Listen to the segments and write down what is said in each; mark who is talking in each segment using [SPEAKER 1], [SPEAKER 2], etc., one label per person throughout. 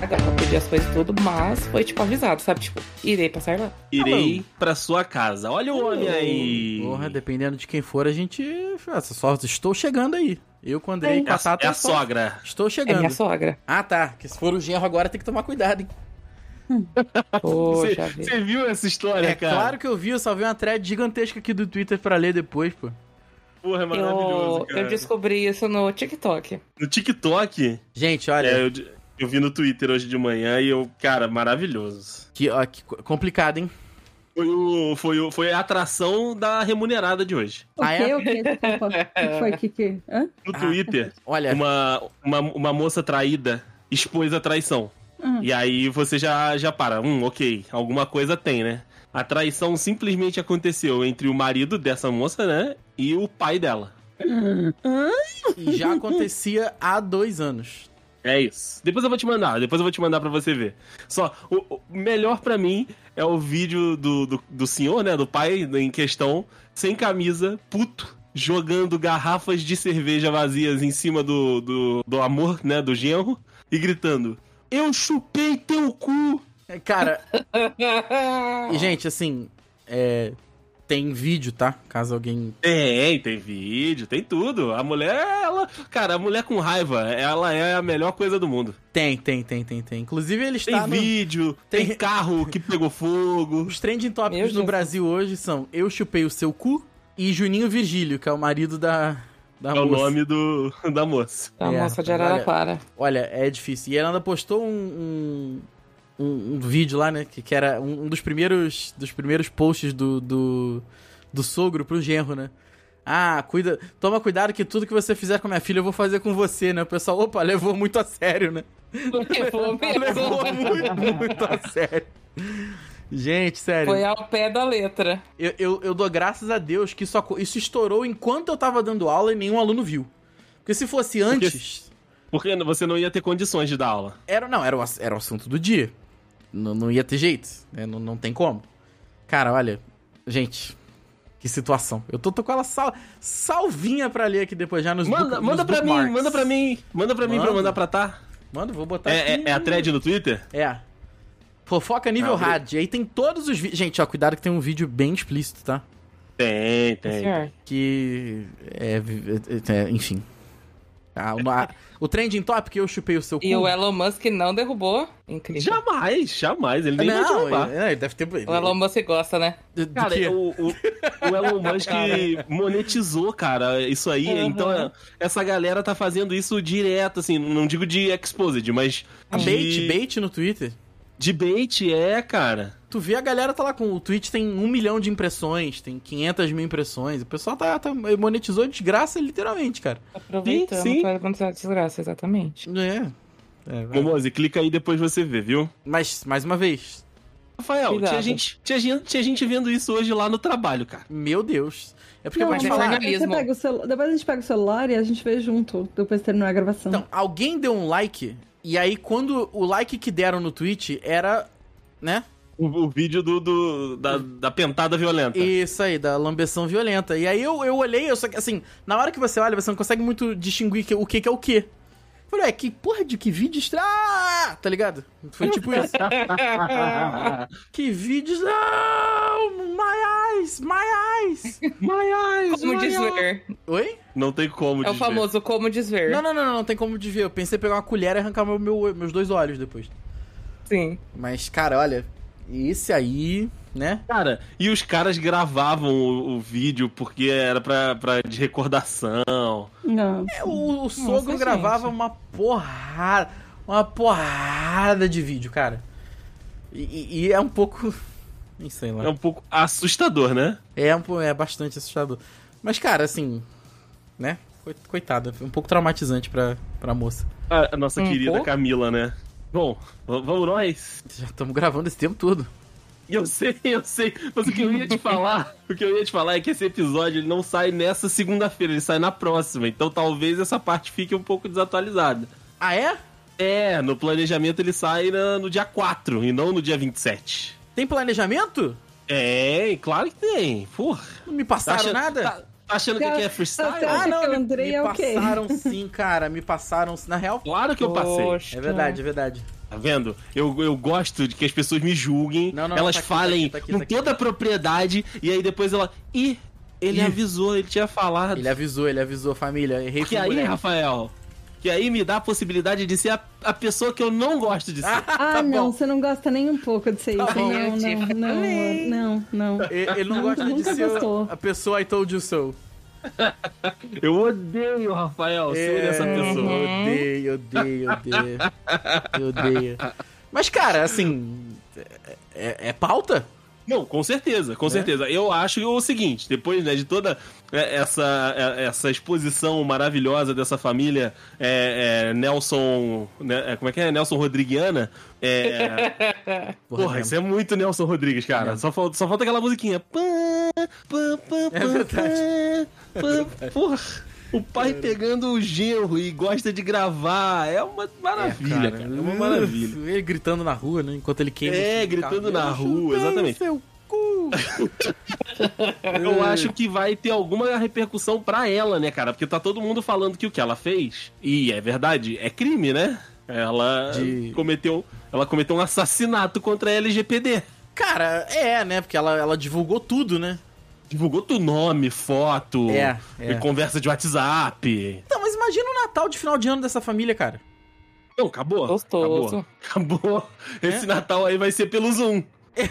[SPEAKER 1] Agora eu pedi as coisas tudo, mas foi tipo avisado, sabe? Tipo, irei passar lá.
[SPEAKER 2] Irei pra sua casa. Olha o homem aí.
[SPEAKER 3] Porra, dependendo de quem for, a gente. Nossa, só estou chegando aí. Eu, quando irei
[SPEAKER 2] é a,
[SPEAKER 3] empatar,
[SPEAKER 2] é
[SPEAKER 3] até
[SPEAKER 2] a sogra.
[SPEAKER 3] Estou
[SPEAKER 1] É
[SPEAKER 3] chegando.
[SPEAKER 1] minha sogra.
[SPEAKER 3] Ah, tá. Que se for o genro agora, tem que tomar cuidado, hein?
[SPEAKER 1] Poxa vida.
[SPEAKER 2] Tá Você viu essa história,
[SPEAKER 3] É
[SPEAKER 2] cara?
[SPEAKER 3] claro que eu vi, eu só vi uma thread gigantesca aqui do Twitter pra ler depois, pô.
[SPEAKER 2] Porra, é maravilhoso,
[SPEAKER 1] Eu,
[SPEAKER 2] cara.
[SPEAKER 1] eu descobri isso no TikTok.
[SPEAKER 2] No TikTok,
[SPEAKER 3] Gente, olha,
[SPEAKER 2] é, eu, de- eu vi no Twitter hoje de manhã e eu, cara, maravilhoso.
[SPEAKER 3] que, ó, que co- complicado, hein?
[SPEAKER 2] Foi, o, foi, o, foi a atração da remunerada de hoje.
[SPEAKER 4] O
[SPEAKER 3] Ah,
[SPEAKER 4] quê?
[SPEAKER 3] é?
[SPEAKER 4] O quê? Desculpa. O que foi? que, que... Hã?
[SPEAKER 2] No
[SPEAKER 3] Ah.
[SPEAKER 2] Twitter,
[SPEAKER 3] Olha,
[SPEAKER 2] uma, uma, uma moça traída expôs a traição.
[SPEAKER 4] Hum.
[SPEAKER 2] E aí você já, já para. Hum, ok, alguma coisa tem, né? A traição simplesmente aconteceu entre o marido dessa moça, né? E o pai dela.
[SPEAKER 3] e já acontecia há dois anos.
[SPEAKER 2] É isso. Depois eu vou te mandar, depois eu vou te mandar pra você ver. Só, o, o melhor pra mim é o vídeo do, do, do senhor, né? Do pai em questão, sem camisa, puto, jogando garrafas de cerveja vazias em cima do, do, do amor, né? Do genro, e gritando: Eu chupei teu cu!
[SPEAKER 3] É, Cara, e, gente, assim, é, tem vídeo, tá? Caso alguém.
[SPEAKER 2] Tem, tem vídeo, tem tudo. A mulher, ela. Cara, a mulher com raiva, ela é a melhor coisa do mundo.
[SPEAKER 3] Tem, tem, tem, tem, tem. Inclusive, ele
[SPEAKER 2] Tem
[SPEAKER 3] está Tá no...
[SPEAKER 2] vídeo,
[SPEAKER 3] tem-
[SPEAKER 2] tem carro que pegou fogo.
[SPEAKER 3] Os trending
[SPEAKER 1] Meu
[SPEAKER 3] topics
[SPEAKER 1] Deus.
[SPEAKER 3] no Brasil hoje são Eu Chupei o Seu Cu e Juninho Virgílio, que é o marido da, da
[SPEAKER 2] É o
[SPEAKER 3] moça.
[SPEAKER 2] nome do, da moça.
[SPEAKER 1] Da
[SPEAKER 3] É,
[SPEAKER 1] moça de
[SPEAKER 3] olha-
[SPEAKER 1] Araraquara.
[SPEAKER 3] Olha, é difícil. E ela ainda postou um, um, um- um vídeo lá, né? Que, que era um, um dos primeiros dos primeiros posts do, do, do sogro pro genro, né? Ah, cuida, toma cuidado que tudo que você fizer com a minha filha eu vou fazer com você, né? O pessoal, opa, levou muito a sério, né?
[SPEAKER 1] Levou
[SPEAKER 3] Levou
[SPEAKER 1] mesmo.
[SPEAKER 3] muito, muito a sério. Gente, sério.
[SPEAKER 1] Foi ao pé da letra.
[SPEAKER 3] Eu, eu, eu dou graças a Deus que isso, aco- isso estourou enquanto eu tava dando aula e nenhum aluno viu. Porque se fosse antes.
[SPEAKER 2] Porque você não ia ter condições de dar aula.
[SPEAKER 3] Era, não, era o, ass- era o assunto do dia. Não, não ia ter jeito. né? Não, não tem como. Cara, olha. Gente, que situação. Eu tô, tô com ela sal, salvinha pra ler aqui depois, já nos
[SPEAKER 2] Manda,
[SPEAKER 3] book-
[SPEAKER 2] manda
[SPEAKER 3] nos
[SPEAKER 2] pra mim,
[SPEAKER 3] bookmarks.
[SPEAKER 2] manda pra mim. Manda pra mim pra eu
[SPEAKER 3] Manda.
[SPEAKER 2] mandar pra tá.
[SPEAKER 3] Manda, vou botar
[SPEAKER 2] É,
[SPEAKER 3] aqui.
[SPEAKER 2] é, é a thread no Twitter?
[SPEAKER 3] É. Fofoca nível
[SPEAKER 2] Não,
[SPEAKER 3] hard. Aí tem todos os vídeos. Gente, ó, cuidado que tem um vídeo bem explícito, tá?
[SPEAKER 2] Tem, tem.
[SPEAKER 1] Senhor.
[SPEAKER 3] que é, vi- é, é, enfim. Ah, uma- o trending topic eu chupei o seu cu.
[SPEAKER 1] É. E o Elon Musk não derrubou. Incrível.
[SPEAKER 2] Jamais, jamais. Ele nem vai te
[SPEAKER 3] não, ele,
[SPEAKER 2] roubar.
[SPEAKER 3] não, ele deve ter do,
[SPEAKER 1] O Elon Musk gosta, né?
[SPEAKER 3] do- do
[SPEAKER 2] Cara,
[SPEAKER 3] quê?
[SPEAKER 2] o, o, É o Elon Musk monetizou, cara, isso aí.
[SPEAKER 1] Uhum.
[SPEAKER 2] Então, é, essa galera tá fazendo isso direto, assim. Não digo de exposed, mas.
[SPEAKER 3] A
[SPEAKER 2] de-
[SPEAKER 3] bait, bait no Twitter.
[SPEAKER 2] De bait, é, cara.
[SPEAKER 3] Tu vê a galera tá lá com o Twitch tem um milhão de impressões, tem 500 mil impressões. O pessoal tá, tá- monetizou de graça literalmente, cara.
[SPEAKER 1] Aproveitando
[SPEAKER 2] sim.
[SPEAKER 1] para acontecer a desgraça, exatamente.
[SPEAKER 3] É. É, vai.
[SPEAKER 2] Momose, clica aí depois você vê, viu?
[SPEAKER 3] mas mais uma vez,
[SPEAKER 2] Rafael,
[SPEAKER 1] Cuidado.
[SPEAKER 2] tinha gente, tinha, gente, tinha gente vendo isso hoje lá no trabalho, cara.
[SPEAKER 3] meu Deus. É porque
[SPEAKER 4] Não,
[SPEAKER 3] eu vou te
[SPEAKER 1] mas
[SPEAKER 3] falar,
[SPEAKER 1] é jornalismo.
[SPEAKER 4] Você pega o celu... Depois a gente pega o celular e a gente vê junto, depois de terminar a gravação.
[SPEAKER 3] Então, alguém deu um like e aí quando o like que deram no Twitch era, né?
[SPEAKER 2] O, o vídeo do, do- da, da pentada violenta.
[SPEAKER 3] Isso aí, da lambeção violenta. E aí eu, eu olhei, eu só que assim, na hora que você olha, você não consegue muito distinguir que- o que, que é o que. Falei, ué, que porra de que vídeo estra... Ah! Tá ligado? Foi tipo isso. que vídeos. Não! My eyes! My eyes!
[SPEAKER 1] Como desver.
[SPEAKER 3] Oi?
[SPEAKER 2] Não tem como
[SPEAKER 1] É o
[SPEAKER 2] dizer.
[SPEAKER 1] É famoso como desver.
[SPEAKER 3] Não, não, não, não, não tem como desver. Eu pensei em pegar uma colher e arrancar meu, meu- meus dois olhos depois.
[SPEAKER 1] Sim.
[SPEAKER 3] Mas, cara, olha, esse aí, né?
[SPEAKER 2] Cara, e os caras gravavam o, o vídeo porque era pra, pra de recordação.
[SPEAKER 4] Não.
[SPEAKER 3] É, O, o sogro
[SPEAKER 1] gente.
[SPEAKER 3] gravava uma porrada, uma porrada de vídeo, cara. E, e- e é um pouco, nem sei
[SPEAKER 2] É
[SPEAKER 3] lá,
[SPEAKER 2] um pouco assustador, né?
[SPEAKER 3] é, um, po- é bastante assustador. Mas cara, assim, né? Coi- Coitada, foi um pouco traumatizante pra, pra moça.
[SPEAKER 2] A, a nossa
[SPEAKER 1] Um
[SPEAKER 2] querida
[SPEAKER 1] pouco.
[SPEAKER 2] Camila, né? Bom, v- vamos nós.
[SPEAKER 3] Já estamos gravando esse tempo todo.
[SPEAKER 2] E eu sei, eu sei. Mas o que eu ia te falar, o que eu ia te falar é que esse episódio ele não sai nessa segunda-feira, ele sai na próxima. Então talvez essa parte fique um pouco desatualizada.
[SPEAKER 3] Ah, é?
[SPEAKER 2] É, no planejamento ele sai na- no dia 4 e não no dia 27.
[SPEAKER 3] Tem planejamento?
[SPEAKER 2] É, claro que tem. Porra.
[SPEAKER 3] Não me passaram
[SPEAKER 2] achando-
[SPEAKER 3] nada?
[SPEAKER 2] Tá, tá achando que aqui é freestyle?
[SPEAKER 4] Até-
[SPEAKER 3] Ah, não,
[SPEAKER 4] que o
[SPEAKER 3] me,
[SPEAKER 4] Andrei
[SPEAKER 3] me
[SPEAKER 4] é o quê?
[SPEAKER 3] passaram sim, cara. Me passaram, na real.
[SPEAKER 2] Claro que eu passei.
[SPEAKER 1] Poxa.
[SPEAKER 3] É verdade, é verdade.
[SPEAKER 2] Tá vendo? Eu, eu gosto de que as pessoas me julguem,
[SPEAKER 3] Não, não,
[SPEAKER 2] elas
[SPEAKER 3] tá aqui,
[SPEAKER 2] falem
[SPEAKER 3] tá aqui, tá aqui,
[SPEAKER 2] com
[SPEAKER 3] tá aqui.
[SPEAKER 2] toda a propriedade, e aí depois ela. Ih, ele
[SPEAKER 3] Ih.
[SPEAKER 2] avisou, ele tinha falado.
[SPEAKER 3] Ele é avisou, ele avisou, família. Errei
[SPEAKER 2] Porque
[SPEAKER 3] com
[SPEAKER 2] aí,
[SPEAKER 3] mulher.
[SPEAKER 2] Rafael, que aí me dá a possibilidade de ser a, a pessoa que eu não gosto de ser.
[SPEAKER 4] Ah,
[SPEAKER 3] Tá
[SPEAKER 4] não,
[SPEAKER 3] bom. Tá
[SPEAKER 4] você não gosta nem um pouco de ser isso.
[SPEAKER 1] bom.
[SPEAKER 4] não,
[SPEAKER 1] Eu te
[SPEAKER 4] não,
[SPEAKER 1] falei.
[SPEAKER 4] não, não, não.
[SPEAKER 3] Ele ele não
[SPEAKER 4] Nunca-
[SPEAKER 3] gosta de
[SPEAKER 4] nunca
[SPEAKER 3] ser
[SPEAKER 4] gostou.
[SPEAKER 3] a pessoa I told you so.
[SPEAKER 2] Eu odeio, Rafael, ser essa pessoa.
[SPEAKER 4] Né?
[SPEAKER 3] Eu É. odeio, eu odeio, eu odeio. Mas, cara, assim. É, é pauta?
[SPEAKER 2] Não, com certeza, com certeza. Eu acho o seguinte, depois né, de toda é, essa, é, essa exposição maravilhosa dessa família é, é, Nelson... né, é, como é que é? Nelson Rodriguiana. É,
[SPEAKER 3] Porra,
[SPEAKER 2] Porra,
[SPEAKER 3] né?
[SPEAKER 2] isso é muito Nelson Rodrigues, cara. Só falta, só falta aquela musiquinha. Pã, pã, pã,
[SPEAKER 3] É
[SPEAKER 2] pã,
[SPEAKER 3] verdade.
[SPEAKER 2] pã, pã. Porra, o pai pegando o genro e gosta de gravar. É uma maravilha, cara. É uma maravilha.
[SPEAKER 3] Ele gritando na rua, né? Enquanto ele queima.
[SPEAKER 2] É,
[SPEAKER 3] o
[SPEAKER 2] gritando
[SPEAKER 3] carro.
[SPEAKER 2] na
[SPEAKER 3] Eu
[SPEAKER 2] rua,
[SPEAKER 3] chutei
[SPEAKER 2] exatamente.
[SPEAKER 3] Seu cu.
[SPEAKER 2] Eu
[SPEAKER 3] É.
[SPEAKER 2] acho que vai ter alguma repercussão pra ela, né, cara? Porque tá todo mundo falando que o que ela fez, e é verdade, é crime, né? Ela
[SPEAKER 3] De-
[SPEAKER 2] cometeu, ela cometeu um assassinato contra a LGPD.
[SPEAKER 3] Cara, é, né? Porque ela, ela divulgou tudo, né?
[SPEAKER 2] Divulgou teu nome, foto,
[SPEAKER 3] É, é.
[SPEAKER 2] conversa de WhatsApp.
[SPEAKER 3] Então, mas imagina o Natal de final de ano dessa família, cara.
[SPEAKER 2] Não, acabou.
[SPEAKER 1] Gostoso.
[SPEAKER 2] Acabou. acabou.
[SPEAKER 3] É?
[SPEAKER 2] Esse Natal aí vai ser pelo Zoom.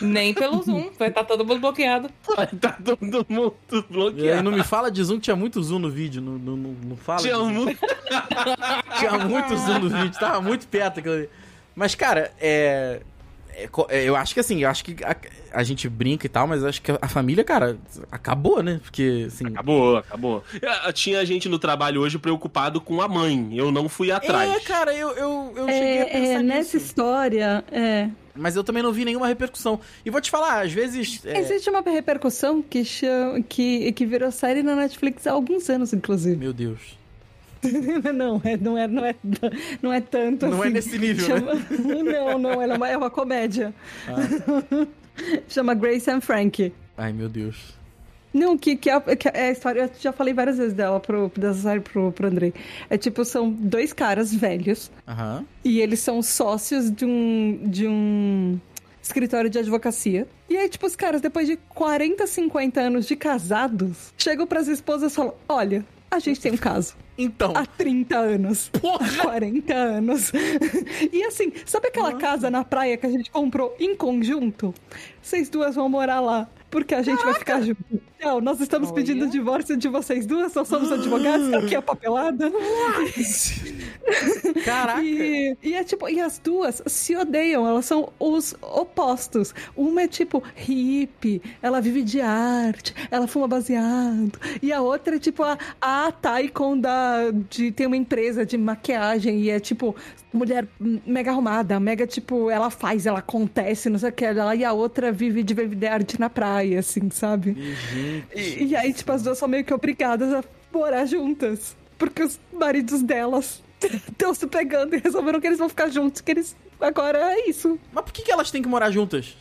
[SPEAKER 1] Nem pelo Zoom, vai estar todo mundo bloqueado.
[SPEAKER 2] Vai tá todo mundo
[SPEAKER 3] E aí
[SPEAKER 2] bloqueado.
[SPEAKER 3] não me fala de zoom, tinha muito zoom no vídeo. Não, não, não, não fala.
[SPEAKER 2] Te
[SPEAKER 3] de zoom.
[SPEAKER 2] amo.
[SPEAKER 3] Tinha muito zoom no vídeo, tava muito perto aquilo ali. Mas, cara, é. é co- é, Eu acho que assim, eu acho que a, a gente brinca e tal, mas eu acho que a família, cara, acabou, né? Porque, assim.
[SPEAKER 2] Acabou, acabou. Eu- eu Ah, Tinha gente no trabalho hoje preocupado com a mãe. Eu não fui atrás.
[SPEAKER 3] É, cara, eu, eu, eu cheguei a
[SPEAKER 4] É,
[SPEAKER 3] pensar
[SPEAKER 4] é,
[SPEAKER 3] nisso.
[SPEAKER 4] nessa história, é,
[SPEAKER 3] Mas eu também não vi nenhuma repercussão. E vou te falar, às vezes. é,
[SPEAKER 4] Existe uma repercussão que, chama, que, que virou série na Netflix há alguns anos, inclusive.
[SPEAKER 3] Meu Deus.
[SPEAKER 4] não, é, não, é, não, é, não é tanto
[SPEAKER 3] Não é
[SPEAKER 4] assim.
[SPEAKER 3] nesse nível, né?
[SPEAKER 4] Não, não, ela é uma, é uma comédia.
[SPEAKER 3] Ah.
[SPEAKER 4] Chama Grace and Frank.
[SPEAKER 3] Ai, meu Deus.
[SPEAKER 4] Não, que, que, é, a- que é a história, eu já falei várias vezes dela, pro, dessa série pro, pro Andrei. É tipo, são dois caras velhos
[SPEAKER 3] Aham.
[SPEAKER 4] e eles são sócios de um, de um escritório de advocacia. E aí, tipo, os caras, depois de 40, 50 anos de casados, chegam pras esposas e falam: Olha, a gente tem um caso.
[SPEAKER 3] Então.
[SPEAKER 4] Há 30 anos. 40 anos. E assim, sabe aquela casa na praia que a gente comprou em conjunto? Vocês duas vão morar lá. Porque a gente vai ficar junto. Não, nós estamos pedindo o divórcio de vocês duas, nós somos advogados, aqui é a papelada.
[SPEAKER 3] Caraca.
[SPEAKER 4] E, e é tipo, e as duas se odeiam, elas são os opostos. Uma é tipo hippie, ela vive de arte, ela fuma baseado. E a outra é tipo a, a Taikon da, de tem uma empresa de maquiagem e é tipo mulher mega arrumada, mega tipo, ela faz, ela acontece, não sei o que. Ela, e a outra vive de viver de arte na praia, assim, sabe?
[SPEAKER 3] Ih, gente.
[SPEAKER 4] E, e aí, tipo, as duas são meio que obrigadas a morar juntas. Porque os maridos delas estão se pegando e resolveram que eles vão ficar juntos, que eles. Agora é isso.
[SPEAKER 3] Mas por que, que elas têm que morar juntas?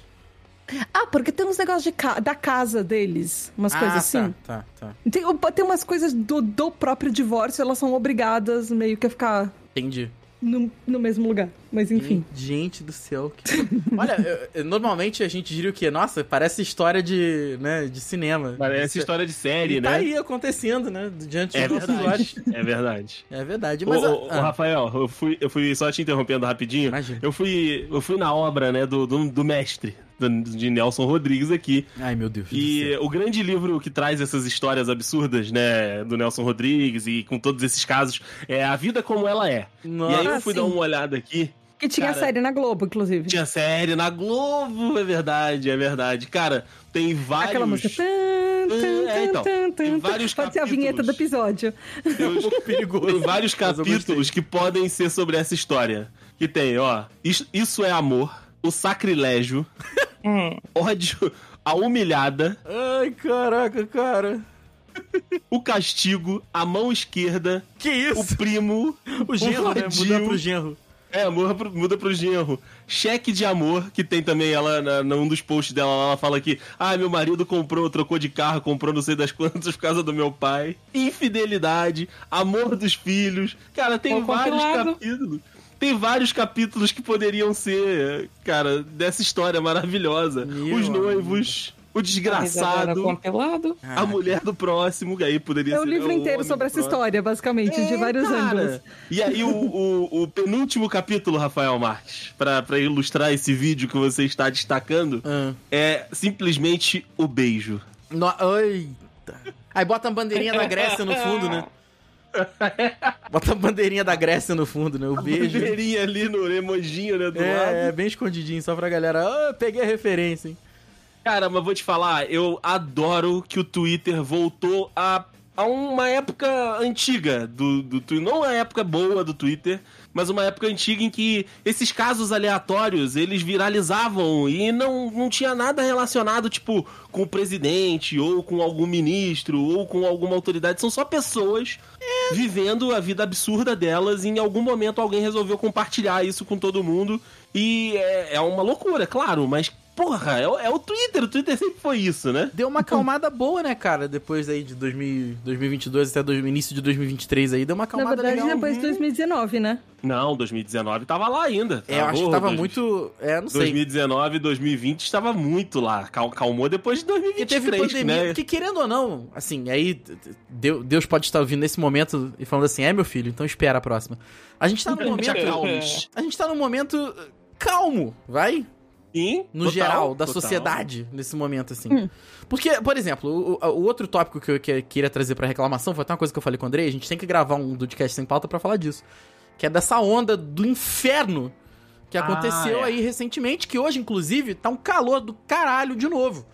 [SPEAKER 4] Ah, porque tem uns negócios de ca- da casa deles,
[SPEAKER 2] Ah,
[SPEAKER 4] umas coisas assim.
[SPEAKER 3] Tá, tá, tá.
[SPEAKER 4] Tem, tem umas coisas do, do próprio divórcio, elas são obrigadas meio que a ficar
[SPEAKER 3] Entendi.
[SPEAKER 4] no, no mesmo lugar. Mas
[SPEAKER 2] Hum,
[SPEAKER 4] enfim.
[SPEAKER 3] Gente do céu. que- Olha, eu- eu- normalmente a gente diria o quê? Nossa, parece história de, né, de cinema. é
[SPEAKER 2] Parece história de série,
[SPEAKER 3] E
[SPEAKER 2] né?
[SPEAKER 3] tá aí acontecendo, né? Diante
[SPEAKER 2] É
[SPEAKER 3] dos nossos olhos.
[SPEAKER 2] verdade. É verdade.
[SPEAKER 3] É verdade,
[SPEAKER 2] Ô,
[SPEAKER 3] mas...
[SPEAKER 2] ô, ô,
[SPEAKER 3] ah,
[SPEAKER 2] Rafael, eu fui, eu fui só te interrompendo rapidinho.
[SPEAKER 3] Imagina.
[SPEAKER 2] Eu fui, eu fui na obra, né, do, do, do mestre, do- de Nelson Rodrigues aqui.
[SPEAKER 3] Ai, meu Deus do
[SPEAKER 2] E
[SPEAKER 3] céu.
[SPEAKER 2] o grande livro que traz essas histórias absurdas, né, do Nelson Rodrigues e com todos esses casos, é A Vida Como Ela É.
[SPEAKER 3] Nossa.
[SPEAKER 2] E aí eu fui
[SPEAKER 4] Ah, sim.
[SPEAKER 2] dar uma olhada aqui.
[SPEAKER 4] Que tinha
[SPEAKER 2] Cara-
[SPEAKER 4] série na Globo, inclusive.
[SPEAKER 2] Tinha série na Globo, é verdade, é verdade. Cara, tem vários.
[SPEAKER 4] Aquela música. Tan,
[SPEAKER 2] É,
[SPEAKER 4] tan,
[SPEAKER 2] então,
[SPEAKER 4] tan,
[SPEAKER 2] tem
[SPEAKER 4] tan,
[SPEAKER 2] vários
[SPEAKER 4] Pode ser a vinheta do
[SPEAKER 2] capítulos.
[SPEAKER 4] episódio.
[SPEAKER 3] É
[SPEAKER 2] Tem os- Tem vários
[SPEAKER 3] um Mas eu gostei.
[SPEAKER 2] capítulos que podem ser sobre essa história. Que tem, ó. Isso, isso é amor. o sacrilégio, ódio, a humilhada,
[SPEAKER 3] Ai, caraca, cara.
[SPEAKER 2] o castigo, a mão esquerda,
[SPEAKER 3] Que
[SPEAKER 2] o
[SPEAKER 3] isso?
[SPEAKER 2] primo,
[SPEAKER 3] O, genro, né?
[SPEAKER 2] vadio.
[SPEAKER 3] Mudar pro genro.
[SPEAKER 2] É, muda pro, muda pro genro. Cheque de amor, que tem também ela, na, num dos posts dela lá, ela fala que, ah, meu marido comprou, trocou de carro, comprou não sei das quantas por causa do meu pai. Infidelidade, amor dos filhos. Cara, tem
[SPEAKER 1] Bom
[SPEAKER 2] vários
[SPEAKER 1] compilado.
[SPEAKER 2] capítulos. Tem vários capítulos que poderiam ser, cara, dessa história maravilhosa.
[SPEAKER 3] Meu
[SPEAKER 2] Os noivos,
[SPEAKER 1] Mas
[SPEAKER 2] o
[SPEAKER 1] agora
[SPEAKER 2] desgraçado,
[SPEAKER 1] compilado.
[SPEAKER 2] a mulher do próximo, que aí poderia
[SPEAKER 4] É
[SPEAKER 2] ser.
[SPEAKER 4] o livro
[SPEAKER 2] né,
[SPEAKER 4] inteiro
[SPEAKER 2] homem
[SPEAKER 4] sobre
[SPEAKER 2] do
[SPEAKER 4] essa
[SPEAKER 2] próximo.
[SPEAKER 4] história, basicamente, de
[SPEAKER 2] É,
[SPEAKER 4] vários
[SPEAKER 2] cara.
[SPEAKER 4] ângulos.
[SPEAKER 2] E aí, o, o- o penúltimo capítulo, Rafael Marques, pra, pra ilustrar esse vídeo que você está destacando,
[SPEAKER 3] Ah.
[SPEAKER 2] é simplesmente o beijo.
[SPEAKER 3] No... Eita. Aí bota a bandeirinha da Grécia no fundo, né? Bota a bandeirinha da Grécia no fundo, né? O beijo.
[SPEAKER 2] Bandeirinha ali no emojinho, né, do lado.
[SPEAKER 3] É, é, bem escondidinho, só pra galera. Ah, peguei a referência, hein?
[SPEAKER 2] Cara, mas vou te falar, eu adoro que o Twitter voltou a, a uma época antiga do, do Twitter. Não uma época boa do Twitter, mas uma época antiga em que esses casos aleatórios, eles viralizavam e não, não tinha nada relacionado, tipo, com o presidente, ou com algum ministro, ou com alguma autoridade. São só pessoas vivendo a vida absurda delas e em algum momento alguém resolveu compartilhar isso com todo mundo e é, é uma loucura, claro, mas porra, é, o- é o Twitter, o Twitter sempre foi isso, né?
[SPEAKER 3] Deu uma acalmada boa, né, cara? Depois aí de 2000, 2022 até do início de 2023 aí, deu uma
[SPEAKER 4] Na
[SPEAKER 3] acalmada
[SPEAKER 4] verdade,
[SPEAKER 3] legal.
[SPEAKER 4] depois de
[SPEAKER 2] Uhum.
[SPEAKER 4] 2019, né?
[SPEAKER 2] Não, 2019 tava lá ainda.
[SPEAKER 3] É, eu acho que
[SPEAKER 2] Porra,
[SPEAKER 3] tava
[SPEAKER 2] dois-
[SPEAKER 3] muito... É, não sei.
[SPEAKER 2] 2019, 2020 estava muito lá. Cal- Calmou depois de
[SPEAKER 3] Porque
[SPEAKER 2] 2023,
[SPEAKER 3] teve pandemia,
[SPEAKER 2] né?
[SPEAKER 3] porque querendo ou não, assim, aí d- d- Deu- Deus pode estar ouvindo nesse momento e falando assim, é meu filho, então espera a próxima. A gente tá num momento...
[SPEAKER 2] Calmos.
[SPEAKER 3] A gente tá num momento eh, calmo, vai?
[SPEAKER 2] Sim,
[SPEAKER 3] no
[SPEAKER 2] total,
[SPEAKER 3] geral, da
[SPEAKER 2] total.
[SPEAKER 3] sociedade, nesse momento, assim.
[SPEAKER 4] Hum.
[SPEAKER 3] Porque, por exemplo, o, o outro tópico que eu que- queria trazer pra reclamação foi até uma coisa que eu falei com o Andrei, a gente tem que gravar um podcast sem pauta pra falar disso. Que é dessa onda do inferno que
[SPEAKER 2] Ah,
[SPEAKER 3] aconteceu
[SPEAKER 2] é.
[SPEAKER 3] aí recentemente, que hoje, inclusive, tá um calor do caralho de novo. Né?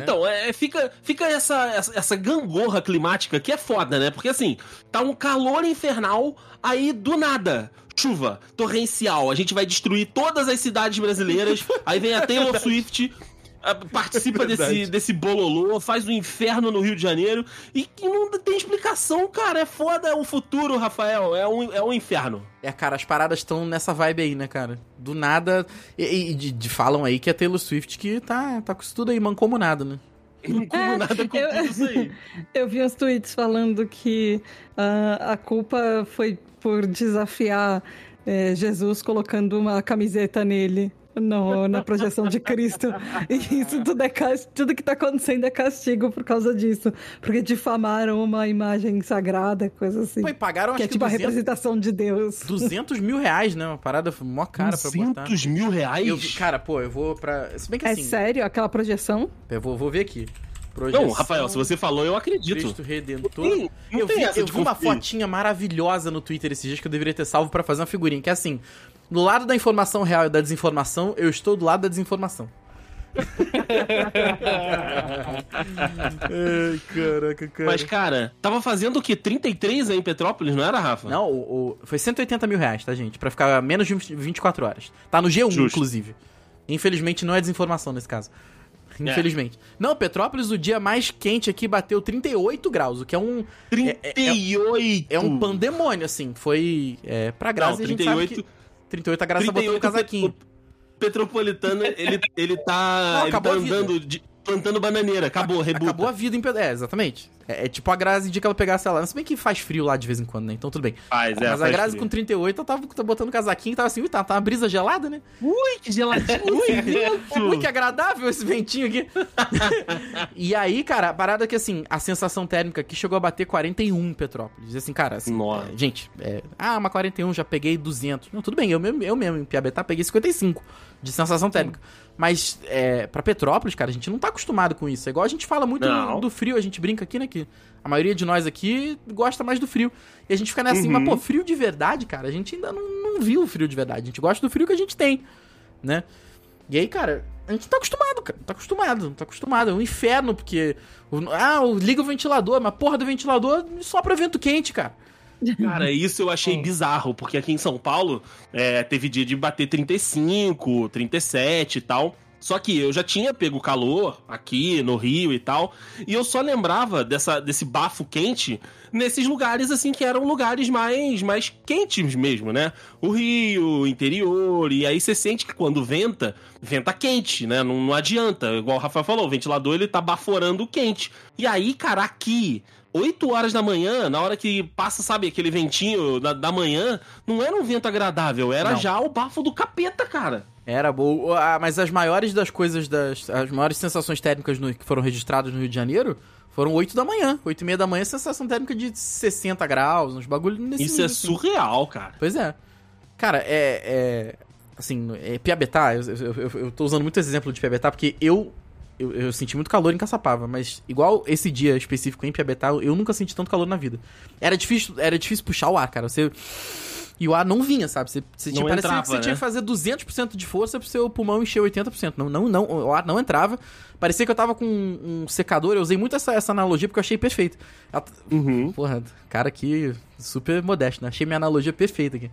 [SPEAKER 2] Então, é, é, fica, fica essa, essa, essa gangorra climática que é foda, né? Porque assim, tá um calor infernal, aí do nada, chuva, torrencial, a gente vai destruir todas as cidades brasileiras, aí vem a Taylor Swift. ah, Participa desse, desse bololô, faz um inferno no Rio de Janeiro e que não tem explicação, cara. É foda, é o futuro, Rafael. É um, é um inferno.
[SPEAKER 3] É, cara, as paradas estão nessa vibe aí, né, cara? Do nada. E, e- e de, de- falam aí que é Taylor Swift que tá, tá com isso tudo aí mancomunado, né?
[SPEAKER 2] Eu não como
[SPEAKER 4] É,
[SPEAKER 2] nada com
[SPEAKER 4] eu-
[SPEAKER 2] tudo isso aí.
[SPEAKER 4] Eu vi uns tweets falando que ah, a culpa foi por desafiar eh, Jesus colocando uma camiseta nele. No, na projeção de Cristo. E isso tudo é cas- tudo que tá acontecendo é castigo por causa disso. Porque difamaram uma imagem sagrada, coisa assim.
[SPEAKER 3] Pô, e pagaram acho
[SPEAKER 4] que é
[SPEAKER 3] que,
[SPEAKER 4] tipo a
[SPEAKER 3] 200,
[SPEAKER 4] representação de Deus.
[SPEAKER 3] 200 mil reais, né? Uma parada mó cara pra botar.
[SPEAKER 2] 200 mil reais?
[SPEAKER 3] Eu vi- cara, pô, eu vou pra. Se bem que
[SPEAKER 4] É
[SPEAKER 3] assim.
[SPEAKER 4] sério aquela projeção?
[SPEAKER 3] Eu vou, vou ver aqui.
[SPEAKER 2] Não,
[SPEAKER 3] Projeção
[SPEAKER 2] Rafael, se você falou, eu acredito.
[SPEAKER 3] Cristo Redentor.
[SPEAKER 2] Sim, não
[SPEAKER 3] eu
[SPEAKER 2] tem
[SPEAKER 3] vi,
[SPEAKER 2] essa
[SPEAKER 3] eu
[SPEAKER 2] de
[SPEAKER 3] vi uma
[SPEAKER 2] conferir.
[SPEAKER 3] fotinha maravilhosa no Twitter esses dias que eu deveria ter salvo pra fazer uma figurinha. Que é assim: do lado da informação real e da desinformação, eu estou do lado da desinformação. Ai, caraca, cara.
[SPEAKER 2] Mas, cara, tava fazendo o quê? 33 aí em Petrópolis, não era, Rafa?
[SPEAKER 3] Não, o, o- foi 180 mil reais, tá, gente? Pra ficar menos de 24 horas. Tá no G1,
[SPEAKER 2] Justo.
[SPEAKER 3] inclusive. Infelizmente, não é desinformação nesse caso.
[SPEAKER 2] É.
[SPEAKER 3] Infelizmente. Não, Petrópolis, o dia mais quente aqui bateu 38 graus, o que é um,
[SPEAKER 2] 38!
[SPEAKER 3] é um pandemônio, assim. Foi é, pra graça
[SPEAKER 2] Não,
[SPEAKER 3] e a gente sabe
[SPEAKER 2] 38
[SPEAKER 3] que 38 a graça botou no casaquinho.
[SPEAKER 2] O Petropolitano, ele, ele tá, ele
[SPEAKER 3] Não,
[SPEAKER 2] tá
[SPEAKER 3] acabou a vida.
[SPEAKER 2] andando, de- plantando bananeira. Acabou, rebuta.
[SPEAKER 3] Acabou a vida em Petrópolis. É, exatamente. É, é tipo a Grazi de que ela pegasse ela. Se bem que faz frio lá de vez em quando, né? Então tudo bem.
[SPEAKER 2] Faz, é,
[SPEAKER 3] Mas a
[SPEAKER 2] faz
[SPEAKER 3] Grazi
[SPEAKER 2] frio.
[SPEAKER 3] com 38, ela tava botando casaquinho e tava assim, ui, tá, tá uma brisa gelada, né? é
[SPEAKER 2] Ui, que geladinho! Ui, vento!
[SPEAKER 3] Muito agradável esse ventinho aqui. e aí, cara, a parada é que assim, a sensação térmica aqui chegou a bater 41 em Petrópolis. E Assim, cara, assim,
[SPEAKER 2] Nossa.
[SPEAKER 3] é, gente, é, ah, mas 41 já peguei 200. Não, tudo bem, eu mesmo, eu mesmo em Piabetá peguei 55 de sensação térmica. Mas é, pra Petrópolis, cara, a gente não tá acostumado com isso. É igual a gente fala muito
[SPEAKER 2] Não.
[SPEAKER 3] do, do frio, a gente brinca aqui, né? Que a maioria de nós aqui gosta mais do frio. E a gente fica nessa assim, mas pô, frio de verdade, cara, a gente ainda não, não viu o frio de verdade. A gente gosta do frio que a gente tem, né? E aí, cara, a gente tá acostumado, cara. Tá acostumado, tá acostumado. É um inferno, porque. o- ah, eu liga o ventilador, mas porra do ventilador só pra vento quente, cara.
[SPEAKER 2] Cara, isso eu achei bizarro, porque aqui em São Paulo é, teve dia de bater 35, 37 e tal. Só que eu já tinha pego calor aqui no Rio e tal, e eu só lembrava dessa, desse bafo quente nesses lugares assim que eram lugares mais mais quentes mesmo, né? O Rio, o interior, e aí você sente que quando venta, venta quente, né? Não, não adianta, igual o Rafael falou, o ventilador ele tá baforando o quente. E aí, cara, aqui 8 horas da manhã, na hora que passa, sabe, aquele ventinho da, da manhã, não era um vento agradável, era
[SPEAKER 3] Não.
[SPEAKER 2] já o bafo do capeta, cara.
[SPEAKER 3] Era boa. Ah, Mas as maiores das coisas, das, as maiores sensações térmicas no- que foram registradas no Rio de Janeiro foram 8 da manhã. 8 e meia da manhã, sensação térmica de 60 graus, uns bagulho nesse
[SPEAKER 2] Isso
[SPEAKER 3] nível,
[SPEAKER 2] é
[SPEAKER 3] assim.
[SPEAKER 2] surreal, cara.
[SPEAKER 3] Pois é. Cara, é. é assim, é Piabetá, eu, eu, eu- eu tô usando muito esse exemplo de Piabetá porque eu, eu. eu senti muito calor em Caçapava, mas igual esse dia específico em Piabetá, eu nunca senti tanto calor na vida. Era difícil, era difícil puxar o ar, cara. Você. E o ar não vinha, sabe? Você, você
[SPEAKER 2] Não
[SPEAKER 3] tinha, parecia
[SPEAKER 2] entrava,
[SPEAKER 3] que você
[SPEAKER 2] né?
[SPEAKER 3] tinha que fazer 200% de força pro seu pulmão encher 80%. Não, não, não, o ar não entrava. Parecia que eu tava com um, um secador, eu usei muito essa, essa analogia porque eu achei perfeito. Ela- tá-
[SPEAKER 2] Uhum.
[SPEAKER 3] Porra, cara aqui super modesto, né? Achei minha analogia perfeita aqui.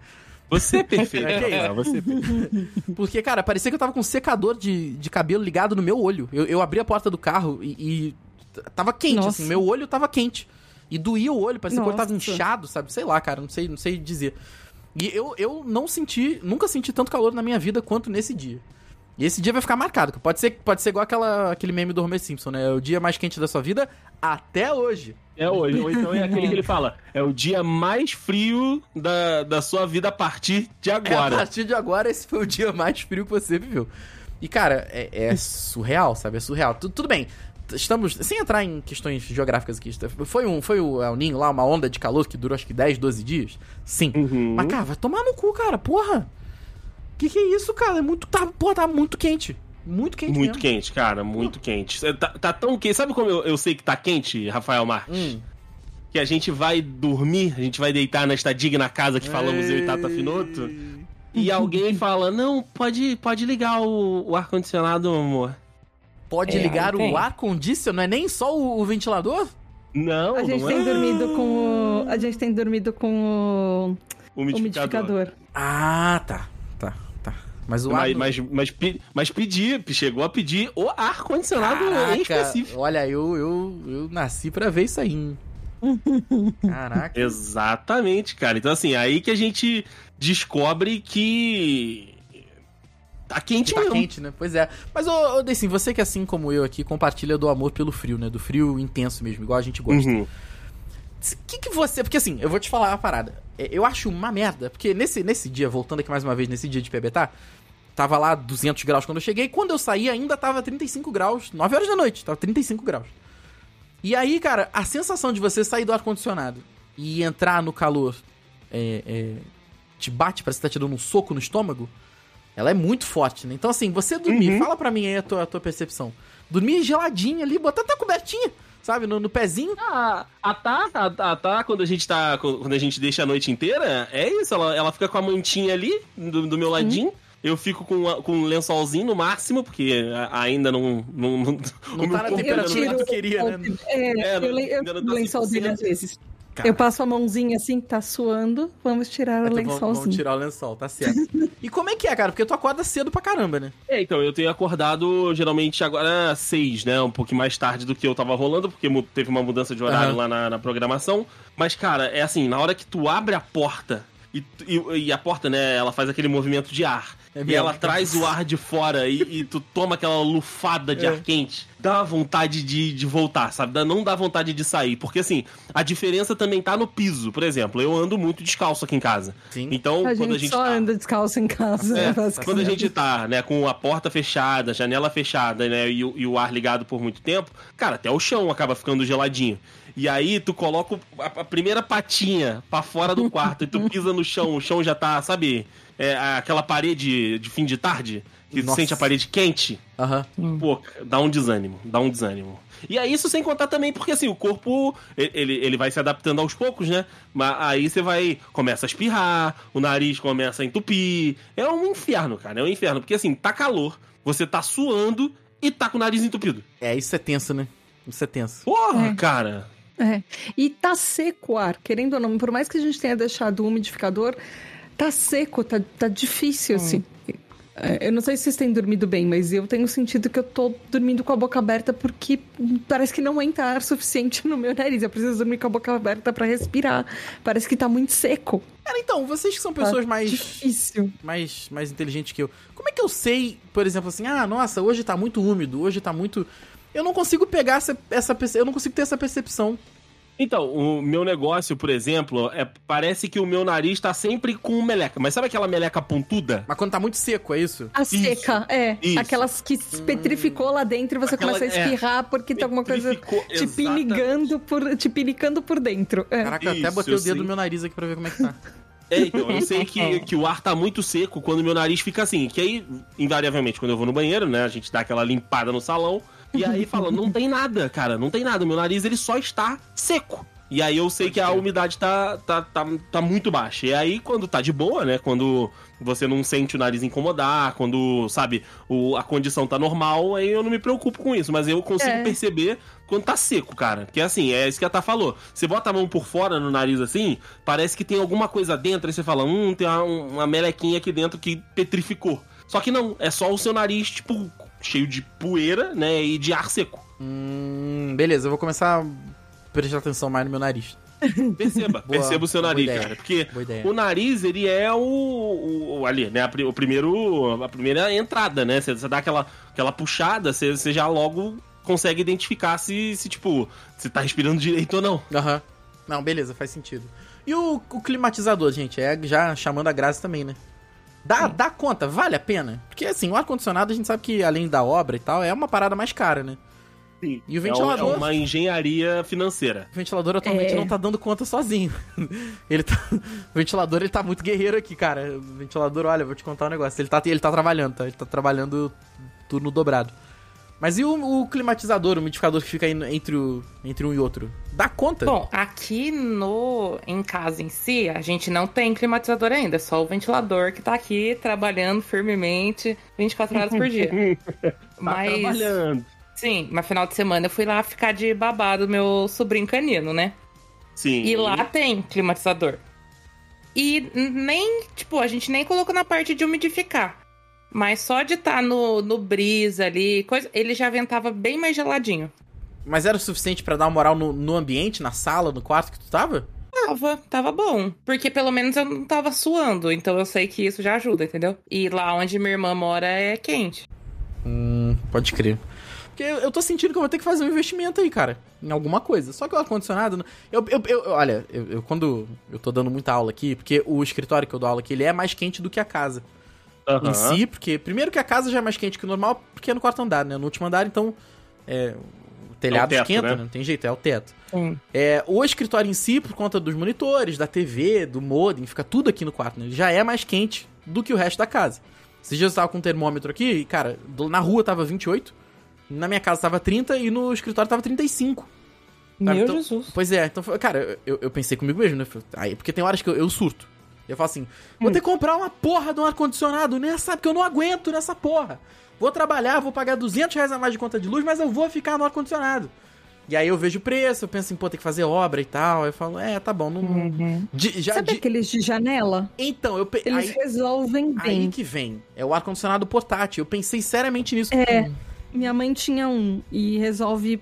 [SPEAKER 2] Você é perfeito,
[SPEAKER 3] É, que
[SPEAKER 2] Rafael, você é perfeito.
[SPEAKER 3] Porque, cara, parecia que eu tava com um secador de, de cabelo ligado no meu olho. Eu, eu abri a porta do carro e, e t- tava quente,
[SPEAKER 4] Nossa.
[SPEAKER 3] assim, meu olho tava quente. E doía o olho, parecia que eu tava
[SPEAKER 4] Nossa.
[SPEAKER 3] inchado, sabe? Sei lá, cara, não sei, não sei dizer. E eu, eu não senti, nunca senti tanto calor na minha vida quanto nesse dia. E esse dia vai ficar marcado. cara. Pode ser, pode ser igual aquela, aquele meme do Homer Simpson, né? O dia mais quente da sua vida até hoje.
[SPEAKER 2] É hoje. Ou então é aquele que ele fala: é o dia mais frio da, da sua vida a partir de
[SPEAKER 3] É, a
[SPEAKER 2] agora.
[SPEAKER 3] partir de agora, esse foi o dia mais frio que você viveu. E, cara, é, é surreal, sabe? É surreal. Tu- tudo bem. t- Estamos. Sem entrar em questões geográficas aqui. tá? Foi, um, foi o El Ninho lá, uma onda de calor que durou acho que 10, 12 dias? Sim.
[SPEAKER 2] Uhum.
[SPEAKER 3] É, Mas, tá cara, vai tomar no cu, cara. Porra! Que que é isso, cara? É muito. Tá, porra, tá muito quente. Muito quente
[SPEAKER 2] Muito
[SPEAKER 3] mesmo.
[SPEAKER 2] quente, cara, muito quente. É, Tá, tá tão quente. Sabe como eu, eu sei que tá quente, Rafael Marques?
[SPEAKER 3] Hum.
[SPEAKER 2] Que a gente vai dormir, a gente vai deitar nesta digna casa que falamos eu e Tata Finoto. E alguém fala: não, pode, pode ligar o, o ar-condicionado, amor.
[SPEAKER 3] Pode
[SPEAKER 1] É,
[SPEAKER 3] ligar
[SPEAKER 1] aí tem.
[SPEAKER 3] o ar-condicionado, não é nem só o, o ventilador?
[SPEAKER 2] Não,
[SPEAKER 4] A gente
[SPEAKER 2] não
[SPEAKER 4] tem
[SPEAKER 2] é
[SPEAKER 4] dormido com o. A gente tem dormido com
[SPEAKER 2] o
[SPEAKER 4] o, o
[SPEAKER 2] umidificador.
[SPEAKER 4] umidificador.
[SPEAKER 3] Ah, tá. Tá, tá. Mas o ar.
[SPEAKER 2] Mas,
[SPEAKER 3] não-
[SPEAKER 2] mas, mas, pe- mas pedir, chegou a pedir o ar-condicionado
[SPEAKER 3] Caraca,
[SPEAKER 2] em específico.
[SPEAKER 3] Olha, eu, eu, eu nasci pra ver isso aí. hein? Caraca.
[SPEAKER 2] Exatamente, cara. Então, assim, aí que a gente descobre que. Tá quente
[SPEAKER 3] Tá
[SPEAKER 2] mesmo.
[SPEAKER 3] quente, né? Pois é. Mas, ô, ô Deicin, você que assim como eu aqui, compartilha do amor pelo frio, né? Do frio intenso mesmo, igual a gente gosta.
[SPEAKER 2] Uhum.
[SPEAKER 3] O que, que você. Porque assim, eu vou te falar uma parada. É, Eu acho uma merda, porque nesse, nesse dia, voltando aqui mais uma vez, nesse dia de PBTA, tava lá 200 graus quando eu cheguei. Quando eu saí, ainda tava 35 graus, 9 horas da noite, tava 35 graus. E aí, cara, a sensação de você sair do ar-condicionado e entrar no calor é, é, te bate, parece que tá te dando um soco no estômago. Ela é muito forte, né? Então, assim, você dormir, fala pra mim aí a tua, a tua percepção. Dormir geladinha ali, botar até a cobertinha, sabe? No, no pezinho.
[SPEAKER 2] A, a Tá, a, a Tá, quando a gente tá. Quando a gente deixa a noite inteira, é isso. Ela, ela fica com a mantinha ali, do, do meu ladinho. Eu fico com, a- com um lençolzinho no máximo, porque a- ainda não. não, não
[SPEAKER 3] Não tá
[SPEAKER 2] corpo ainda
[SPEAKER 3] na
[SPEAKER 2] não
[SPEAKER 3] temperatura que tu queria, né?
[SPEAKER 4] É,
[SPEAKER 2] É, não-
[SPEAKER 4] eu, le- eu
[SPEAKER 2] ainda não
[SPEAKER 4] o
[SPEAKER 2] tá
[SPEAKER 4] lençol
[SPEAKER 2] 100%.
[SPEAKER 4] dele às vezes.
[SPEAKER 3] Cara.
[SPEAKER 4] Eu passo a mãozinha assim, que tá suando. Vamos
[SPEAKER 2] É, tá
[SPEAKER 4] tirar o
[SPEAKER 3] Então vamos, vamos
[SPEAKER 4] lençolzinho.
[SPEAKER 3] tirar o lençol, tá certo. e como é que é, cara? Porque tu acorda cedo pra caramba, né?
[SPEAKER 2] É, então, eu tenho acordado geralmente agora às seis, né? Um pouquinho mais tarde do que eu tava rolando, porque mu- teve uma mudança de horário
[SPEAKER 3] Aham.
[SPEAKER 2] lá na, na programação. Mas, cara, é assim, na hora que tu abre a porta, e, tu- e- e a porta, né, ela faz aquele movimento de ar.
[SPEAKER 3] É
[SPEAKER 2] e
[SPEAKER 3] mesmo.
[SPEAKER 2] ela traz o ar de fora e, e tu toma aquela lufada de
[SPEAKER 3] É.
[SPEAKER 2] ar quente. Dá vontade de, de voltar, sabe? Dá- Não dá vontade de sair. Porque, assim, a diferença também tá no piso. Por exemplo, eu ando muito descalço aqui em casa.
[SPEAKER 3] Sim.
[SPEAKER 2] Então,
[SPEAKER 4] A
[SPEAKER 2] quando
[SPEAKER 4] gente,
[SPEAKER 2] a gente
[SPEAKER 4] só
[SPEAKER 2] tá-
[SPEAKER 4] anda descalço em casa.
[SPEAKER 2] é,
[SPEAKER 4] basicamente.
[SPEAKER 2] quando a gente tá, né, com a porta fechada, a janela fechada, né, e, o- e o ar ligado por muito tempo, cara, até o chão acaba ficando geladinho. E aí tu coloca o- a, a primeira patinha pra fora do quarto e tu pisa no chão, o chão já tá, sabe, é, aquela parede de fim de tarde, que tu
[SPEAKER 3] Nossa.
[SPEAKER 2] sente a parede quente.
[SPEAKER 3] Aham.
[SPEAKER 2] Pô, dá um desânimo, dá um desânimo. E é isso sem contar também, porque assim, o corpo, e- ele, ele vai se adaptando aos poucos, né? Mas aí você vai, começa a espirrar, o nariz começa a entupir. É um inferno, cara, é um inferno. Porque assim, tá calor, você tá suando e tá com o nariz entupido.
[SPEAKER 3] É, isso é tenso, né? Isso é tenso.
[SPEAKER 2] Porra,
[SPEAKER 4] É.
[SPEAKER 2] cara.
[SPEAKER 4] É. E tá seco o ar, querendo ou não, por mais que a gente tenha deixado o umidificador, tá seco, tá, tá difícil, assim. É, Eu não sei se vocês têm dormido bem, mas eu tenho sentido que eu tô dormindo com a boca aberta porque parece que não entra ar suficiente no meu nariz. Eu preciso dormir com a boca aberta pra respirar. Parece que tá muito seco.
[SPEAKER 3] Cara, então, vocês que são
[SPEAKER 4] Tá
[SPEAKER 3] pessoas mais,
[SPEAKER 4] Difícil.
[SPEAKER 3] mais, mais inteligentes que eu, como é que eu sei, por exemplo, assim, ah, nossa, hoje tá muito úmido, hoje tá muito. Eu não consigo pegar essa, essa perce- eu não consigo ter essa percepção.
[SPEAKER 2] Então, o meu negócio, por exemplo, é, parece que o meu nariz tá sempre com meleca. Mas sabe aquela meleca pontuda?
[SPEAKER 3] Mas quando tá muito seco, é isso?
[SPEAKER 4] A seca, é.
[SPEAKER 2] Isso.
[SPEAKER 4] Aquelas que se petrificou lá dentro e você
[SPEAKER 2] Aquela-
[SPEAKER 4] começa a espirrar porque tem alguma coisa tipo
[SPEAKER 2] Petrificou,
[SPEAKER 4] te
[SPEAKER 2] exatamente.
[SPEAKER 4] pinicando por, te pinicando por dentro. É.
[SPEAKER 3] Caraca, eu até
[SPEAKER 2] Isso,
[SPEAKER 3] botei o
[SPEAKER 2] eu
[SPEAKER 3] dedo
[SPEAKER 2] sei.
[SPEAKER 3] no meu nariz aqui pra ver como é que tá.
[SPEAKER 2] É, então, eu sei que, que o ar tá muito seco quando meu nariz fica assim. Que aí, invariavelmente, quando eu vou no banheiro, né? A gente dá aquela limpada no salão. E aí fala, não tem nada, cara, não tem nada. Meu nariz, ele só está seco. E aí eu sei que a umidade tá, tá, tá, tá muito baixa. E aí, quando tá de boa, né? Quando você não sente o nariz incomodar, quando, sabe, o, a condição tá normal, aí eu não me preocupo com isso. Mas eu consigo
[SPEAKER 4] É.
[SPEAKER 2] perceber quando tá seco, cara. Que é assim, é isso que a Tá falou. Você bota a mão por fora no nariz assim, parece que tem alguma coisa dentro, aí você fala, hum, tem uma, uma melequinha aqui dentro que petrificou. Só que não, é só o seu nariz, tipo, cheio de poeira, né, e de ar seco.
[SPEAKER 3] Hum, beleza, eu vou começar a prestar atenção mais no meu nariz.
[SPEAKER 2] Perceba,
[SPEAKER 3] Boa,
[SPEAKER 2] perceba o seu
[SPEAKER 3] boa
[SPEAKER 2] nariz,
[SPEAKER 3] ideia.
[SPEAKER 2] cara. Porque
[SPEAKER 3] Boa ideia.
[SPEAKER 2] o nariz, ele é o, o- o- ali, né, a, pri- o primeiro, a primeira entrada, né? Você, você dá aquela, aquela puxada, você, você já logo consegue identificar se, se, tipo, se tá respirando direito ou não.
[SPEAKER 3] Aham. Não, beleza, faz sentido. E o, o climatizador, gente, é já chamando a graça também, né? Dá, dá conta, vale a pena? Porque assim, o ar-condicionado a gente sabe que além da obra e tal, é uma parada mais cara, né?
[SPEAKER 2] Sim.
[SPEAKER 3] E
[SPEAKER 2] É,
[SPEAKER 3] o
[SPEAKER 2] um- é
[SPEAKER 3] ventilador?
[SPEAKER 2] uma engenharia financeira.
[SPEAKER 3] O ventilador atualmente
[SPEAKER 4] É.
[SPEAKER 3] não tá dando conta sozinho. Ele tá... O ventilador, ele tá muito guerreiro aqui, cara. O ventilador, olha, eu vou te contar um negócio. Ele tá, ele tá trabalhando, tá? Ele tá trabalhando turno dobrado. Mas e o, o climatizador, o umidificador que fica aí no- entre, o, entre um e outro? Dá conta?
[SPEAKER 1] Bom, aqui no em casa em si, a gente não tem climatizador ainda, é só o ventilador que tá aqui trabalhando firmemente 24 horas por dia.
[SPEAKER 2] Tá
[SPEAKER 1] mas
[SPEAKER 2] trabalhando.
[SPEAKER 1] sim, mas final de semana eu fui lá ficar de babado meu sobrinho canino, né?
[SPEAKER 2] Sim.
[SPEAKER 1] E lá tem climatizador. E nem, tipo, a gente nem colocou na parte de umidificar. Mas só de estar no, no brisa ali, coisa, ele já ventava bem mais geladinho.
[SPEAKER 3] Mas era o suficiente pra dar uma moral no, no ambiente, na sala, no quarto que tu tava?
[SPEAKER 1] Tava, tava bom. Porque pelo menos eu não tava suando, então eu sei que isso já ajuda, entendeu? E lá onde minha irmã mora é quente.
[SPEAKER 3] Hum, pode crer. Porque eu, eu tô sentindo que eu vou ter que fazer um investimento aí, cara. Em alguma coisa. Só que o ar-condicionado. não- Eu, eu, eu- eu- olha, eu, eu- quando. Eu tô dando muita aula aqui, porque o escritório que eu dou aula aqui, ele é mais quente do que a casa.
[SPEAKER 2] Aham.
[SPEAKER 3] Em si, porque. Primeiro que a casa já é mais quente que o normal, porque é no quarto andar, né? No último andar, então. É, o telhado
[SPEAKER 2] teto,
[SPEAKER 3] esquenta,
[SPEAKER 2] né?
[SPEAKER 3] né? Não tem jeito, é o teto.
[SPEAKER 1] Sim.
[SPEAKER 3] É, o escritório em si, por conta dos monitores, da TV, do modem, fica tudo aqui no quarto, né? Ele já é mais quente do que o resto da casa. Esses dias eu tava com um termômetro aqui, e, cara, do- na rua tava 28, na minha casa tava 30 e no escritório tava 35. Meu então-
[SPEAKER 1] Jesus.
[SPEAKER 3] Pois é, então, foi- cara, eu, eu pensei comigo mesmo, né? Falei, Aí, porque tem horas que eu, eu surto. Eu falo assim,
[SPEAKER 4] Hum.
[SPEAKER 3] vou ter que comprar uma porra de um ar-condicionado nessa, porque eu não aguento nessa porra. Vou trabalhar, vou pagar 200 reais a mais de conta de luz, mas eu vou ficar no ar-condicionado. E aí eu vejo o preço, eu penso em, pô, tem que fazer obra e tal. Aí eu falo, é, tá bom, não... não- De- já,
[SPEAKER 4] Uhum. Sabe
[SPEAKER 3] de-
[SPEAKER 4] aqueles de janela?
[SPEAKER 3] Então, eu... pe-
[SPEAKER 4] Eles
[SPEAKER 3] Aí,
[SPEAKER 4] resolvem bem.
[SPEAKER 3] aí que vem, é o ar-condicionado portátil. Eu pensei seriamente nisso.
[SPEAKER 4] É. Minha mãe tinha um e resolve,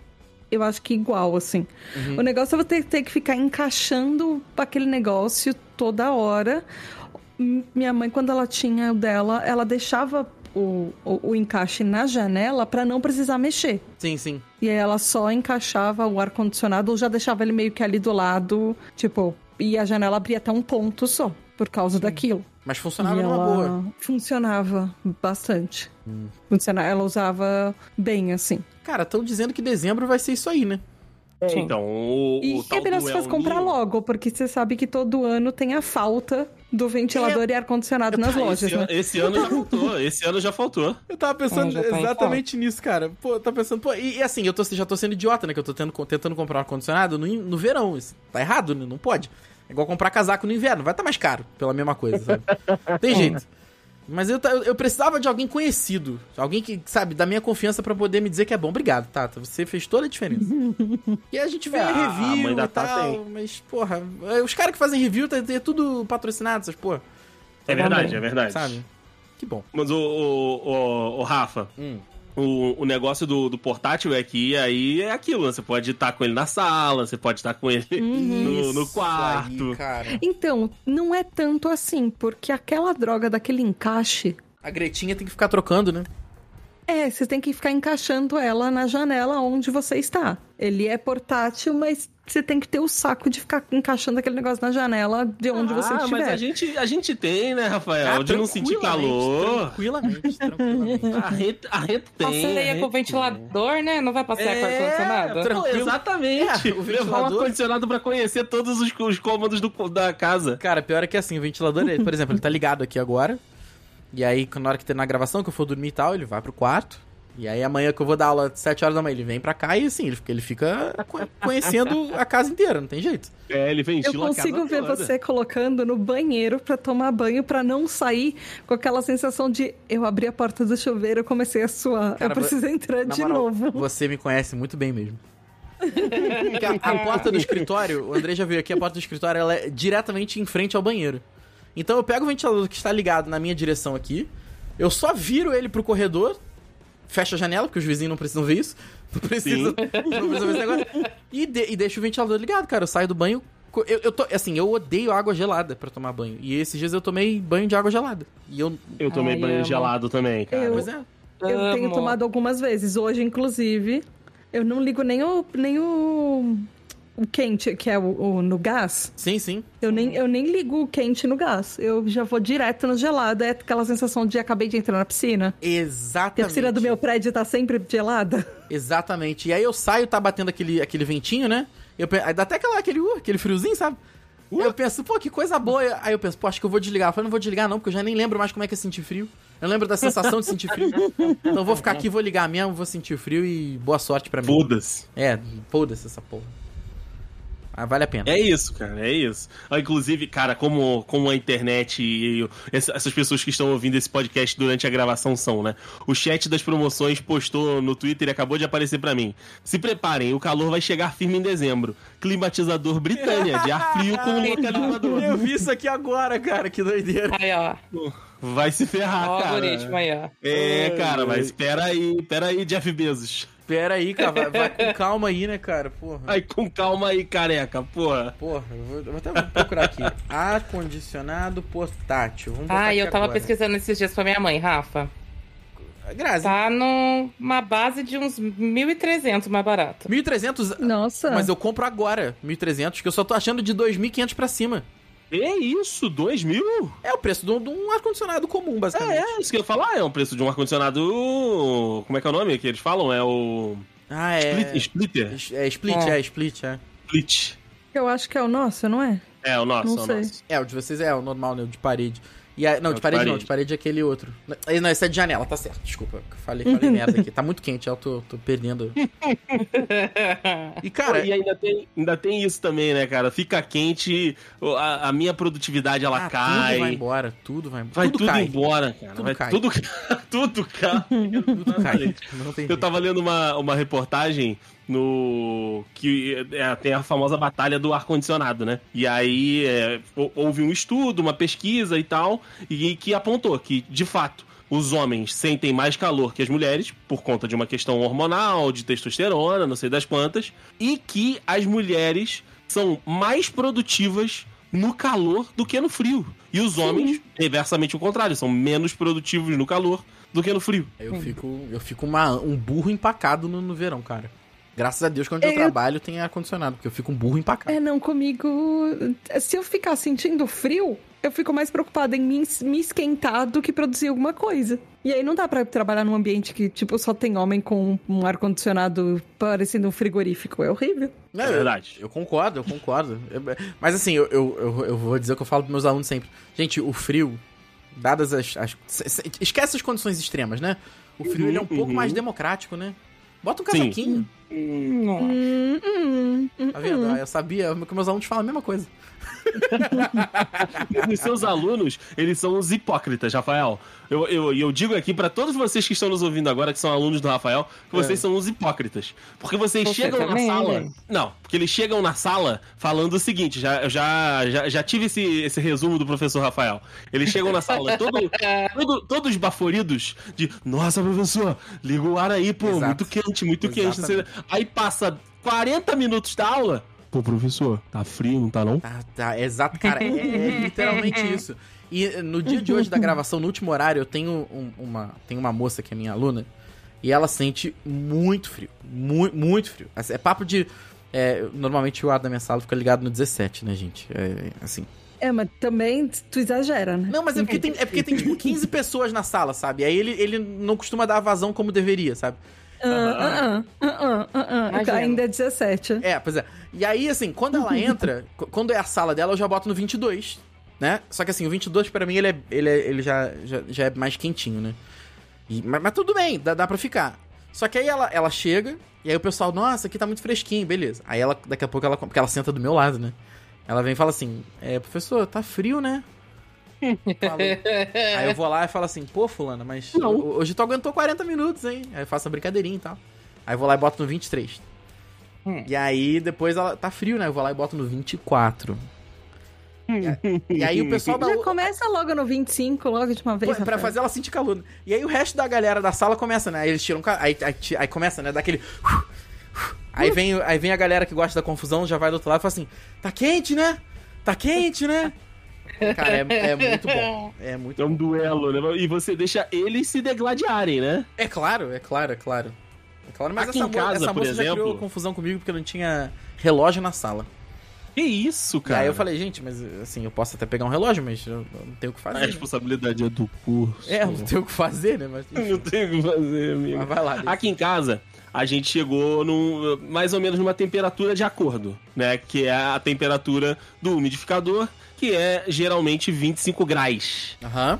[SPEAKER 4] eu acho que igual, assim. O negócio é você ter, ter que ficar encaixando aquele negócio toda hora. M- Minha mãe, quando ela tinha o dela, ela deixava o, o, o encaixe na janela pra não precisar mexer.
[SPEAKER 3] Sim, sim.
[SPEAKER 4] E aí ela só encaixava o ar-condicionado ou já deixava ele meio que ali do lado, tipo, e a janela abria até um ponto só, por causa daquilo.
[SPEAKER 3] Mas
[SPEAKER 4] e
[SPEAKER 3] funcionava numa
[SPEAKER 4] ela
[SPEAKER 3] boa.
[SPEAKER 4] funcionava bastante. Funciona- Ela usava bem, assim.
[SPEAKER 3] Cara, estão dizendo que dezembro vai ser isso aí, né?
[SPEAKER 2] É, então, o,
[SPEAKER 4] E
[SPEAKER 2] o
[SPEAKER 4] que é melhor
[SPEAKER 2] do
[SPEAKER 4] se
[SPEAKER 2] El
[SPEAKER 4] faz comprar
[SPEAKER 2] Ninho-
[SPEAKER 4] logo, porque você sabe que todo ano tem a falta do ventilador e ar-condicionado nas
[SPEAKER 2] Ah,
[SPEAKER 4] lojas,
[SPEAKER 2] esse,
[SPEAKER 4] né?
[SPEAKER 2] an- esse ano já faltou, esse ano já faltou.
[SPEAKER 3] Eu tava pensando
[SPEAKER 1] É, já tá em
[SPEAKER 3] exatamente nisso, cara. Pô, eu tava pensando, pô, e, e assim, eu tô- já tô sendo idiota, né? Que eu tô tendo- tentando comprar um ar-condicionado no, in- no verão. Isso tá errado, né? Não pode. É igual comprar casaco no inverno, vai tá mais caro, pela mesma coisa, sabe? Tem jeito. Mas eu, ta- eu, eu precisava de alguém conhecido. Alguém que, sabe, da minha confiança pra poder me dizer que é bom. Obrigado, Tata. Você fez toda a diferença. e a gente vê
[SPEAKER 2] É, a- a
[SPEAKER 3] review
[SPEAKER 2] mãe da
[SPEAKER 3] e
[SPEAKER 2] Tata
[SPEAKER 3] tal.
[SPEAKER 2] tem.
[SPEAKER 3] Mas, porra, é, os caras que fazem review tá, é tudo patrocinado, essas porra.
[SPEAKER 2] É verdade, é verdade.
[SPEAKER 3] Sabe? Que bom.
[SPEAKER 2] Mas o, o, o- o Rafa,
[SPEAKER 3] Hum.
[SPEAKER 2] o, o negócio do, do portátil é que aí é aquilo, né? Você pode estar com ele na sala, você pode estar com ele
[SPEAKER 4] Hum,
[SPEAKER 2] no, no
[SPEAKER 3] Isso
[SPEAKER 2] quarto.
[SPEAKER 3] aí, cara.
[SPEAKER 4] Então, não é tanto assim, porque aquela droga daquele encaixe.
[SPEAKER 3] A Gretinha tem que ficar trocando, né?
[SPEAKER 4] É, você tem que ficar encaixando ela na janela onde você está. Ele é portátil, mas você tem que ter o saco de ficar encaixando aquele negócio na janela de onde você
[SPEAKER 2] ah,
[SPEAKER 4] estiver.
[SPEAKER 2] mas a gente, a gente tem, né, Rafael?
[SPEAKER 3] Ah,
[SPEAKER 2] de não sentir
[SPEAKER 3] tranquilamente,
[SPEAKER 2] calor.
[SPEAKER 3] Tranquilamente, tranquilamente.
[SPEAKER 2] A gente, a gente tem. a
[SPEAKER 1] Passeia
[SPEAKER 2] gente
[SPEAKER 1] com o ventilador, né? Não vai passear com o
[SPEAKER 2] pô,
[SPEAKER 1] ar-condicionado?
[SPEAKER 3] tranquilo.
[SPEAKER 2] Exatamente.
[SPEAKER 3] É, o
[SPEAKER 2] Levar um
[SPEAKER 3] ventilador.
[SPEAKER 2] ar-condicionado pra conhecer todos os, os cômodos do- da casa.
[SPEAKER 3] Cara, pior é que assim, o ventilador, ele, por exemplo, ele tá ligado aqui agora. E aí, na hora que tem na gravação, que eu for dormir e tal, ele vai pro quarto. E aí amanhã que eu vou dar aula às 7 horas da manhã, ele vem pra cá e assim, ele fica, ele fica co- conhecendo a casa inteira, não tem jeito.
[SPEAKER 2] É, ele vem
[SPEAKER 4] Eu consigo ver você colocando no banheiro pra tomar banho, pra não sair com aquela sensação de eu abri a porta do chuveiro, eu comecei a suar,
[SPEAKER 3] Cara,
[SPEAKER 4] eu preciso entrar
[SPEAKER 3] Na
[SPEAKER 4] de
[SPEAKER 3] moral,
[SPEAKER 4] novo.
[SPEAKER 3] Você me conhece muito bem mesmo. Porque a, a porta do escritório, o André já veio aqui, a porta do escritório ela é diretamente em frente ao banheiro. Então eu pego o ventilador que está ligado na minha direção aqui, eu só viro ele pro corredor, fecho a janela, porque os vizinhos não precisam ver isso. Não precisam, não precisam ver esse negócio. E, de- e deixo o ventilador ligado, cara. Eu saio do banho. co- Eu, eu tô, assim, eu odeio água gelada pra tomar banho. E esses dias eu tomei banho de água gelada. E eu.
[SPEAKER 2] Eu tomei
[SPEAKER 1] Ai,
[SPEAKER 2] banho
[SPEAKER 1] amo.
[SPEAKER 2] gelado também, cara.
[SPEAKER 4] Eu-
[SPEAKER 3] Pois é.
[SPEAKER 4] Eu tenho
[SPEAKER 1] Amo.
[SPEAKER 4] tomado algumas vezes, hoje inclusive. Eu não ligo nem o, nem o, o quente, que é o, o no gás.
[SPEAKER 3] Sim, sim.
[SPEAKER 4] Eu nem, eu nem ligo o quente no gás. Eu já vou direto no gelado. É aquela sensação de acabei de entrar na piscina. Porque
[SPEAKER 3] Exatamente.
[SPEAKER 4] a piscina do meu prédio tá sempre gelada.
[SPEAKER 3] Exatamente. E aí eu saio, tá batendo aquele, aquele ventinho, né? Eu, pe- aí dá até aquela, aquele, uh, aquele friozinho, sabe? Aí Eu penso, pô, que coisa boa. Aí eu penso, pô, acho que eu vou desligar. Eu falei, não vou desligar não, porque eu já nem lembro mais como é que é sentir frio. Eu lembro da sensação de sentir frio. Então eu vou ficar aqui, vou ligar mesmo, vou sentir frio e boa sorte pra mim.
[SPEAKER 2] Foda-se.
[SPEAKER 3] É, foda-se essa porra. Ah, vale a pena.
[SPEAKER 2] É isso, cara, é isso. Ah, Inclusive, cara, como, como a internet e essa- essas pessoas que estão ouvindo esse podcast durante a gravação são, né? O chat das promoções postou no Twitter e acabou de aparecer pra mim. Se preparem, o calor vai chegar firme em dezembro. Climatizador Britânia, de ar frio um como localizador.
[SPEAKER 3] Eu vi isso aqui agora, cara, que doideira.
[SPEAKER 1] Aí, ó.
[SPEAKER 2] Vai se ferrar,
[SPEAKER 1] Ó o
[SPEAKER 2] Ah, cara.
[SPEAKER 1] algoritmo aí, ó.
[SPEAKER 2] É, cara, mas pera aí, pera aí, Jeff Bezos.
[SPEAKER 3] Pera aí, cara, vai, vai com calma aí, né, cara, porra.
[SPEAKER 2] Ai, com calma aí, careca, porra.
[SPEAKER 3] Porra, eu vou, eu vou até procurar aqui. Ar-condicionado portátil. Vamos botar
[SPEAKER 1] Ah, eu
[SPEAKER 3] aqui
[SPEAKER 1] tava
[SPEAKER 3] agora.
[SPEAKER 1] pesquisando esses dias com a minha mãe, Rafa.
[SPEAKER 3] Grazi,
[SPEAKER 1] Tá numa base de uns 1.300 mais barato.
[SPEAKER 3] 1.300...
[SPEAKER 4] Nossa.
[SPEAKER 3] Mas eu compro agora 1.300, que eu só tô achando de 2.500 pra cima.
[SPEAKER 2] É isso, dois mil?
[SPEAKER 3] É o preço de um, de um ar-condicionado comum,
[SPEAKER 2] É,
[SPEAKER 3] basicamente.
[SPEAKER 2] é, isso que eu ia falar, é um preço de um ar-condicionado. Como é que é o nome que eles falam? É o.
[SPEAKER 3] Ah, é...
[SPEAKER 2] Split- Splitter?
[SPEAKER 3] Es- É split, é,
[SPEAKER 1] É.
[SPEAKER 3] split, é.
[SPEAKER 2] Split.
[SPEAKER 4] Eu acho que é o nosso, não é?
[SPEAKER 2] É, o nosso,
[SPEAKER 4] Não
[SPEAKER 2] é o
[SPEAKER 4] sei.
[SPEAKER 2] nosso.
[SPEAKER 3] É, o de vocês é o normal, né? O de parede. E a- não, de parede, não, de parede é aquele outro. Não, Não, esse é de janela, tá certo, desculpa. Falei, falei merda aqui. Tá muito quente, eu tô, tô perdendo. E cara,
[SPEAKER 2] e ainda tem, ainda tem isso também, né, cara? Fica quente, o- a, a minha produtividade ela
[SPEAKER 3] ah,
[SPEAKER 2] cai.
[SPEAKER 3] tudo vai embora, tudo vai embora.
[SPEAKER 2] Vai tudo,
[SPEAKER 3] cai.
[SPEAKER 2] embora, cara.
[SPEAKER 3] Tudo
[SPEAKER 2] vai
[SPEAKER 3] cai.
[SPEAKER 2] tudo cai. tudo cai.
[SPEAKER 3] Tudo cai. Não tem
[SPEAKER 2] Eu tava lendo uma, uma reportagem no. que é, tem a famosa batalha do ar-condicionado, né? E aí é, hou- houve um estudo, uma pesquisa e tal, e que apontou que, de fato, os homens sentem mais calor que as mulheres, por conta de uma questão hormonal, de testosterona, não sei das quantas, e que as mulheres são mais produtivas no calor do que no frio. E os homens, reversamente o contrário, são menos produtivos no calor do que no frio.
[SPEAKER 3] Eu fico, eu fico uma- um burro empacado no, no verão, cara. Graças a Deus que onde eu
[SPEAKER 4] É, Eu-
[SPEAKER 3] trabalho tem ar-condicionado, porque eu fico um burro empacado.
[SPEAKER 4] É, não, comigo. Se eu ficar sentindo frio, eu fico mais preocupada em me, me esquentar do que produzir alguma coisa. E aí não dá pra trabalhar num ambiente que, tipo, só tem homem com um ar-condicionado parecendo um frigorífico. É horrível.
[SPEAKER 3] Não,
[SPEAKER 2] É
[SPEAKER 3] eu-
[SPEAKER 2] verdade.
[SPEAKER 3] Eu, concordo, eu concordo. Eu- mas assim, eu, eu, eu- eu vou dizer o que eu falo pros meus alunos sempre. Gente, o frio, dadas as. as- se- se- esquece as condições extremas, né? O frio
[SPEAKER 2] Uhum,
[SPEAKER 3] ele é um pouco
[SPEAKER 2] uhum.
[SPEAKER 3] mais democrático, né? Bota um
[SPEAKER 2] Sim.
[SPEAKER 3] casaquinho.
[SPEAKER 1] Nossa.
[SPEAKER 4] Hum, hum, hum,
[SPEAKER 3] Tá vendo? Ah, Eu sabia que meus alunos falam a mesma coisa.
[SPEAKER 2] Os seus alunos, eles são os hipócritas, Rafael. Eu, eu, e eu digo aqui pra todos vocês que estão nos ouvindo agora, que são alunos do Rafael, que vocês são os hipócritas. Porque vocês
[SPEAKER 1] Você
[SPEAKER 2] chegam
[SPEAKER 1] É. também,
[SPEAKER 2] na sala.
[SPEAKER 1] né?
[SPEAKER 2] Não, porque eles chegam na sala falando o seguinte: já, eu já, já, já tive esse, esse resumo do professor Rafael. Eles chegam na sala todo, todo- todos baforidos de: Nossa, professor, liga o ar aí, pô,
[SPEAKER 3] Exato.
[SPEAKER 2] muito quente, muito quente. não sei- Aí passa 40 minutos da aula. Pô, professor, tá frio, não tá não?
[SPEAKER 3] Tá, tá, exato, cara. É, é literalmente isso. E eh, no dia de hoje da gravação, no último horário, eu tenho um- uma, tem uma moça que é minha aluna e ela sente muito frio. Muito, muito frio. Assim, É papo de. é, normalmente o ar da minha sala fica ligado no 17, né, gente? É, assim.
[SPEAKER 4] É, mas também tu exagera, né?
[SPEAKER 3] Não, mas é porque tem, é porque tem tipo 15 pessoas na sala, sabe? Aí ele, ele não costuma dar vazão como deveria, sabe?
[SPEAKER 4] Ah, ah, ah, ah, ah, ah.
[SPEAKER 1] Imagina.
[SPEAKER 4] Ainda é 17.
[SPEAKER 3] É, pois é. E aí, assim, quando ela entra, qu- quando é a sala dela, eu já boto no 22, né? Só que assim, o 22 pra mim, ele, é, ele, é- ele já, já, já é mais quentinho, né? E- mas, mas tudo bem, dá, dá pra ficar. Só que aí ela, ela chega, e aí o pessoal, nossa, aqui tá muito fresquinho, beleza. Aí ela, daqui a pouco, ela, porque ela senta do meu lado, né? Ela vem e fala assim, é, professor, tá frio, né? Falo, Aí eu vou lá e falo assim, pô, fulana, mas
[SPEAKER 2] Não.
[SPEAKER 3] ho- hoje tu aguentou 40 minutos, hein? Aí eu faço a brincadeirinha e tal. Aí eu vou lá e boto no 23.
[SPEAKER 1] Hum.
[SPEAKER 3] E aí depois ela tá frio, né? Eu vou lá e boto no 24. E,
[SPEAKER 1] É.
[SPEAKER 3] a- e aí o pessoal da
[SPEAKER 4] Já começa logo no 25, logo de uma vez.
[SPEAKER 3] Pra
[SPEAKER 4] Rafael.
[SPEAKER 3] fazer ela sentir calor. né? E aí o resto da galera da sala começa, né? Aí eles tiram. ca- Aí, aí, ti- aí começa, né? Daquele. Aí vem, aí vem a galera que gosta da confusão, já vai do outro lado e fala assim: tá quente, né? Tá quente, né? Cara, é, é muito bom. É muito
[SPEAKER 2] É um duelo, né? E você deixa eles se degladiarem, né?
[SPEAKER 3] É claro, é claro, é claro. É claro, mas
[SPEAKER 2] Aqui em
[SPEAKER 3] essa, mo-
[SPEAKER 2] casa,
[SPEAKER 3] essa
[SPEAKER 2] por
[SPEAKER 3] moça já criou
[SPEAKER 2] exemplo-
[SPEAKER 3] confusão comigo porque eu não tinha relógio na sala.
[SPEAKER 2] Que isso,
[SPEAKER 3] E
[SPEAKER 2] cara.
[SPEAKER 3] aí eu falei, gente, mas assim, eu posso até pegar um relógio, mas eu eu não tenho o que
[SPEAKER 2] a
[SPEAKER 3] fazer. né?
[SPEAKER 2] responsabilidade é do curso.
[SPEAKER 3] É, eu não tenho o que fazer, né? Mas, enfim,
[SPEAKER 2] não tem o que fazer, amigo.
[SPEAKER 3] mas vai lá. deixa.
[SPEAKER 2] Aqui em casa, a gente chegou num, mais ou menos numa temperatura de acordo, né? Que é a temperatura do umidificador, que é geralmente 25 graus.
[SPEAKER 3] Aham.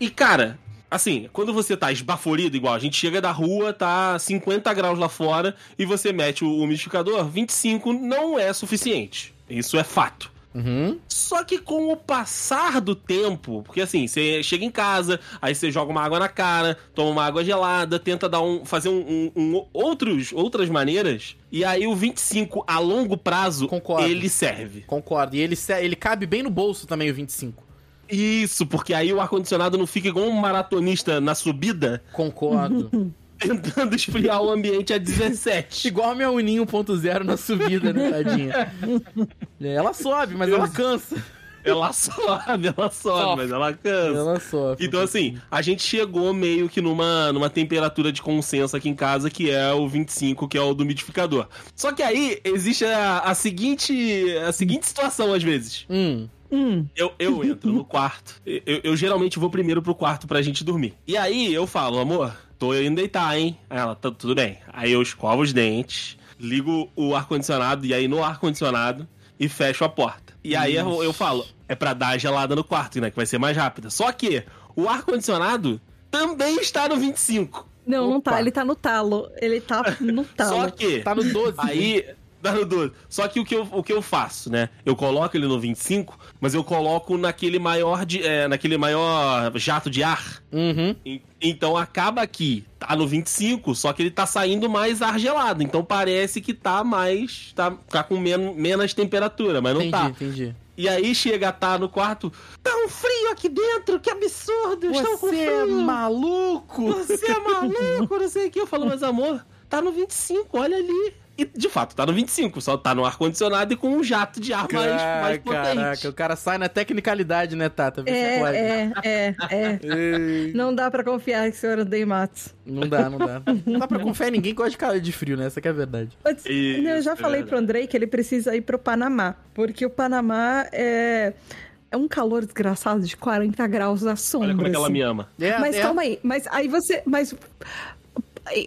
[SPEAKER 2] E, cara, assim, quando você tá esbaforido, igual a gente chega da rua, tá 50 graus lá fora e você mete o umidificador, 25 não é suficiente. Isso é fato.
[SPEAKER 3] Uhum.
[SPEAKER 2] Só que com o passar do tempo, porque assim, você chega em casa, aí você joga uma água na cara, toma uma água gelada, tenta dar um, fazer um, um- um- outros, outras maneiras, e aí o 25 a longo prazo,
[SPEAKER 3] Concordo.
[SPEAKER 2] ele serve.
[SPEAKER 3] Concordo. E ele, se- ele cabe bem no bolso também, o 25.
[SPEAKER 2] Isso, porque aí o ar-condicionado não fica igual um maratonista na subida,
[SPEAKER 3] Concordo.
[SPEAKER 2] tentando esfriar o ambiente a 17.
[SPEAKER 3] Igual a minha Uninho 1.0 na subida, né, tadinha? ela sobe, mas ela cansa.
[SPEAKER 2] Ela sobe, ela sobe,
[SPEAKER 1] Sofre.
[SPEAKER 2] mas ela cansa.
[SPEAKER 3] Ela sobe.
[SPEAKER 2] Então, assim, a gente chegou meio que numa, numa temperatura de consenso aqui em casa, que é o 25, que é o do umidificador. Só que aí existe a, a seguinte a seguinte situação, às vezes.
[SPEAKER 3] Hum.
[SPEAKER 4] Hum,
[SPEAKER 2] Eu, eu entro no quarto. Eu, eu geralmente vou primeiro pro quarto pra gente dormir. E aí eu falo, amor, tô indo deitar, hein? Aí Ela, tá tudo bem. Aí eu escovo os dentes, ligo o ar-condicionado, e aí no ar-condicionado, e fecho a porta. E aí eu, eu falo, é pra dar a gelada no quarto, né? Que vai ser mais rápida. Só que o ar-condicionado também está no 25.
[SPEAKER 4] não, não
[SPEAKER 3] Opa.
[SPEAKER 4] tá. Ele tá no talo. Ele tá no
[SPEAKER 2] Só
[SPEAKER 4] talo.
[SPEAKER 2] que.
[SPEAKER 3] Tá no 12.
[SPEAKER 2] Aí, dá no 12. Só que o que, eu, o que eu faço, né? Eu coloco ele no 25, mas eu coloco naquele maior, de, é, naquele maior jato de ar.
[SPEAKER 3] Uhum.
[SPEAKER 2] En- Então acaba que tá no 25, só que ele tá saindo mais ar gelado. Então parece que tá mais. tá, tá com men menos temperatura, mas não
[SPEAKER 3] entendi,
[SPEAKER 2] tá.
[SPEAKER 3] entendi.
[SPEAKER 2] E aí chega a tá no quarto. Tá um frio aqui dentro, que absurdo! Estão com
[SPEAKER 3] Você é
[SPEAKER 2] frio.
[SPEAKER 3] maluco?
[SPEAKER 2] Você é maluco, não sei o que. Eu falo, mas amor, tá no 25, olha ali. E de fato, tá no 25, só tá no ar-condicionado e com um jato de ar mais,
[SPEAKER 3] Ah,
[SPEAKER 2] mais
[SPEAKER 3] caraca, o
[SPEAKER 2] potente.
[SPEAKER 3] cara sai na tecnicalidade, né, Tata? Vê se pode.
[SPEAKER 4] É, é, é, é.
[SPEAKER 3] Ei,
[SPEAKER 4] Não dá pra confiar que o senhor odeia matos.
[SPEAKER 3] Não dá, não dá. Não dá pra confiar em ninguém que gosta de cara de frio, né? Essa que é a verdade.
[SPEAKER 4] Mas,
[SPEAKER 2] Isso,
[SPEAKER 4] né, eu já
[SPEAKER 2] é
[SPEAKER 4] falei
[SPEAKER 2] verdade.
[SPEAKER 4] pro Andrei que ele precisa ir pro Panamá, porque o Panamá é, é um calor desgraçado de 40 graus na sombra.
[SPEAKER 2] Olha como é que ela
[SPEAKER 4] assim.
[SPEAKER 2] me ama.
[SPEAKER 3] É,
[SPEAKER 4] Mas
[SPEAKER 3] é.
[SPEAKER 4] calma aí, mas aí você. Mas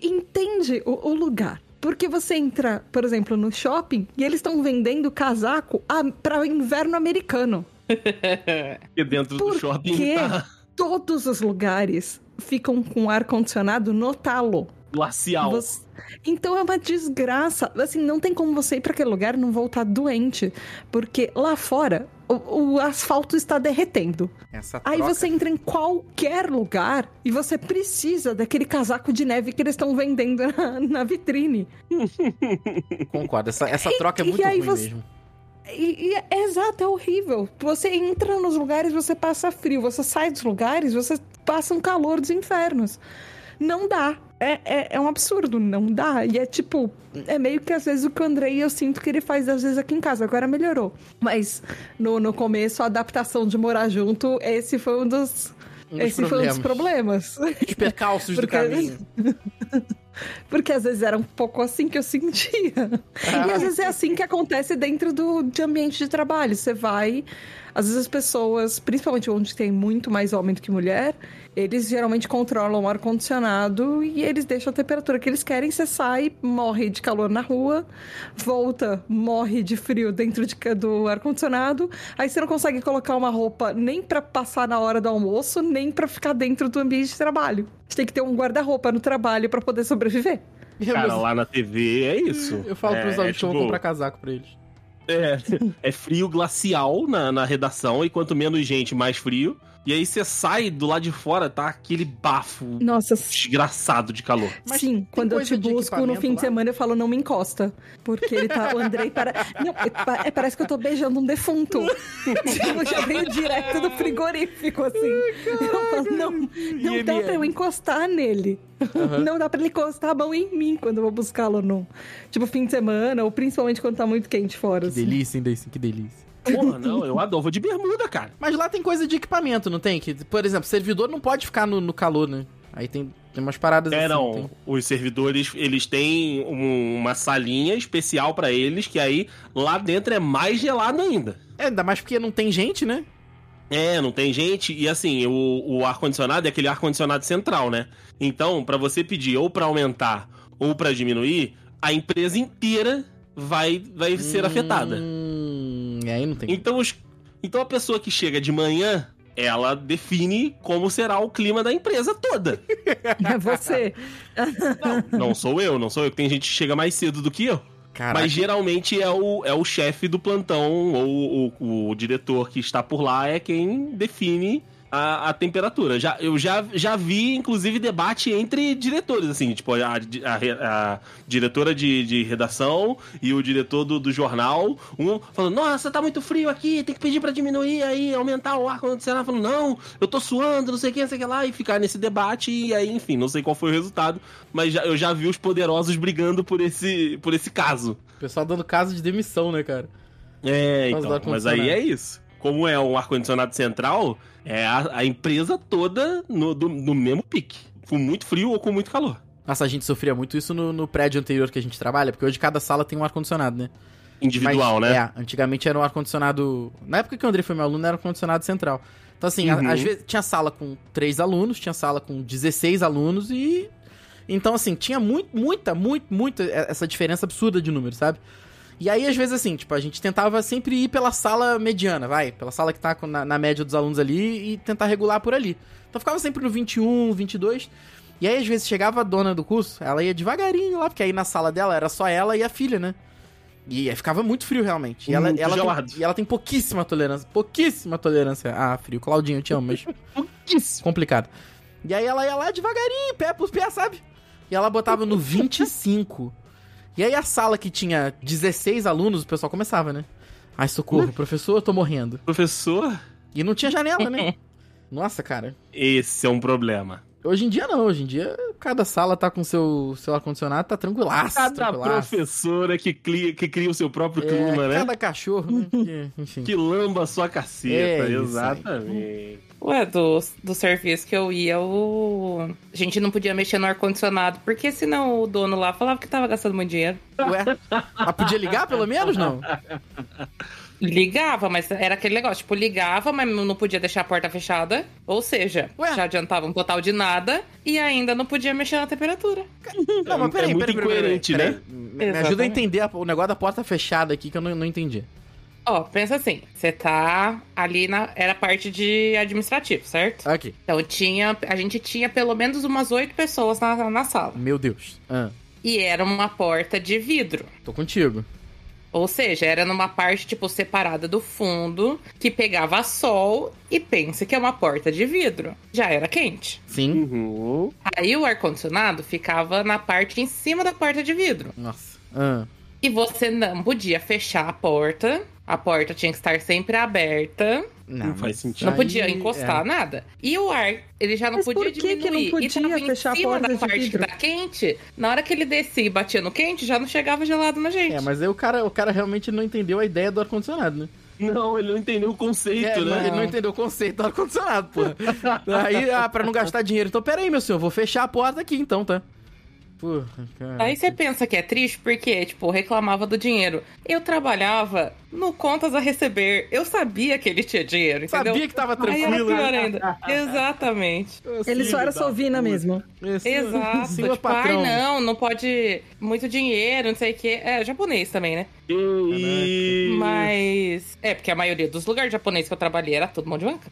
[SPEAKER 4] entende o, o lugar. Porque você entra, por exemplo, no shopping e eles estão vendendo casaco a- pra inverno americano.
[SPEAKER 2] Porque dentro
[SPEAKER 4] Por
[SPEAKER 2] do shopping
[SPEAKER 4] quê?
[SPEAKER 2] tá.
[SPEAKER 4] Todos os lugares ficam com ar-condicionado no talo.
[SPEAKER 2] glacial.
[SPEAKER 4] Você- Então é uma desgraça. Assim, não tem como você ir pra aquele lugar e não voltar doente. Porque lá fora, o, o asfalto está derretendo.
[SPEAKER 3] Essa troca.
[SPEAKER 4] Aí você entra em qualquer lugar e você precisa daquele casaco de neve que eles estão vendendo na, na vitrine.
[SPEAKER 3] Concordo, essa, essa troca é
[SPEAKER 4] e
[SPEAKER 3] muito
[SPEAKER 4] aí
[SPEAKER 3] ruim
[SPEAKER 4] você-
[SPEAKER 3] mesmo.
[SPEAKER 4] E, e é- é exato, é horrível. Você entra nos lugares, você passa frio. Você sai dos lugares, você passa um calor dos infernos. Não dá. É, é, é um absurdo, não dá. E é tipo, é meio que às vezes o que o Andrei eu sinto que ele faz às vezes aqui em casa. Agora melhorou. Mas no, no começo, a adaptação de morar junto, esse foi um dos,
[SPEAKER 3] Um dos
[SPEAKER 4] esse foi um dos problemas.
[SPEAKER 3] Os percalços do
[SPEAKER 4] Porque-
[SPEAKER 3] caminho.
[SPEAKER 4] Porque às vezes era um pouco assim que eu sentia. E às vezes é assim que acontece dentro do, de ambiente de trabalho. Você vai, às vezes as pessoas, principalmente onde tem muito mais homem do que mulher, eles geralmente controlam o ar-condicionado e eles deixam a temperatura que eles querem. Você sai, morre de calor na rua, volta, morre de frio dentro de ca- do ar-condicionado. Aí você não consegue colocar uma roupa nem pra passar na hora do almoço, nem pra ficar dentro do ambiente de trabalho. Você tem que ter um guarda-roupa no trabalho pra poder sobreviver.
[SPEAKER 3] E eu-
[SPEAKER 2] Cara, lá na TV é isso.
[SPEAKER 3] Eu falo pros
[SPEAKER 2] É,
[SPEAKER 3] amigos que eu vou
[SPEAKER 2] tipo,
[SPEAKER 3] comprar casaco pra eles.
[SPEAKER 2] É, é frio glacial na, na redação, e quanto menos gente, mais frio. E aí você sai do lado de fora, tá aquele bafo
[SPEAKER 4] Nossa,
[SPEAKER 2] desgraçado de calor.
[SPEAKER 3] Mas
[SPEAKER 4] Sim, quando eu
[SPEAKER 3] coisa
[SPEAKER 4] te
[SPEAKER 3] de
[SPEAKER 4] busco no
[SPEAKER 3] equipamento
[SPEAKER 4] fim de
[SPEAKER 3] lá?
[SPEAKER 4] semana, eu falo, não me encosta. Porque ele tá. O Andrei para. Não, é pa- é, parece que eu tô beijando um defunto. tipo, já veio direto do frigorífico, assim. eu falo, não, não dá
[SPEAKER 3] IML.
[SPEAKER 4] pra eu encostar nele. Não dá pra ele encostar a mão em mim quando eu vou buscá-lo no. Tipo, fim de semana, ou principalmente quando tá muito quente fora.
[SPEAKER 3] Que
[SPEAKER 4] Assim.
[SPEAKER 3] delícia, hein, Dacen? Que delícia.
[SPEAKER 2] Porra, não, eu adoro. Vou de bermuda, cara.
[SPEAKER 3] Mas lá tem coisa de equipamento, não tem? Que, por exemplo, servidor não pode ficar no, no calor, né? Aí tem, tem umas paradas
[SPEAKER 2] É,
[SPEAKER 3] assim.
[SPEAKER 2] não.
[SPEAKER 3] tem-
[SPEAKER 2] Os servidores, eles têm um- uma salinha especial pra eles, que aí lá dentro é mais gelado ainda.
[SPEAKER 3] É, ainda mais porque não tem gente, né?
[SPEAKER 2] É, não tem gente. E assim, o, o ar-condicionado é aquele ar-condicionado central, né? Então, pra você pedir ou pra aumentar ou pra diminuir, a empresa inteira vai, vai ser afetada.
[SPEAKER 3] Hum, e aí não tem.
[SPEAKER 2] Então, os- então a pessoa que chega de manhã, ela define como será o clima da empresa toda.
[SPEAKER 4] É você.
[SPEAKER 2] Não, não sou eu, não sou eu. Tem gente que chega mais cedo do que eu.
[SPEAKER 3] Caraca.
[SPEAKER 2] Mas geralmente é o, é o chefe do plantão ou o, o diretor que está por lá é quem define a, a temperatura. Já, eu já, já vi, inclusive, debate entre diretores, assim, tipo, a, a re- a diretora de, de redação e o diretor do, do jornal, um falando, nossa, tá muito frio aqui, tem que pedir pra diminuir aí, aumentar o ar condicionado. Falando, não, eu tô suando, não sei o que, não sei o que lá, e ficar nesse debate, e aí, enfim, não sei qual foi o resultado, mas já- eu já vi os poderosos brigando por esse, por esse caso.
[SPEAKER 3] O pessoal dando caso de demissão, né, cara?
[SPEAKER 2] É,
[SPEAKER 3] Por causa
[SPEAKER 2] então,
[SPEAKER 3] do
[SPEAKER 2] mas
[SPEAKER 3] ar-condicionado.
[SPEAKER 2] aí é isso. Como é um ar-condicionado central, é a, a empresa toda no, do- no mesmo pique. Com muito frio ou com muito calor.
[SPEAKER 3] Nossa, a gente sofria muito isso no, no prédio anterior que a gente trabalha, porque hoje cada sala tem um ar-condicionado, né?
[SPEAKER 2] Individual,
[SPEAKER 3] Mas,
[SPEAKER 2] né?
[SPEAKER 3] É, antigamente era um ar-condicionado. Na época que o André foi meu aluno, era um ar-condicionado central. Então, assim, a-
[SPEAKER 2] Uhum.
[SPEAKER 3] às vezes tinha sala com três alunos, tinha sala com 16 alunos e. Então, assim, tinha muito, muita, muito, muita e- essa diferença absurda de número, sabe? E aí, às vezes, assim, tipo, a gente tentava sempre ir pela sala mediana, vai, pela sala que tá com- na, na média dos alunos ali e tentar regular por ali. Então ficava sempre no 21, 22. E aí, às vezes, chegava a dona do curso, ela ia devagarinho lá, porque aí na sala dela era só ela e a filha, né? E aí ficava muito frio, realmente. E ela,
[SPEAKER 2] Muito
[SPEAKER 3] ela
[SPEAKER 2] gelado.
[SPEAKER 3] tem, e ela tem pouquíssima tolerância. Pouquíssima tolerância. Ah, frio. Claudinho, eu te amo, mas complicado. E aí ela ia lá devagarinho, pé por pé, sabe? E ela botava no 25. E aí a sala que tinha 16 alunos, o pessoal começava, né? Ai,
[SPEAKER 2] Hum.
[SPEAKER 3] socorro, professor, eu tô morrendo.
[SPEAKER 2] Professor,
[SPEAKER 3] E não tinha janela, né? Nossa, cara.
[SPEAKER 2] esse é um problema.
[SPEAKER 3] Hoje em dia não, hoje em dia cada sala tá com seu, seu ar-condicionado, tá tranquilaço,
[SPEAKER 2] Cada
[SPEAKER 3] tranquilaço.
[SPEAKER 2] professora que cria, que cria o seu próprio
[SPEAKER 3] É,
[SPEAKER 2] clima, né?
[SPEAKER 3] Cada cachorro, né? Que- enfim.
[SPEAKER 2] Que lamba a sua
[SPEAKER 3] É
[SPEAKER 2] caceta,
[SPEAKER 3] isso aí.
[SPEAKER 2] exatamente.
[SPEAKER 1] Ué, do, do serviço que eu ia, o... a gente não podia mexer no ar-condicionado, porque senão o dono lá falava que tava gastando muito dinheiro.
[SPEAKER 3] Ué, mas podia ligar pelo menos, não?
[SPEAKER 2] É
[SPEAKER 1] Ligava, mas era aquele negócio, tipo, ligava, mas não podia deixar a porta fechada. Ou seja,
[SPEAKER 3] Ué.
[SPEAKER 1] já adiantava um total de nada e ainda não podia mexer na temperatura.
[SPEAKER 3] Não, mas
[SPEAKER 2] É
[SPEAKER 3] peraí,
[SPEAKER 2] muito
[SPEAKER 3] peraí, peraí, peraí,
[SPEAKER 2] incoerente,
[SPEAKER 3] peraí,
[SPEAKER 2] né?
[SPEAKER 3] Me me ajuda a entender a- o negócio da porta fechada aqui que eu não, não entendi.
[SPEAKER 1] Ó, pensa assim, você tá ali na. Era parte de administrativo, certo?
[SPEAKER 3] Aqui.
[SPEAKER 1] Então tinha. A gente tinha pelo menos umas oito pessoas na, na sala.
[SPEAKER 3] Meu Deus. Ah,
[SPEAKER 1] E era uma porta de vidro.
[SPEAKER 3] tô contigo.
[SPEAKER 1] Ou seja, era numa parte, tipo, separada do fundo, que pegava sol e pensa que é uma porta de vidro. Já era quente.
[SPEAKER 3] Sim.
[SPEAKER 2] Uhum.
[SPEAKER 1] Aí o ar-condicionado ficava na parte em cima da porta de vidro.
[SPEAKER 3] Nossa. Ah,
[SPEAKER 1] E você não podia fechar a porta. A porta tinha que estar sempre aberta.
[SPEAKER 2] Não faz
[SPEAKER 3] mas
[SPEAKER 2] sentido.
[SPEAKER 1] Não
[SPEAKER 3] aí-
[SPEAKER 1] podia encostar nada. E o ar, ele já não
[SPEAKER 4] é. Mas
[SPEAKER 1] podia
[SPEAKER 4] por que que não
[SPEAKER 1] diminuir.
[SPEAKER 4] podia
[SPEAKER 1] e tava em
[SPEAKER 4] fechar a
[SPEAKER 1] cima
[SPEAKER 4] porta
[SPEAKER 1] da
[SPEAKER 4] de
[SPEAKER 1] parte
[SPEAKER 4] vidro?
[SPEAKER 1] que tá quente. Na hora que ele descia e batia no quente, já não chegava gelado na gente.
[SPEAKER 3] É, é, mas aí o cara, o cara realmente não entendeu a ideia do ar-condicionado, né?
[SPEAKER 2] Não, ele não entendeu o conceito,
[SPEAKER 3] É,
[SPEAKER 2] né?
[SPEAKER 3] Ele não entendeu o conceito do ar-condicionado, pô. aí, ah, pra não gastar dinheiro. Então, pera aí, meu senhor, vou fechar a porta aqui então, tá? Pô, cara.
[SPEAKER 1] Aí você pensa que é triste porque, tipo, reclamava do dinheiro. Eu trabalhava no contas a receber. Eu sabia que ele tinha dinheiro, entendeu?
[SPEAKER 3] Sabia que tava
[SPEAKER 1] Aí era
[SPEAKER 3] tranquilo. né?
[SPEAKER 1] pior ainda. Exatamente.
[SPEAKER 4] Ele só era
[SPEAKER 3] Salvina
[SPEAKER 4] Salvina mesmo.
[SPEAKER 1] Exato.
[SPEAKER 3] É, Senhor
[SPEAKER 1] tipo, ai,
[SPEAKER 3] patrão.
[SPEAKER 1] não, não pode. Muito dinheiro, não sei o quê. É, japonês também, né?
[SPEAKER 2] E...
[SPEAKER 1] Mas. É, porque a maioria dos lugares japoneses que eu trabalhei era todo mão de banca.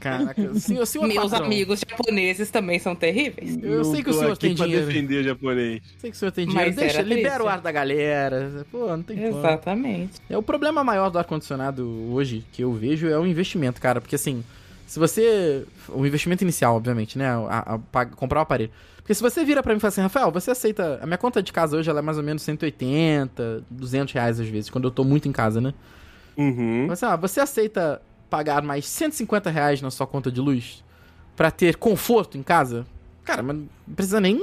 [SPEAKER 3] Caraca, senhor, senhor
[SPEAKER 1] Meus
[SPEAKER 3] patrão.
[SPEAKER 1] amigos japoneses também são terríveis.
[SPEAKER 3] Eu sei que o
[SPEAKER 2] tô
[SPEAKER 3] senhor
[SPEAKER 2] aqui
[SPEAKER 3] tem
[SPEAKER 2] pra
[SPEAKER 3] dinheiro.
[SPEAKER 2] defender o japonês.
[SPEAKER 3] Sei que o senhor tem dinheiro.
[SPEAKER 1] Mas
[SPEAKER 3] Deixa,
[SPEAKER 1] era
[SPEAKER 3] libera
[SPEAKER 1] triste.
[SPEAKER 3] o ar da galera. Pô, não tem como.
[SPEAKER 1] Exatamente.
[SPEAKER 3] É o problema maior do ar-condicionado hoje que eu vejo é o investimento, cara. Porque assim, se você. O investimento inicial, obviamente, né? A- a- pa- comprar o aparelho. Porque se você vira pra mim e fala assim, Rafael, você aceita. A minha conta de casa hoje ela é mais ou menos 180, 200 reais às vezes, quando eu tô muito em casa, né?
[SPEAKER 2] Uhum.
[SPEAKER 3] Mas, ah, você aceita pagar mais 150 reais na sua conta de luz pra ter conforto em casa? Cara, mas não precisa nem.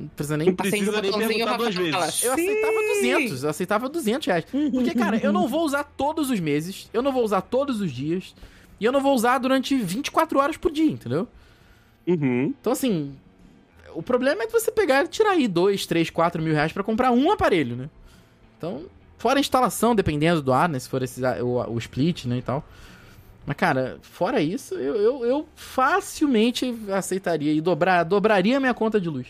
[SPEAKER 3] Não precisa nem.
[SPEAKER 2] Não precisa
[SPEAKER 1] Acende o
[SPEAKER 2] nem
[SPEAKER 1] botãozinho,
[SPEAKER 2] perguntar duas
[SPEAKER 1] Tá Rafael.
[SPEAKER 2] vezes.
[SPEAKER 3] Eu
[SPEAKER 1] Sim!
[SPEAKER 3] aceitava 200, eu aceitava 200 reais. Porque, cara, eu não vou usar todos os meses, eu não vou usar todos os dias, e eu não vou usar durante 24 horas por dia, entendeu?
[SPEAKER 2] Uhum.
[SPEAKER 3] Então, assim, o problema é você pegar e tirar aí 2, 3, 4 mil reais pra comprar um aparelho, né? Então, fora a instalação, dependendo do ar, né? Se for esse, o, o split, né, e tal. Mas, cara, fora isso, eu, eu, eu facilmente aceitaria e dobrar, dobraria minha conta de luz.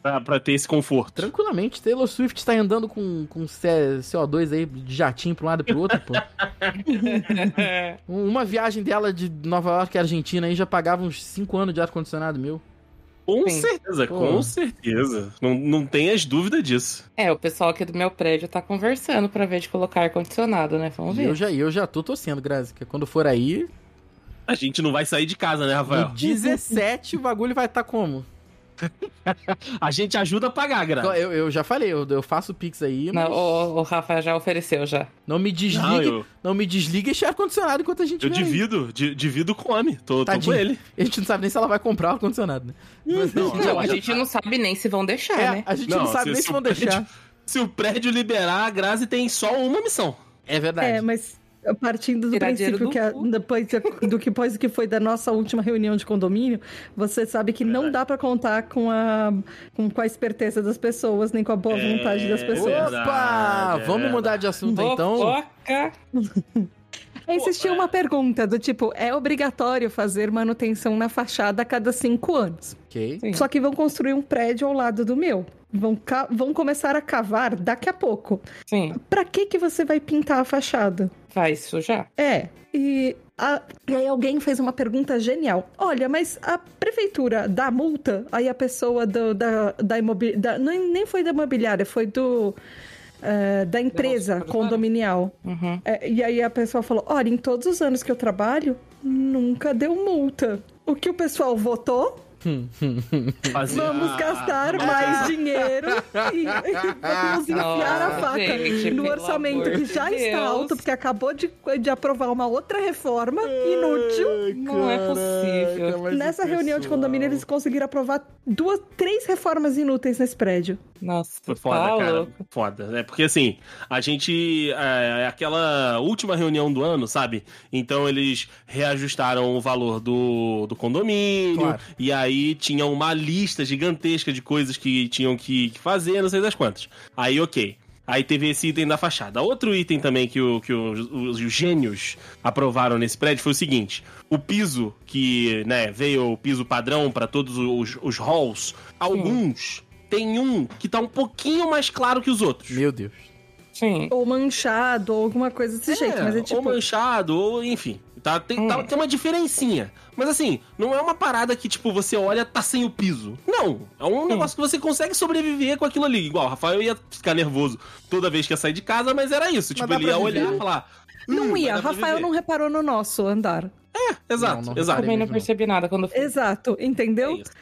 [SPEAKER 2] Pra, pra ter esse conforto.
[SPEAKER 3] Tranquilamente, Taylor Swift tá andando com, com C- CO2 aí, de jatinho pra um lado e pro outro, pô.
[SPEAKER 2] É.
[SPEAKER 3] Um, Uma viagem dela de Nova York à Argentina aí já pagava uns 5 anos de ar-condicionado meu.
[SPEAKER 2] Com
[SPEAKER 1] Sim.
[SPEAKER 2] certeza,
[SPEAKER 3] Pô.
[SPEAKER 2] com certeza. Não, não tenhas dúvida disso.
[SPEAKER 1] é, o pessoal aqui do meu prédio tá conversando pra ver de colocar ar-condicionado, né? Vamos
[SPEAKER 3] E
[SPEAKER 1] ver.
[SPEAKER 3] eu já, eu já tô torcendo, Grazi, que quando for aí,
[SPEAKER 2] A gente não vai sair de casa, né,
[SPEAKER 3] no
[SPEAKER 2] Rafael?
[SPEAKER 3] 17 o bagulho vai estar tá como?
[SPEAKER 2] A gente ajuda a pagar, Grazi.
[SPEAKER 3] Eu, eu já falei, eu, eu faço pix aí, mas
[SPEAKER 1] Não,
[SPEAKER 3] não,
[SPEAKER 1] o, o Rafa já ofereceu já.
[SPEAKER 3] me desligue,
[SPEAKER 2] Não,
[SPEAKER 3] não,
[SPEAKER 2] eu,
[SPEAKER 3] me desligue esse ar-condicionado enquanto a gente
[SPEAKER 2] eu
[SPEAKER 3] vê aí.
[SPEAKER 2] divido, di- divido com o homem. Tô, tô com
[SPEAKER 3] Tadinho.
[SPEAKER 2] ele.
[SPEAKER 3] A gente não sabe nem se ela vai comprar o ar-condicionado, né? Mas-
[SPEAKER 2] Não,
[SPEAKER 1] Não, a
[SPEAKER 2] já
[SPEAKER 1] gente
[SPEAKER 2] tá.
[SPEAKER 1] não sabe nem se vão deixar,
[SPEAKER 3] É,
[SPEAKER 1] né?
[SPEAKER 3] a gente não,
[SPEAKER 2] Não,
[SPEAKER 3] sabe
[SPEAKER 2] se-
[SPEAKER 3] nem
[SPEAKER 2] se
[SPEAKER 3] se vão
[SPEAKER 2] o prédio-
[SPEAKER 3] deixar.
[SPEAKER 2] Se o prédio liberar, a Grazi tem só uma missão.
[SPEAKER 3] É verdade.
[SPEAKER 4] É, mas partindo do
[SPEAKER 1] Tirar dinheiro
[SPEAKER 4] princípio
[SPEAKER 1] do
[SPEAKER 4] que a-
[SPEAKER 1] cu.
[SPEAKER 4] depois do que depois que foi da nossa última reunião de condomínio, você sabe que não
[SPEAKER 2] Verdade.
[SPEAKER 4] dá pra contar com a com, com a esperteza das pessoas nem com a boa
[SPEAKER 2] É,
[SPEAKER 4] vontade das pessoas.
[SPEAKER 2] verdade,
[SPEAKER 3] Opa!
[SPEAKER 2] é
[SPEAKER 3] Vamos mudar
[SPEAKER 2] verdade.
[SPEAKER 3] de assunto então.
[SPEAKER 1] Fofoca.
[SPEAKER 4] Existia uma pergunta do tipo, é obrigatório fazer manutenção na fachada a cada cinco anos.
[SPEAKER 3] Ok.
[SPEAKER 1] Sim.
[SPEAKER 4] Só que vão construir um prédio ao lado do meu. Vão, ca- vão começar a cavar daqui a pouco.
[SPEAKER 1] Sim,
[SPEAKER 4] Pra que que você vai pintar a fachada?
[SPEAKER 1] vai sujar.
[SPEAKER 4] É, e, a- e aí alguém fez uma pergunta genial. Olha, mas a prefeitura dá multa? Aí a pessoa do- da, da imobiliária. Nem, nem foi da imobiliária, foi do. eh, da empresa
[SPEAKER 1] construtora?
[SPEAKER 4] condominial.
[SPEAKER 1] Uhum.
[SPEAKER 4] É, e aí a pessoa falou: Olha, em todos os anos que eu trabalho, nunca deu multa. O que o pessoal votou?
[SPEAKER 2] Fazer
[SPEAKER 4] Vamos
[SPEAKER 2] a-
[SPEAKER 4] gastar mais dinheiro e vamos enfiar a
[SPEAKER 1] Nossa,
[SPEAKER 4] faca
[SPEAKER 1] gente,
[SPEAKER 4] no
[SPEAKER 1] pelo
[SPEAKER 4] orçamento
[SPEAKER 1] amor
[SPEAKER 4] que
[SPEAKER 1] de
[SPEAKER 4] já está
[SPEAKER 1] Deus.
[SPEAKER 4] alto, porque acabou de, de aprovar uma outra reforma inútil.
[SPEAKER 1] Não é possível.
[SPEAKER 3] Caraca, mas
[SPEAKER 4] Nessa
[SPEAKER 3] o
[SPEAKER 4] reunião de
[SPEAKER 3] pessoal-
[SPEAKER 4] condomínio, eles conseguiram aprovar duas, três reformas inúteis nesse prédio.
[SPEAKER 1] Nossa, tá
[SPEAKER 2] Foi foda,
[SPEAKER 1] Paulo.
[SPEAKER 2] cara. Foda, né? Porque assim, a gente. É, aquela última reunião do ano, sabe? Então eles reajustaram o valor do, do condomínio.
[SPEAKER 3] Claro.
[SPEAKER 2] E aí tinha uma lista gigantesca de coisas que tinham que, que fazer, não sei das quantas. Aí, ok. Aí teve esse item da fachada. Outro item também que, o, que os, os- os gênios aprovaram nesse prédio foi o seguinte: o piso que né, veio o piso padrão para todos os, os halls, alguns tem um que tá um pouquinho mais claro que os outros.
[SPEAKER 3] Meu Deus.
[SPEAKER 1] Sim.
[SPEAKER 4] Ou manchado, ou alguma coisa desse jeito. Mas é tipo.
[SPEAKER 2] Ou manchado, ou enfim. Tá, tem, tá-
[SPEAKER 1] Hum.
[SPEAKER 2] tem uma diferencinha. Mas assim, não é uma parada que, tipo, você olha, tá sem o piso. Não. É
[SPEAKER 4] Hum.
[SPEAKER 2] um negócio que você consegue sobreviver com aquilo ali. Igual, o Rafael ia ficar nervoso toda vez que ia sair de casa, mas era isso. tipo,
[SPEAKER 3] dá
[SPEAKER 2] ele
[SPEAKER 3] pra
[SPEAKER 2] ia
[SPEAKER 3] viver.
[SPEAKER 2] olhar e falar. "Hum,
[SPEAKER 4] Não
[SPEAKER 2] vai
[SPEAKER 4] ia,
[SPEAKER 2] dar pra
[SPEAKER 4] Rafael
[SPEAKER 2] viver."
[SPEAKER 4] não reparou no nosso andar.
[SPEAKER 2] Exato,
[SPEAKER 3] Não, não.
[SPEAKER 2] exato.
[SPEAKER 1] Também não
[SPEAKER 3] mesmo.
[SPEAKER 1] percebi nada quando fui.
[SPEAKER 4] Exato,
[SPEAKER 2] É
[SPEAKER 4] entendeu?
[SPEAKER 2] isso.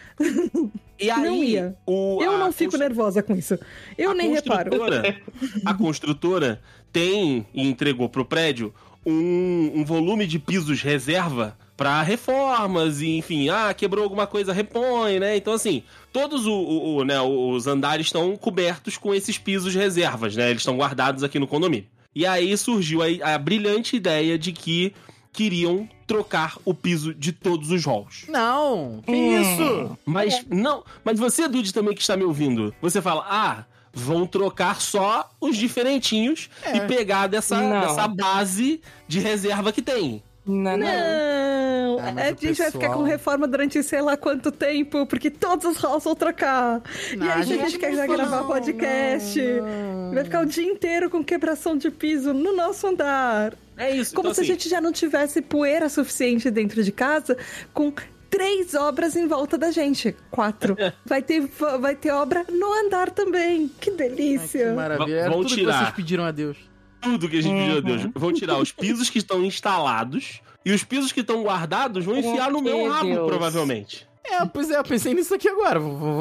[SPEAKER 2] E aí,
[SPEAKER 4] Não ia.
[SPEAKER 2] o-
[SPEAKER 4] Eu
[SPEAKER 2] a
[SPEAKER 4] não fico
[SPEAKER 2] constru-
[SPEAKER 4] nervosa com isso. Eu
[SPEAKER 2] a
[SPEAKER 4] nem reparo.
[SPEAKER 2] construtora- A construtora tem e entregou pro prédio um, um volume de pisos reserva para reformas e, enfim, ah, quebrou alguma coisa, repõe, né? Então, assim, todos o- o- o, né, os andares estão cobertos com esses pisos reservas, né? Eles estão guardados aqui no condomínio. E aí surgiu a, a brilhante ideia de que queriam trocar o piso de todos os halls.
[SPEAKER 3] Não! Que
[SPEAKER 1] Hum.
[SPEAKER 3] isso?
[SPEAKER 2] Mas não, mas você, Dude, também que está me ouvindo, você fala, ah, vão trocar só os diferentinhos
[SPEAKER 3] É.
[SPEAKER 2] e pegar dessa,
[SPEAKER 1] Não.
[SPEAKER 2] dessa base de reserva que tem.
[SPEAKER 1] Não, não.
[SPEAKER 4] Não,
[SPEAKER 3] Ah, mas
[SPEAKER 4] a
[SPEAKER 3] o
[SPEAKER 4] gente vai ficar com
[SPEAKER 3] pessoal-
[SPEAKER 4] reforma durante sei lá quanto tempo, porque todos os halls vão trocar. e aí a gente, quer
[SPEAKER 3] não, é
[SPEAKER 4] gravar
[SPEAKER 3] não,
[SPEAKER 4] podcast.
[SPEAKER 3] não.
[SPEAKER 4] Vai ficar o dia inteiro com quebração de piso no nosso andar.
[SPEAKER 2] É isso.
[SPEAKER 4] Como
[SPEAKER 2] então,
[SPEAKER 4] se
[SPEAKER 2] assim,
[SPEAKER 4] a gente já não tivesse poeira suficiente dentro de casa com três obras em volta da gente. Quatro. vai, ter, vai ter obra no andar também. Que
[SPEAKER 3] Ai, que
[SPEAKER 4] delícia.
[SPEAKER 3] maravilha. Era
[SPEAKER 2] Vão
[SPEAKER 3] tudo que
[SPEAKER 2] tirar.
[SPEAKER 3] vocês pediram a Deus.
[SPEAKER 2] tudo que a gente pediu a Deus.
[SPEAKER 1] Uhum.
[SPEAKER 2] Vão tirar os pisos que estão instalados e os pisos que estão guardados vão
[SPEAKER 1] Pra
[SPEAKER 2] enfiar no meu
[SPEAKER 1] quê,
[SPEAKER 2] rabo,
[SPEAKER 1] Deus?
[SPEAKER 2] provavelmente.
[SPEAKER 3] É, pois é, eu pensei nisso aqui agora. Vou- vou-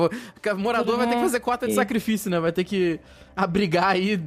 [SPEAKER 3] vou- Morador vai ter que fazer cota de
[SPEAKER 1] Sim.
[SPEAKER 3] sacrifício, né? Vai ter que abrigar aí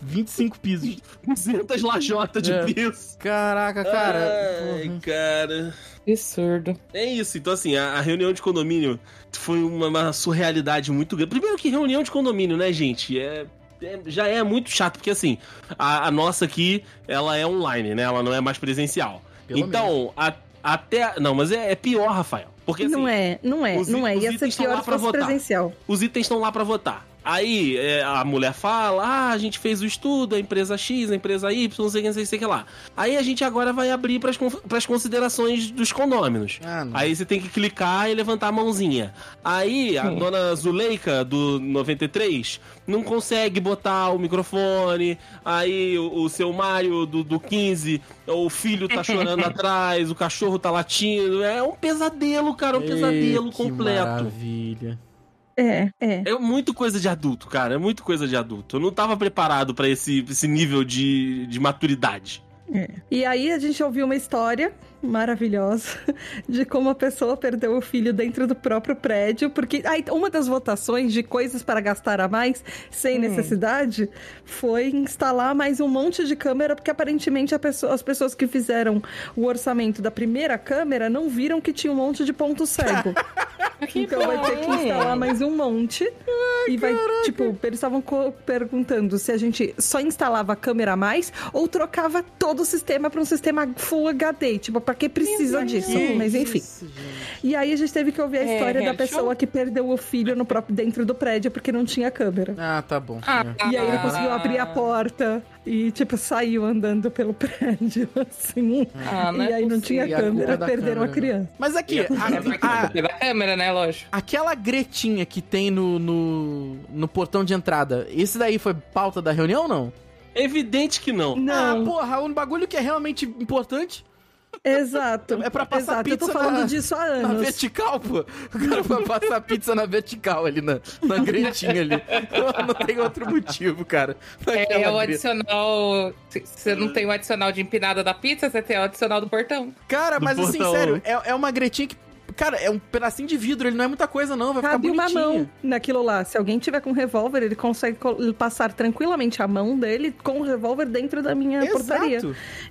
[SPEAKER 3] 25 pisos.
[SPEAKER 2] 200 lajotas de
[SPEAKER 3] É.
[SPEAKER 2] piso.
[SPEAKER 3] Caraca, cara.
[SPEAKER 2] Ai,
[SPEAKER 3] porra.
[SPEAKER 2] cara.
[SPEAKER 1] Absurdo.
[SPEAKER 2] É isso, então assim, a, a reunião de condomínio foi uma, uma surrealidade muito grande. Primeiro que reunião de condomínio, né, gente? É, é- já é muito chato, porque assim, a, a nossa aqui, ela é online, né? Ela não é mais presencial.
[SPEAKER 3] Pelo
[SPEAKER 2] então, a- até. Não, mas é, é pior, Rafael. Porque assim,
[SPEAKER 4] Não é, não é,
[SPEAKER 2] os
[SPEAKER 4] não é.
[SPEAKER 2] i- os
[SPEAKER 4] Ia ser
[SPEAKER 2] itens estão
[SPEAKER 4] pior
[SPEAKER 2] lá
[SPEAKER 4] se
[SPEAKER 2] pra
[SPEAKER 4] fosse
[SPEAKER 2] votar.
[SPEAKER 4] presencial.
[SPEAKER 2] os itens estão lá pra votar. Aí é, a mulher fala: ah, a gente fez o estudo, a empresa X, a empresa Y, não sei o que, não sei o que, não sei o que lá. Aí a gente agora vai abrir pras con- pras considerações dos condôminos.
[SPEAKER 3] Ah, não.
[SPEAKER 2] Aí você tem que clicar e levantar a mãozinha. Aí a
[SPEAKER 1] Sim.
[SPEAKER 2] dona Zuleika do 93 não consegue botar o microfone. Aí o, o seu Mário do, do 15, o filho tá chorando atrás, o cachorro tá latindo. É um pesadelo, cara, um
[SPEAKER 3] Ei,
[SPEAKER 2] pesadelo
[SPEAKER 3] que
[SPEAKER 2] completo.
[SPEAKER 3] Maravilha.
[SPEAKER 4] É, é.
[SPEAKER 2] É muito coisa de adulto, cara. É muito coisa de adulto. Eu não tava preparado pra esse, esse nível de, de maturidade.
[SPEAKER 1] É.
[SPEAKER 4] E aí a gente ouviu uma história maravilhosa de como a pessoa perdeu o filho dentro do próprio prédio, porque aí, uma das votações de coisas para gastar a mais sem
[SPEAKER 1] Hum.
[SPEAKER 4] necessidade foi instalar mais um monte de câmera, porque aparentemente a pessoa- as pessoas que fizeram o orçamento da primeira câmera não viram que tinha um monte de ponto cego.
[SPEAKER 1] Que
[SPEAKER 4] Então vai ter que
[SPEAKER 1] bom.
[SPEAKER 4] instalar mais um monte. e vai, tipo, eles estavam co- perguntando se a gente só instalava a câmera a mais ou trocava todo o sistema pra um sistema Full HD. Tipo, pra que precisa disso?
[SPEAKER 3] Que
[SPEAKER 4] Mas enfim.
[SPEAKER 3] isso, gente.
[SPEAKER 4] E aí a gente teve que ouvir a
[SPEAKER 1] É,
[SPEAKER 4] história da
[SPEAKER 1] reality
[SPEAKER 4] pessoa
[SPEAKER 1] show?
[SPEAKER 4] que perdeu o filho no próprio, dentro do prédio porque não tinha câmera.
[SPEAKER 3] Ah, tá bom.
[SPEAKER 1] Ah,
[SPEAKER 4] E aí ele conseguiu abrir a porta e, tipo, saiu andando pelo prédio, assim.
[SPEAKER 1] Ah, não
[SPEAKER 4] e
[SPEAKER 1] é
[SPEAKER 4] aí não tinha
[SPEAKER 3] E a culpa
[SPEAKER 4] câmera,
[SPEAKER 3] da
[SPEAKER 4] perderam a
[SPEAKER 3] câmera. né?
[SPEAKER 4] criança.
[SPEAKER 3] Mas aqui,
[SPEAKER 2] E a- ah.
[SPEAKER 3] a- a-
[SPEAKER 1] Porque da câmera, né? Lógico.
[SPEAKER 3] aquela gretinha que tem no, no, no portão de entrada, esse daí foi pauta da reunião ou não?
[SPEAKER 2] É evidente que não.
[SPEAKER 3] Ah,
[SPEAKER 4] Não,
[SPEAKER 3] porra, um bagulho que é realmente importante
[SPEAKER 4] exato.
[SPEAKER 3] É pra passar
[SPEAKER 4] exato. Eu
[SPEAKER 3] pizza
[SPEAKER 4] tô falando
[SPEAKER 3] na-
[SPEAKER 4] disso há
[SPEAKER 3] na
[SPEAKER 4] anos.
[SPEAKER 3] vertical, pô. O cara foi passar pizza na vertical ali, na, na gretinha ali. Não tem outro motivo, cara.
[SPEAKER 1] É,
[SPEAKER 3] Naquela
[SPEAKER 1] o
[SPEAKER 3] greta.
[SPEAKER 1] adicional. se- Você não tem o adicional de empinada da pizza, você tem o adicional do portão.
[SPEAKER 3] Cara,
[SPEAKER 2] Do
[SPEAKER 3] mas assim,
[SPEAKER 2] portão.
[SPEAKER 3] sério, é, é uma gretinha que. Cara, é um pedacinho de vidro, ele não é muita coisa, não. Vai ficar
[SPEAKER 4] Cabe uma
[SPEAKER 3] bonitinho.
[SPEAKER 4] mão naquilo lá. Se alguém tiver com revólver, ele consegue col- passar tranquilamente a mão dele com o revólver dentro da minha
[SPEAKER 3] Exato.
[SPEAKER 4] portaria.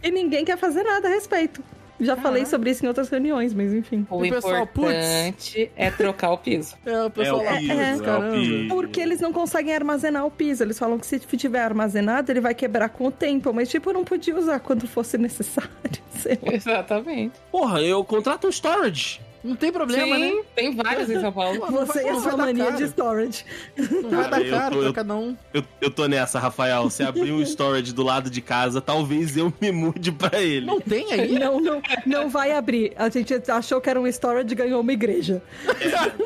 [SPEAKER 4] E ninguém quer fazer nada a respeito.
[SPEAKER 3] Ah.
[SPEAKER 4] Já falei sobre isso em outras reuniões, mas enfim.
[SPEAKER 1] O
[SPEAKER 3] E o pessoal,
[SPEAKER 1] importante é trocar o piso.
[SPEAKER 3] É, o
[SPEAKER 2] É
[SPEAKER 3] pessoal
[SPEAKER 2] o
[SPEAKER 3] lá.
[SPEAKER 2] piso,
[SPEAKER 4] é,
[SPEAKER 2] é, o
[SPEAKER 3] caramba.
[SPEAKER 2] piso.
[SPEAKER 4] Porque eles não conseguem armazenar o piso. Eles falam que se tiver armazenado, ele vai quebrar com o tempo. Mas, tipo, eu não podia usar quando fosse necessário. sei lá.
[SPEAKER 1] Exatamente.
[SPEAKER 2] Porra, eu contrato um storage.
[SPEAKER 3] Não tem problema,
[SPEAKER 1] Sim,
[SPEAKER 3] né?
[SPEAKER 1] tem vários em São Paulo.
[SPEAKER 3] Pô, não vai-
[SPEAKER 4] Você e a
[SPEAKER 3] não vai
[SPEAKER 4] sua
[SPEAKER 3] dar
[SPEAKER 4] mania
[SPEAKER 3] cara.
[SPEAKER 4] de storage.
[SPEAKER 3] Não vai
[SPEAKER 2] Cara,
[SPEAKER 3] dar
[SPEAKER 2] eu
[SPEAKER 3] cara
[SPEAKER 2] tô-
[SPEAKER 3] pra cada um.
[SPEAKER 2] Eu, eu tô nessa, Rafael. Se abrir um storage do lado de casa, talvez eu me mude pra ele.
[SPEAKER 3] Não tem aí?
[SPEAKER 4] Não, não, não vai abrir. A gente achou que era um storage e ganhou uma igreja.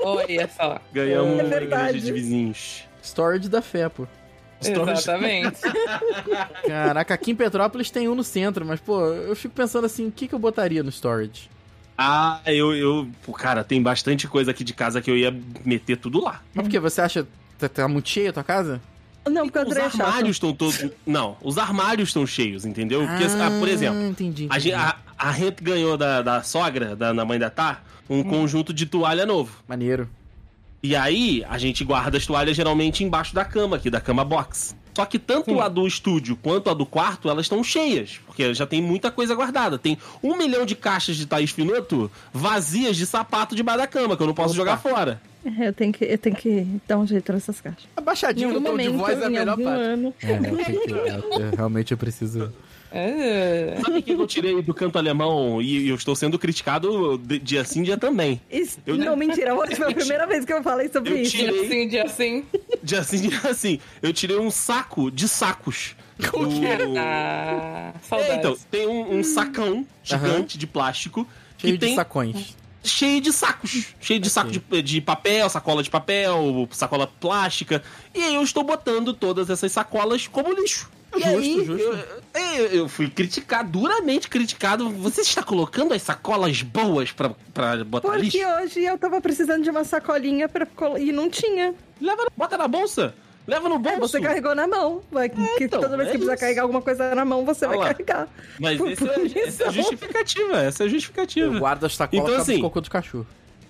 [SPEAKER 1] Olha só.
[SPEAKER 2] Ganhamos
[SPEAKER 4] É
[SPEAKER 2] uma
[SPEAKER 4] verdade.
[SPEAKER 2] igreja de vizinhos.
[SPEAKER 3] Storage da fé, pô.
[SPEAKER 2] Storms.
[SPEAKER 1] Exatamente.
[SPEAKER 3] Caraca, aqui em Petrópolis tem um no centro, mas, pô, eu fico pensando assim, o que, que eu botaria no storage?
[SPEAKER 2] Ah, eu, eu. pô, Cara, tem bastante coisa aqui de casa que eu ia meter tudo lá.
[SPEAKER 3] Mas por quê? Você acha tá, tá muito cheia a tua casa?
[SPEAKER 4] Não, porque o
[SPEAKER 2] Os
[SPEAKER 4] André é chato.
[SPEAKER 2] armários estão todos. Não, os armários estão cheios, entendeu? Porque, ah, por exemplo,
[SPEAKER 3] entendi.
[SPEAKER 2] a,
[SPEAKER 3] entendi.
[SPEAKER 2] gente- a, a gente ganhou da, da sogra, da, da mãe da Tá, um conjunto de toalha novo.
[SPEAKER 3] Maneiro.
[SPEAKER 2] E aí, a gente guarda as toalhas geralmente embaixo da cama aqui, da cama box. Só que tanto a do estúdio quanto a do quarto, elas estão cheias, porque já tem muita coisa guardada. Tem um milhão de caixas de Thaís Pinoto vazias de sapato debaixo da cama, que eu não posso
[SPEAKER 3] Opa.
[SPEAKER 2] jogar fora.
[SPEAKER 4] É, eu tenho, que, eu tenho que dar um jeito nessas caixas. É.
[SPEAKER 3] A baixadinha do tom de voz é a
[SPEAKER 4] em
[SPEAKER 3] melhor
[SPEAKER 4] algum
[SPEAKER 3] parte.
[SPEAKER 4] ano.
[SPEAKER 3] realmente eu preciso...
[SPEAKER 1] É.
[SPEAKER 2] Sabe o que eu tirei do canto alemão e eu estou sendo criticado de- dia sim, dia também?
[SPEAKER 4] Isso-
[SPEAKER 2] Eu-
[SPEAKER 4] não, mentira, hoje foi a
[SPEAKER 2] Eu ti-
[SPEAKER 4] primeira vez que eu falei sobre
[SPEAKER 2] Eu
[SPEAKER 4] isso.
[SPEAKER 2] ti- Tirei.
[SPEAKER 1] Assim, dia assim.
[SPEAKER 2] Dia sim, dia assim. Eu tirei um saco de sacos.
[SPEAKER 3] O quê? Hum.
[SPEAKER 2] Do-
[SPEAKER 1] Ah,
[SPEAKER 2] É,
[SPEAKER 1] saudades.
[SPEAKER 2] então, tem um, um sacão gigante de plástico
[SPEAKER 3] Cheio
[SPEAKER 2] que tem
[SPEAKER 3] de sacões.
[SPEAKER 2] cheio de sacos. Cheio de saco de, de papel, sacola de papel, sacola plástica. E aí eu estou botando todas essas sacolas como lixo. E
[SPEAKER 3] Justo,
[SPEAKER 2] aí,
[SPEAKER 3] justo.
[SPEAKER 2] Eu, eu- eu fui criticado, duramente criticado. Você está colocando as sacolas boas pra, pra botar lixo?
[SPEAKER 4] Porque hoje eu tava precisando de uma sacolinha pra colo- e não tinha.
[SPEAKER 2] Leva, na- bota na bolsa. Leva no
[SPEAKER 4] Aí
[SPEAKER 2] bolso.
[SPEAKER 4] você carregou na mão. Vai, que
[SPEAKER 2] então,
[SPEAKER 4] toda vez
[SPEAKER 2] é
[SPEAKER 4] que precisar
[SPEAKER 2] isso.
[SPEAKER 4] carregar alguma coisa na mão, você
[SPEAKER 2] Ah
[SPEAKER 4] vai
[SPEAKER 2] lá.
[SPEAKER 4] carregar.
[SPEAKER 2] Mas
[SPEAKER 4] Por
[SPEAKER 2] esse é- essa é a
[SPEAKER 4] punição.
[SPEAKER 2] justificativa. Essa é a
[SPEAKER 3] Eu
[SPEAKER 2] justificativa.
[SPEAKER 3] guardo as
[SPEAKER 2] Então,
[SPEAKER 3] sacolas por causa do
[SPEAKER 2] assim,
[SPEAKER 3] cocô do cachorro.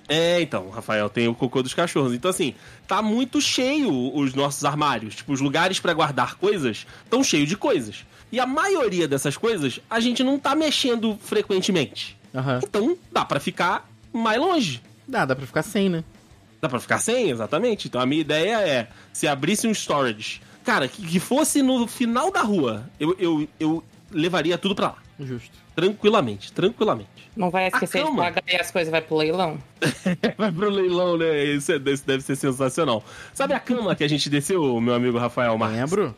[SPEAKER 2] É, então, Rafael, tem o cocô dos cachorros. Então, assim, tá muito cheio os nossos armários. Tipo, os lugares pra guardar coisas estão cheios de coisas. E a maioria dessas coisas a gente não tá mexendo frequentemente.
[SPEAKER 3] Aham.
[SPEAKER 2] Então, dá pra ficar mais longe.
[SPEAKER 3] Dá, dá pra ficar sem, né?
[SPEAKER 2] Dá pra ficar sem, exatamente. Então, a minha ideia é: se abrisse um storage, cara, que, que fosse no final da rua, eu, eu, eu levaria tudo pra lá.
[SPEAKER 3] Justo.
[SPEAKER 2] Tranquilamente, tranquilamente.
[SPEAKER 1] Não vai esquecer de
[SPEAKER 2] cama.
[SPEAKER 1] pagar e as coisas vai pro leilão?
[SPEAKER 2] É, Vai pro leilão, né? Isso, é- isso deve ser sensacional. Sabe a cama que a gente desceu, meu amigo Rafael Marques?
[SPEAKER 3] Lembro?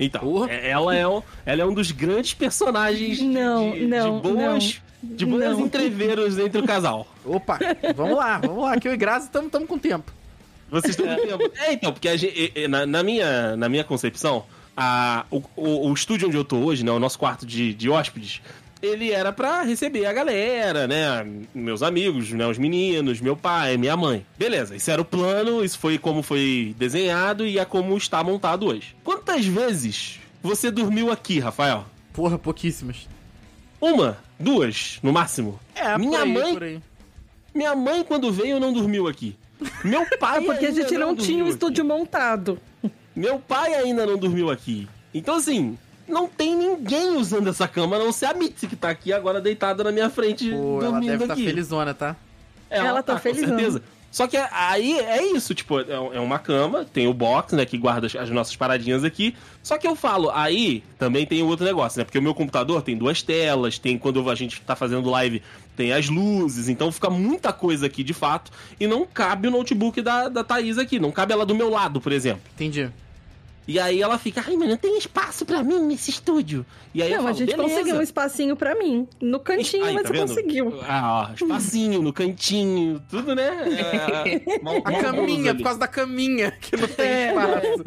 [SPEAKER 2] Então,
[SPEAKER 3] Porra.
[SPEAKER 2] é- ela, é um, ela é um dos grandes personagens de-
[SPEAKER 4] Não,
[SPEAKER 2] de,
[SPEAKER 4] não,
[SPEAKER 2] de boas, de boas
[SPEAKER 4] não.
[SPEAKER 2] entreveros entre o casal.
[SPEAKER 3] Opa, vamos lá, vamos lá, que eu e Grazi estamos tamo com tempo.
[SPEAKER 2] Vocês estão entendendo? É, então, porque a gente- é, é, na, na minha, na minha concepção, a, o, o, o estúdio onde eu tô hoje, né, o nosso quarto de, de hóspedes, ele era pra receber a galera, né? Meus amigos, né? Os meninos, meu pai, minha mãe. Beleza, isso era o plano, isso foi como foi desenhado e é como está montado hoje. Quantas vezes você dormiu aqui, Rafael?
[SPEAKER 3] Porra, pouquíssimas.
[SPEAKER 2] Uma? Duas, no máximo? minha mãe,
[SPEAKER 3] aí.
[SPEAKER 2] Minha mãe, quando veio, não dormiu aqui. Meu pai.
[SPEAKER 4] É porque a
[SPEAKER 2] ainda
[SPEAKER 4] gente não tinha um
[SPEAKER 2] dormiu aqui.
[SPEAKER 4] estúdio montado.
[SPEAKER 2] Meu pai ainda não dormiu aqui. Então, assim, não tem ninguém usando essa cama, a não ser a Mitzi, que tá aqui agora deitada na minha frente,
[SPEAKER 3] Pô, ela
[SPEAKER 2] dormindo
[SPEAKER 3] deve estar
[SPEAKER 2] aqui.
[SPEAKER 3] felizona, tá?
[SPEAKER 4] Ela tá felizona.
[SPEAKER 2] Com certeza. Só que aí é isso, tipo, é um- é uma cama, tem o box, né, que guarda as- as nossas paradinhas aqui. Só que eu falo, aí também tem outro negócio, né? Porque o meu computador tem duas telas, tem quando a gente tá fazendo live, tem as luzes, então fica muita coisa aqui de fato. E não cabe o notebook da, da Thaís aqui, não cabe ela do meu lado, por exemplo.
[SPEAKER 3] Entendi.
[SPEAKER 2] E aí ela fica, ai, mas não tem espaço pra mim nesse estúdio. E aí eu
[SPEAKER 4] não,
[SPEAKER 2] falo,
[SPEAKER 4] a gente
[SPEAKER 2] "Beleza."
[SPEAKER 4] conseguiu um espacinho pra mim. No cantinho,
[SPEAKER 2] Aí,
[SPEAKER 4] mas
[SPEAKER 2] tá
[SPEAKER 4] você
[SPEAKER 2] vendo?
[SPEAKER 4] conseguiu.
[SPEAKER 2] Ah, ó, espacinho, no cantinho, tudo, né? É, mal-
[SPEAKER 3] A
[SPEAKER 2] mal-
[SPEAKER 3] caminha, por
[SPEAKER 2] ali.
[SPEAKER 3] causa da caminha, que não tem espaço.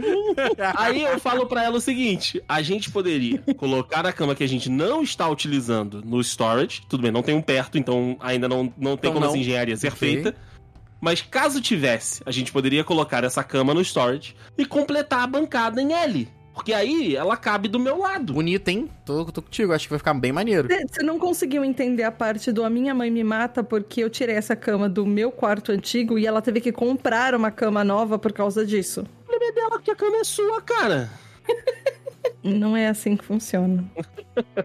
[SPEAKER 2] Aí eu falo pra ela o seguinte: a gente poderia colocar a cama que a gente não está utilizando no storage. Tudo bem, não tem um perto, então ainda não, não tem
[SPEAKER 3] Então
[SPEAKER 2] como
[SPEAKER 3] não.
[SPEAKER 2] essa engenharia ser
[SPEAKER 3] Ok.
[SPEAKER 2] feita. Mas caso tivesse, a gente poderia colocar essa cama no storage e completar a bancada em L. Porque aí ela cabe do meu lado.
[SPEAKER 3] Bonito, hein? Tô, tô contigo, acho que vai ficar bem maneiro.
[SPEAKER 4] Você você não conseguiu entender a parte do a minha mãe me mata porque eu tirei essa cama do meu quarto antigo e ela teve que comprar uma cama nova por causa disso.
[SPEAKER 2] problema dela que a cama é sua, cara.
[SPEAKER 4] Não é assim que funciona.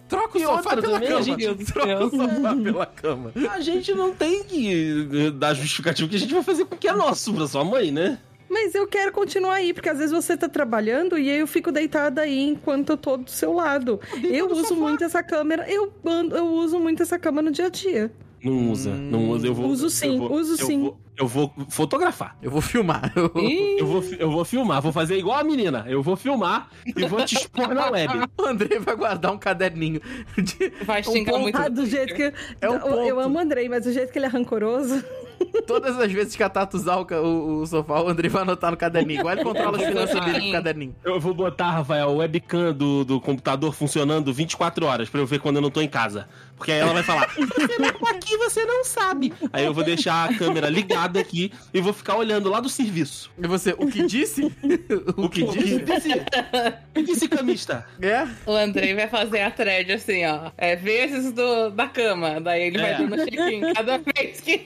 [SPEAKER 3] Troca o
[SPEAKER 2] E
[SPEAKER 3] sofá
[SPEAKER 2] outra
[SPEAKER 3] pela
[SPEAKER 2] também,
[SPEAKER 1] meu
[SPEAKER 3] cama.
[SPEAKER 1] Deus.
[SPEAKER 3] Troca o sofá pela cama.
[SPEAKER 2] A gente não tem que eh, dar justificativo que a gente vai fazer com o que é nosso pra sua mãe, né?
[SPEAKER 4] Mas eu quero continuar aí, porque às vezes você tá trabalhando e aí eu fico deitada aí enquanto eu tô do seu lado. Eu uso muito essa câmera, eu, ando- eu uso muito essa cama no dia a dia.
[SPEAKER 2] Não usa, não usa. Eu vou.
[SPEAKER 4] Hum, Uso sim,
[SPEAKER 2] eu vou-
[SPEAKER 4] uso
[SPEAKER 2] eu
[SPEAKER 4] sim.
[SPEAKER 2] vou- eu vou fotografar.
[SPEAKER 3] Eu vou filmar. Eu-
[SPEAKER 1] Ih,
[SPEAKER 2] Eu vou, fi- eu vou filmar, vou fazer igual a menina. Eu vou filmar e vou te expor na web.
[SPEAKER 3] O Andrei vai guardar um caderninho de um
[SPEAKER 1] vai xingar muito.
[SPEAKER 4] Ah, do jeito que.
[SPEAKER 3] É o
[SPEAKER 4] eu, eu
[SPEAKER 3] ponto.
[SPEAKER 4] amo o Andrei, mas do jeito que ele é rancoroso.
[SPEAKER 3] Todas as vezes que a Tata usar o, ca- o- o sofá, o André vai anotar no caderninho. Igual ele controla as finanças dele com o caderninho.
[SPEAKER 2] Eu vou botar, Rafael, o webcam do, do computador funcionando 24 horas pra eu ver quando eu não tô em casa. Porque aí ela vai falar, você não tá aqui, você não sabe. Aí eu vou deixar a câmera ligada aqui e vou ficar olhando lá do serviço.
[SPEAKER 3] E você, o que disse? o que disse?
[SPEAKER 2] disse? O que disse camista?
[SPEAKER 3] É?
[SPEAKER 1] O Andrei vai fazer a thread assim, ó. É vezes do, da cama. Daí ele vai
[SPEAKER 2] É.
[SPEAKER 1] dando check-in cada vez que.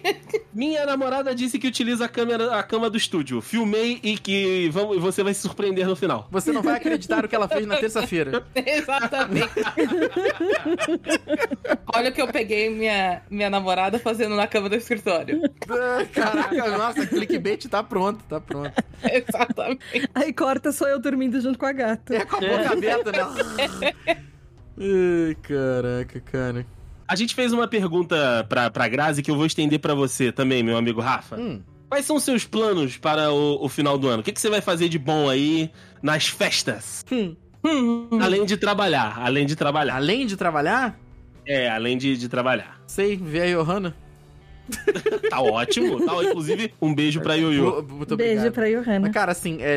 [SPEAKER 2] Minha namorada disse que utiliza a câmera, a cama do estúdio. Filmei e que vamos, você vai se surpreender no final.
[SPEAKER 3] Você não vai acreditar o que ela fez na terça-feira.
[SPEAKER 1] Exatamente. Olha o que eu peguei minha, minha namorada fazendo na cama do escritório.
[SPEAKER 3] Ah, Caraca, nossa, clickbait tá pronto, tá pronto.
[SPEAKER 1] Exatamente.
[SPEAKER 4] Aí corta só eu dormindo junto com a gata.
[SPEAKER 3] É com a boca aberta, né? Ai, caraca, cara.
[SPEAKER 2] A gente fez uma pergunta pra, pra Grazi que eu vou estender pra você também, meu amigo Rafa.
[SPEAKER 3] Hum.
[SPEAKER 2] Quais são os seus planos para o, o final do ano? O que, que você vai fazer de bom aí nas festas?
[SPEAKER 3] Hum.
[SPEAKER 2] Hum. Além de trabalhar, além de trabalhar.
[SPEAKER 3] Além de trabalhar,
[SPEAKER 2] É, além de, de trabalhar.
[SPEAKER 3] sei, ver a Johanna.
[SPEAKER 2] Tá ótimo. tá, ó- inclusive, um beijo pra Yoyo.
[SPEAKER 3] Mu- Muito
[SPEAKER 4] Beijo
[SPEAKER 3] obrigado.
[SPEAKER 4] pra Johanna.
[SPEAKER 3] Mas, cara, assim, é,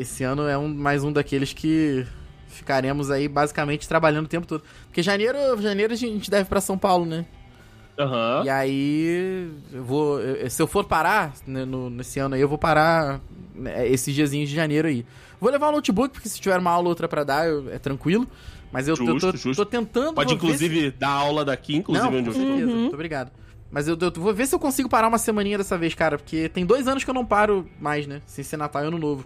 [SPEAKER 3] esse ano é um, mais um daqueles que ficaremos aí basicamente trabalhando o tempo todo. Porque janeiro, janeiro a gente deve pra São Paulo, né?
[SPEAKER 2] Aham.
[SPEAKER 3] E aí, eu vou. eu- se eu for parar né, no- nesse ano aí, eu vou parar né, esses diazinhos de janeiro aí. Vou levar o notebook, porque se tiver uma aula ou outra pra dar, eu- é tranquilo. Mas eu, tô-
[SPEAKER 2] Justo,
[SPEAKER 3] tô,
[SPEAKER 2] justo.
[SPEAKER 3] tô tentando.
[SPEAKER 2] Pode,
[SPEAKER 3] vou ver se-
[SPEAKER 2] inclusive, dar aula daqui, inclusive,
[SPEAKER 3] não,
[SPEAKER 2] onde eu
[SPEAKER 3] com
[SPEAKER 2] estou.
[SPEAKER 3] certeza. Muito obrigado. Mas eu, eu vou ver se eu consigo parar uma semaninha dessa vez, cara. Porque tem dois anos que eu não paro mais, né? Sem ser Natal e Ano Novo.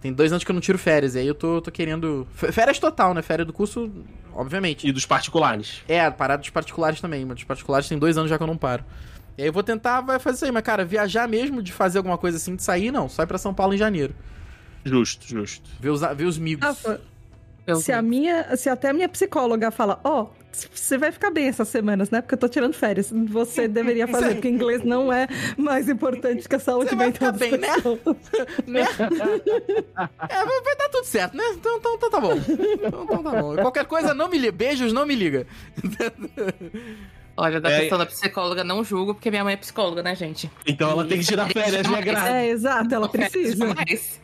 [SPEAKER 3] Tem dois anos que eu não tiro férias. E aí eu tô, tô querendo. F- Férias total, né? Férias do curso, obviamente.
[SPEAKER 2] E dos particulares.
[SPEAKER 3] É, parada dos particulares também, mas dos particulares tem dois anos já que eu não paro. E aí eu vou tentar, vai fazer isso aí, mas cara, viajar mesmo, de fazer alguma coisa assim, de sair, não. Só ir pra São Paulo em janeiro.
[SPEAKER 2] Justo, justo.
[SPEAKER 3] Ver os, ver os
[SPEAKER 1] Ah,
[SPEAKER 3] migos.
[SPEAKER 4] Rafa,
[SPEAKER 1] Então,
[SPEAKER 4] se a minha, se até a minha psicóloga fala, ó, você vai ficar bem essas semanas, né? Porque eu tô tirando férias. Você deveria fazer, porque inglês não é mais importante que a saúde
[SPEAKER 3] Você vai
[SPEAKER 4] mental.
[SPEAKER 3] ficar bem, né? né? é, vai, vai dar tudo certo, né? Então, então, então tá bom. Então, então tá bom. Qualquer coisa, não me liga. Beijos, não me liga.
[SPEAKER 1] Olha, da
[SPEAKER 2] É.
[SPEAKER 1] questão da psicóloga, não julgo, porque minha mãe é psicóloga, né, gente?
[SPEAKER 2] Então ela tem que tirar férias, né, Grazi?
[SPEAKER 4] É, exato, ela precisa.
[SPEAKER 1] É, Mas...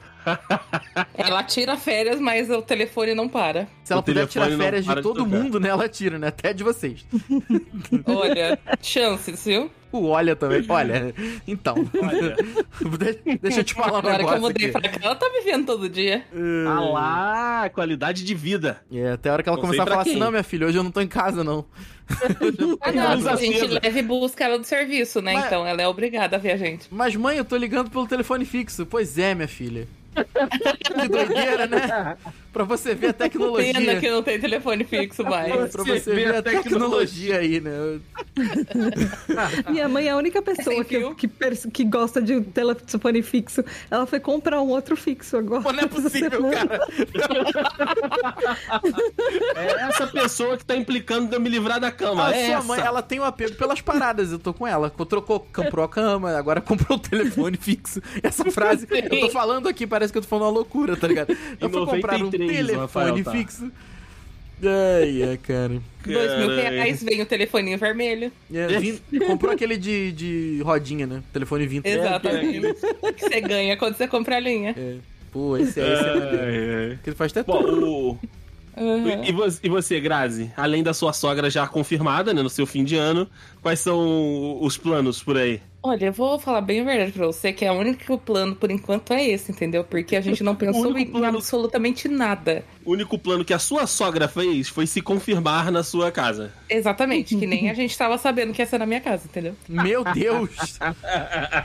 [SPEAKER 1] Ela tira férias, mas o telefone não para.
[SPEAKER 3] Se ela
[SPEAKER 2] O
[SPEAKER 3] puder tirar
[SPEAKER 2] telefone não
[SPEAKER 3] férias
[SPEAKER 2] para
[SPEAKER 3] de
[SPEAKER 2] de
[SPEAKER 3] todo
[SPEAKER 2] tocar.
[SPEAKER 3] mundo, né? Ela tira, né? Até de vocês.
[SPEAKER 1] Olha, chances, viu?
[SPEAKER 3] O olha também. Olha, então.
[SPEAKER 2] Olha.
[SPEAKER 3] De- Deixa eu te falar um
[SPEAKER 1] Agora que
[SPEAKER 3] negócio
[SPEAKER 1] eu mudei
[SPEAKER 3] aqui.
[SPEAKER 1] pra cá, ela tá me vendo todo dia.
[SPEAKER 2] Ah lá, qualidade de vida.
[SPEAKER 3] É, até a hora que ela
[SPEAKER 2] Não sei
[SPEAKER 3] começar a
[SPEAKER 2] pra
[SPEAKER 3] falar assim,
[SPEAKER 2] quem.
[SPEAKER 3] não, minha filha, hoje eu não tô em casa, não.
[SPEAKER 1] Ah,
[SPEAKER 2] Ela
[SPEAKER 1] não,
[SPEAKER 2] usa
[SPEAKER 1] a gente
[SPEAKER 2] cedo.
[SPEAKER 1] leva e busca ela do serviço, né?
[SPEAKER 3] Mas-
[SPEAKER 1] Então ela é obrigada a ver a gente.
[SPEAKER 3] Mas, mãe, eu tô ligando pelo telefone fixo. Pois é, minha filha. que doideira, né? Pra você ver a
[SPEAKER 1] Pena
[SPEAKER 3] tecnologia.
[SPEAKER 1] que não tem telefone fixo mais.
[SPEAKER 3] Pra você né? ver a tecnologia aí, né?
[SPEAKER 4] Minha mãe é a única
[SPEAKER 1] Sem
[SPEAKER 4] pessoa que,
[SPEAKER 1] fio.
[SPEAKER 4] que, pers- que gosta de telefone fixo. Ela foi comprar um outro fixo agora.
[SPEAKER 3] Pô, não é possível, cara.
[SPEAKER 2] É essa pessoa que tá implicando de eu me livrar da cama.
[SPEAKER 3] A
[SPEAKER 2] é
[SPEAKER 3] sua
[SPEAKER 2] essa.
[SPEAKER 3] mãe, ela tem um apego pelas paradas. Eu tô com ela. Trocou, comprou a cama, agora comprou o telefone fixo. Essa frase, eu tô falando aqui, parece que eu tô falando uma loucura, tá ligado? Eu fui comprar um
[SPEAKER 2] 93,
[SPEAKER 3] telefone
[SPEAKER 2] Rafael, tá.
[SPEAKER 3] fixo. Ai, é, cara.
[SPEAKER 1] Dois mil
[SPEAKER 2] Caralho.
[SPEAKER 1] reais, vem o telefoninho vermelho.
[SPEAKER 3] É, vin- comprou aquele de, de rodinha, né? Telefone vintage.
[SPEAKER 1] Exatamente. Que você ganha quando você compra a linha.
[SPEAKER 3] É. Pô, esse é, esse é doideira.
[SPEAKER 2] É, é.
[SPEAKER 3] Porque ele faz até
[SPEAKER 2] Bom,
[SPEAKER 3] tudo.
[SPEAKER 2] o-
[SPEAKER 1] Uhum.
[SPEAKER 2] e, vo- e você, Grazi? Além da sua sogra já confirmada, né, no seu fim de ano, quais são os planos por aí?
[SPEAKER 1] Olha, eu vou falar bem a verdade pra você que a única plano por enquanto é esse, entendeu? Porque a gente não pensou
[SPEAKER 2] único
[SPEAKER 1] em
[SPEAKER 2] plano-
[SPEAKER 1] absolutamente nada.
[SPEAKER 2] O único plano que a sua sogra fez foi se confirmar na sua casa.
[SPEAKER 1] Exatamente, que nem a gente tava sabendo que ia ser na minha casa, entendeu?
[SPEAKER 3] Meu Deus!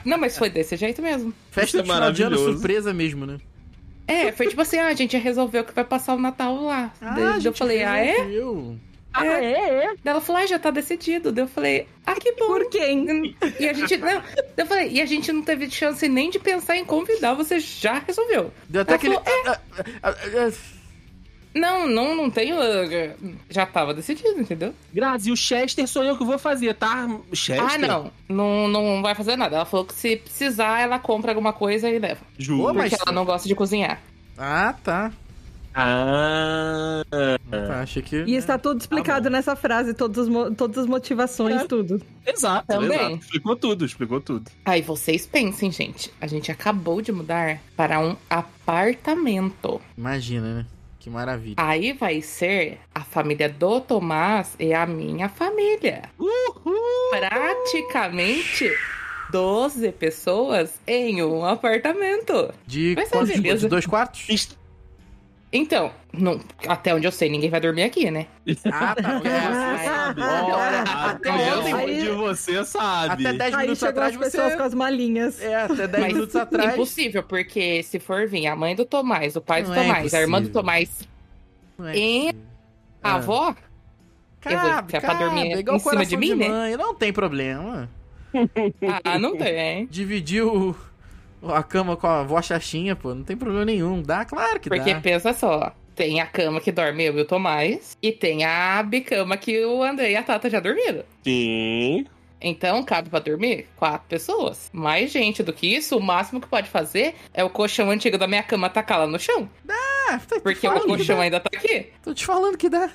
[SPEAKER 1] Não, mas foi desse jeito mesmo.
[SPEAKER 3] Festa
[SPEAKER 2] é
[SPEAKER 3] de final de ano
[SPEAKER 2] maravilhoso.
[SPEAKER 3] surpresa mesmo, né?
[SPEAKER 1] É, foi tipo assim, ah, a gente já resolveu que vai passar o Natal lá. Daí
[SPEAKER 3] a
[SPEAKER 1] eu
[SPEAKER 3] gente
[SPEAKER 1] falei, ah, é?
[SPEAKER 3] resolveu.
[SPEAKER 4] Ah, é? é?
[SPEAKER 1] Daí ela falou, ah, já tá decidido. Daí eu falei, ah, que bom.
[SPEAKER 4] Por quem?
[SPEAKER 1] E a gente. Não, eu falei, e a gente não teve chance nem de pensar em convidar, você já resolveu.
[SPEAKER 3] Deu até
[SPEAKER 1] Ela
[SPEAKER 3] aquele...
[SPEAKER 1] falou,
[SPEAKER 3] Ah, ah, ah,
[SPEAKER 1] Não, não, não tenho. eh, Já tava decidido, entendeu?
[SPEAKER 2] Grazi, o Chester sou eu que vou fazer, tá? Chester?
[SPEAKER 1] Ah, não. não. Não vai fazer nada. Ela falou que se precisar, ela compra alguma coisa e leva.
[SPEAKER 2] Ju,
[SPEAKER 3] Ô, mas-
[SPEAKER 1] Porque ela não gosta de cozinhar.
[SPEAKER 3] ah, ah, tá.
[SPEAKER 2] Ah.
[SPEAKER 3] Tá, achei que.
[SPEAKER 4] E está tudo explicado nessa frase, todos os mo- todas as motivações,
[SPEAKER 2] É.
[SPEAKER 4] tudo.
[SPEAKER 2] Exato,
[SPEAKER 1] Também.
[SPEAKER 2] exato. Explicou tudo, explicou tudo.
[SPEAKER 1] Aí vocês pensem, gente. A gente acabou de mudar para um apartamento.
[SPEAKER 3] Imagina, né? Que maravilha.
[SPEAKER 1] Aí vai ser a família do Tomás e a minha família.
[SPEAKER 2] Uhul!
[SPEAKER 1] Praticamente 12 pessoas em um apartamento.
[SPEAKER 3] De
[SPEAKER 1] Vai ser
[SPEAKER 3] quantos?
[SPEAKER 1] beleza.
[SPEAKER 3] De dois quartos?
[SPEAKER 2] Est-
[SPEAKER 1] Então, não- até onde eu sei, ninguém vai dormir aqui, né?
[SPEAKER 3] Ah, tá. É,
[SPEAKER 1] Ai, sabe.
[SPEAKER 4] Ah,
[SPEAKER 3] Olha, até
[SPEAKER 2] Até
[SPEAKER 3] ontem-
[SPEAKER 2] onde você sabe.
[SPEAKER 3] Ah, até 10
[SPEAKER 4] Aí
[SPEAKER 3] minutos
[SPEAKER 4] chegou
[SPEAKER 3] atrás
[SPEAKER 4] as pessoas
[SPEAKER 3] você.
[SPEAKER 4] com as malinhas.
[SPEAKER 3] É, até 10
[SPEAKER 1] Mas
[SPEAKER 3] minutos atrás.
[SPEAKER 1] Impossível, porque se for vir a mãe do Tomás, o pai do
[SPEAKER 3] Não é
[SPEAKER 1] Tomás, a irmã do
[SPEAKER 3] possível.
[SPEAKER 1] Tomás,
[SPEAKER 3] Não é
[SPEAKER 1] e a
[SPEAKER 3] Ah.
[SPEAKER 1] avó, Eu vou
[SPEAKER 3] Cabe,
[SPEAKER 1] enfiar é pra dormir
[SPEAKER 3] cabe, igual
[SPEAKER 1] em cima de
[SPEAKER 3] coração
[SPEAKER 1] mim, né?
[SPEAKER 3] mãe, Não tem problema.
[SPEAKER 1] ah, não tem.
[SPEAKER 3] Dividiu a cama com a avó Xaxinha, pô. Não tem problema nenhum. Dá, claro que
[SPEAKER 1] Porque
[SPEAKER 3] dá.
[SPEAKER 1] pensa só, tem a cama que dorme eu e o Tomás, e tem a bicama que o André e a Tata já dormiram.
[SPEAKER 2] Sim.
[SPEAKER 1] Então, cabe pra dormir quatro pessoas. Mais gente do que isso, o máximo que pode fazer é o colchão antigo da minha cama tacar lá no chão.
[SPEAKER 3] Ah, tô te
[SPEAKER 1] Porque
[SPEAKER 3] falando
[SPEAKER 1] o
[SPEAKER 3] que
[SPEAKER 1] colchão
[SPEAKER 3] dá.
[SPEAKER 1] ainda tá aqui.
[SPEAKER 3] Tô te falando que dá.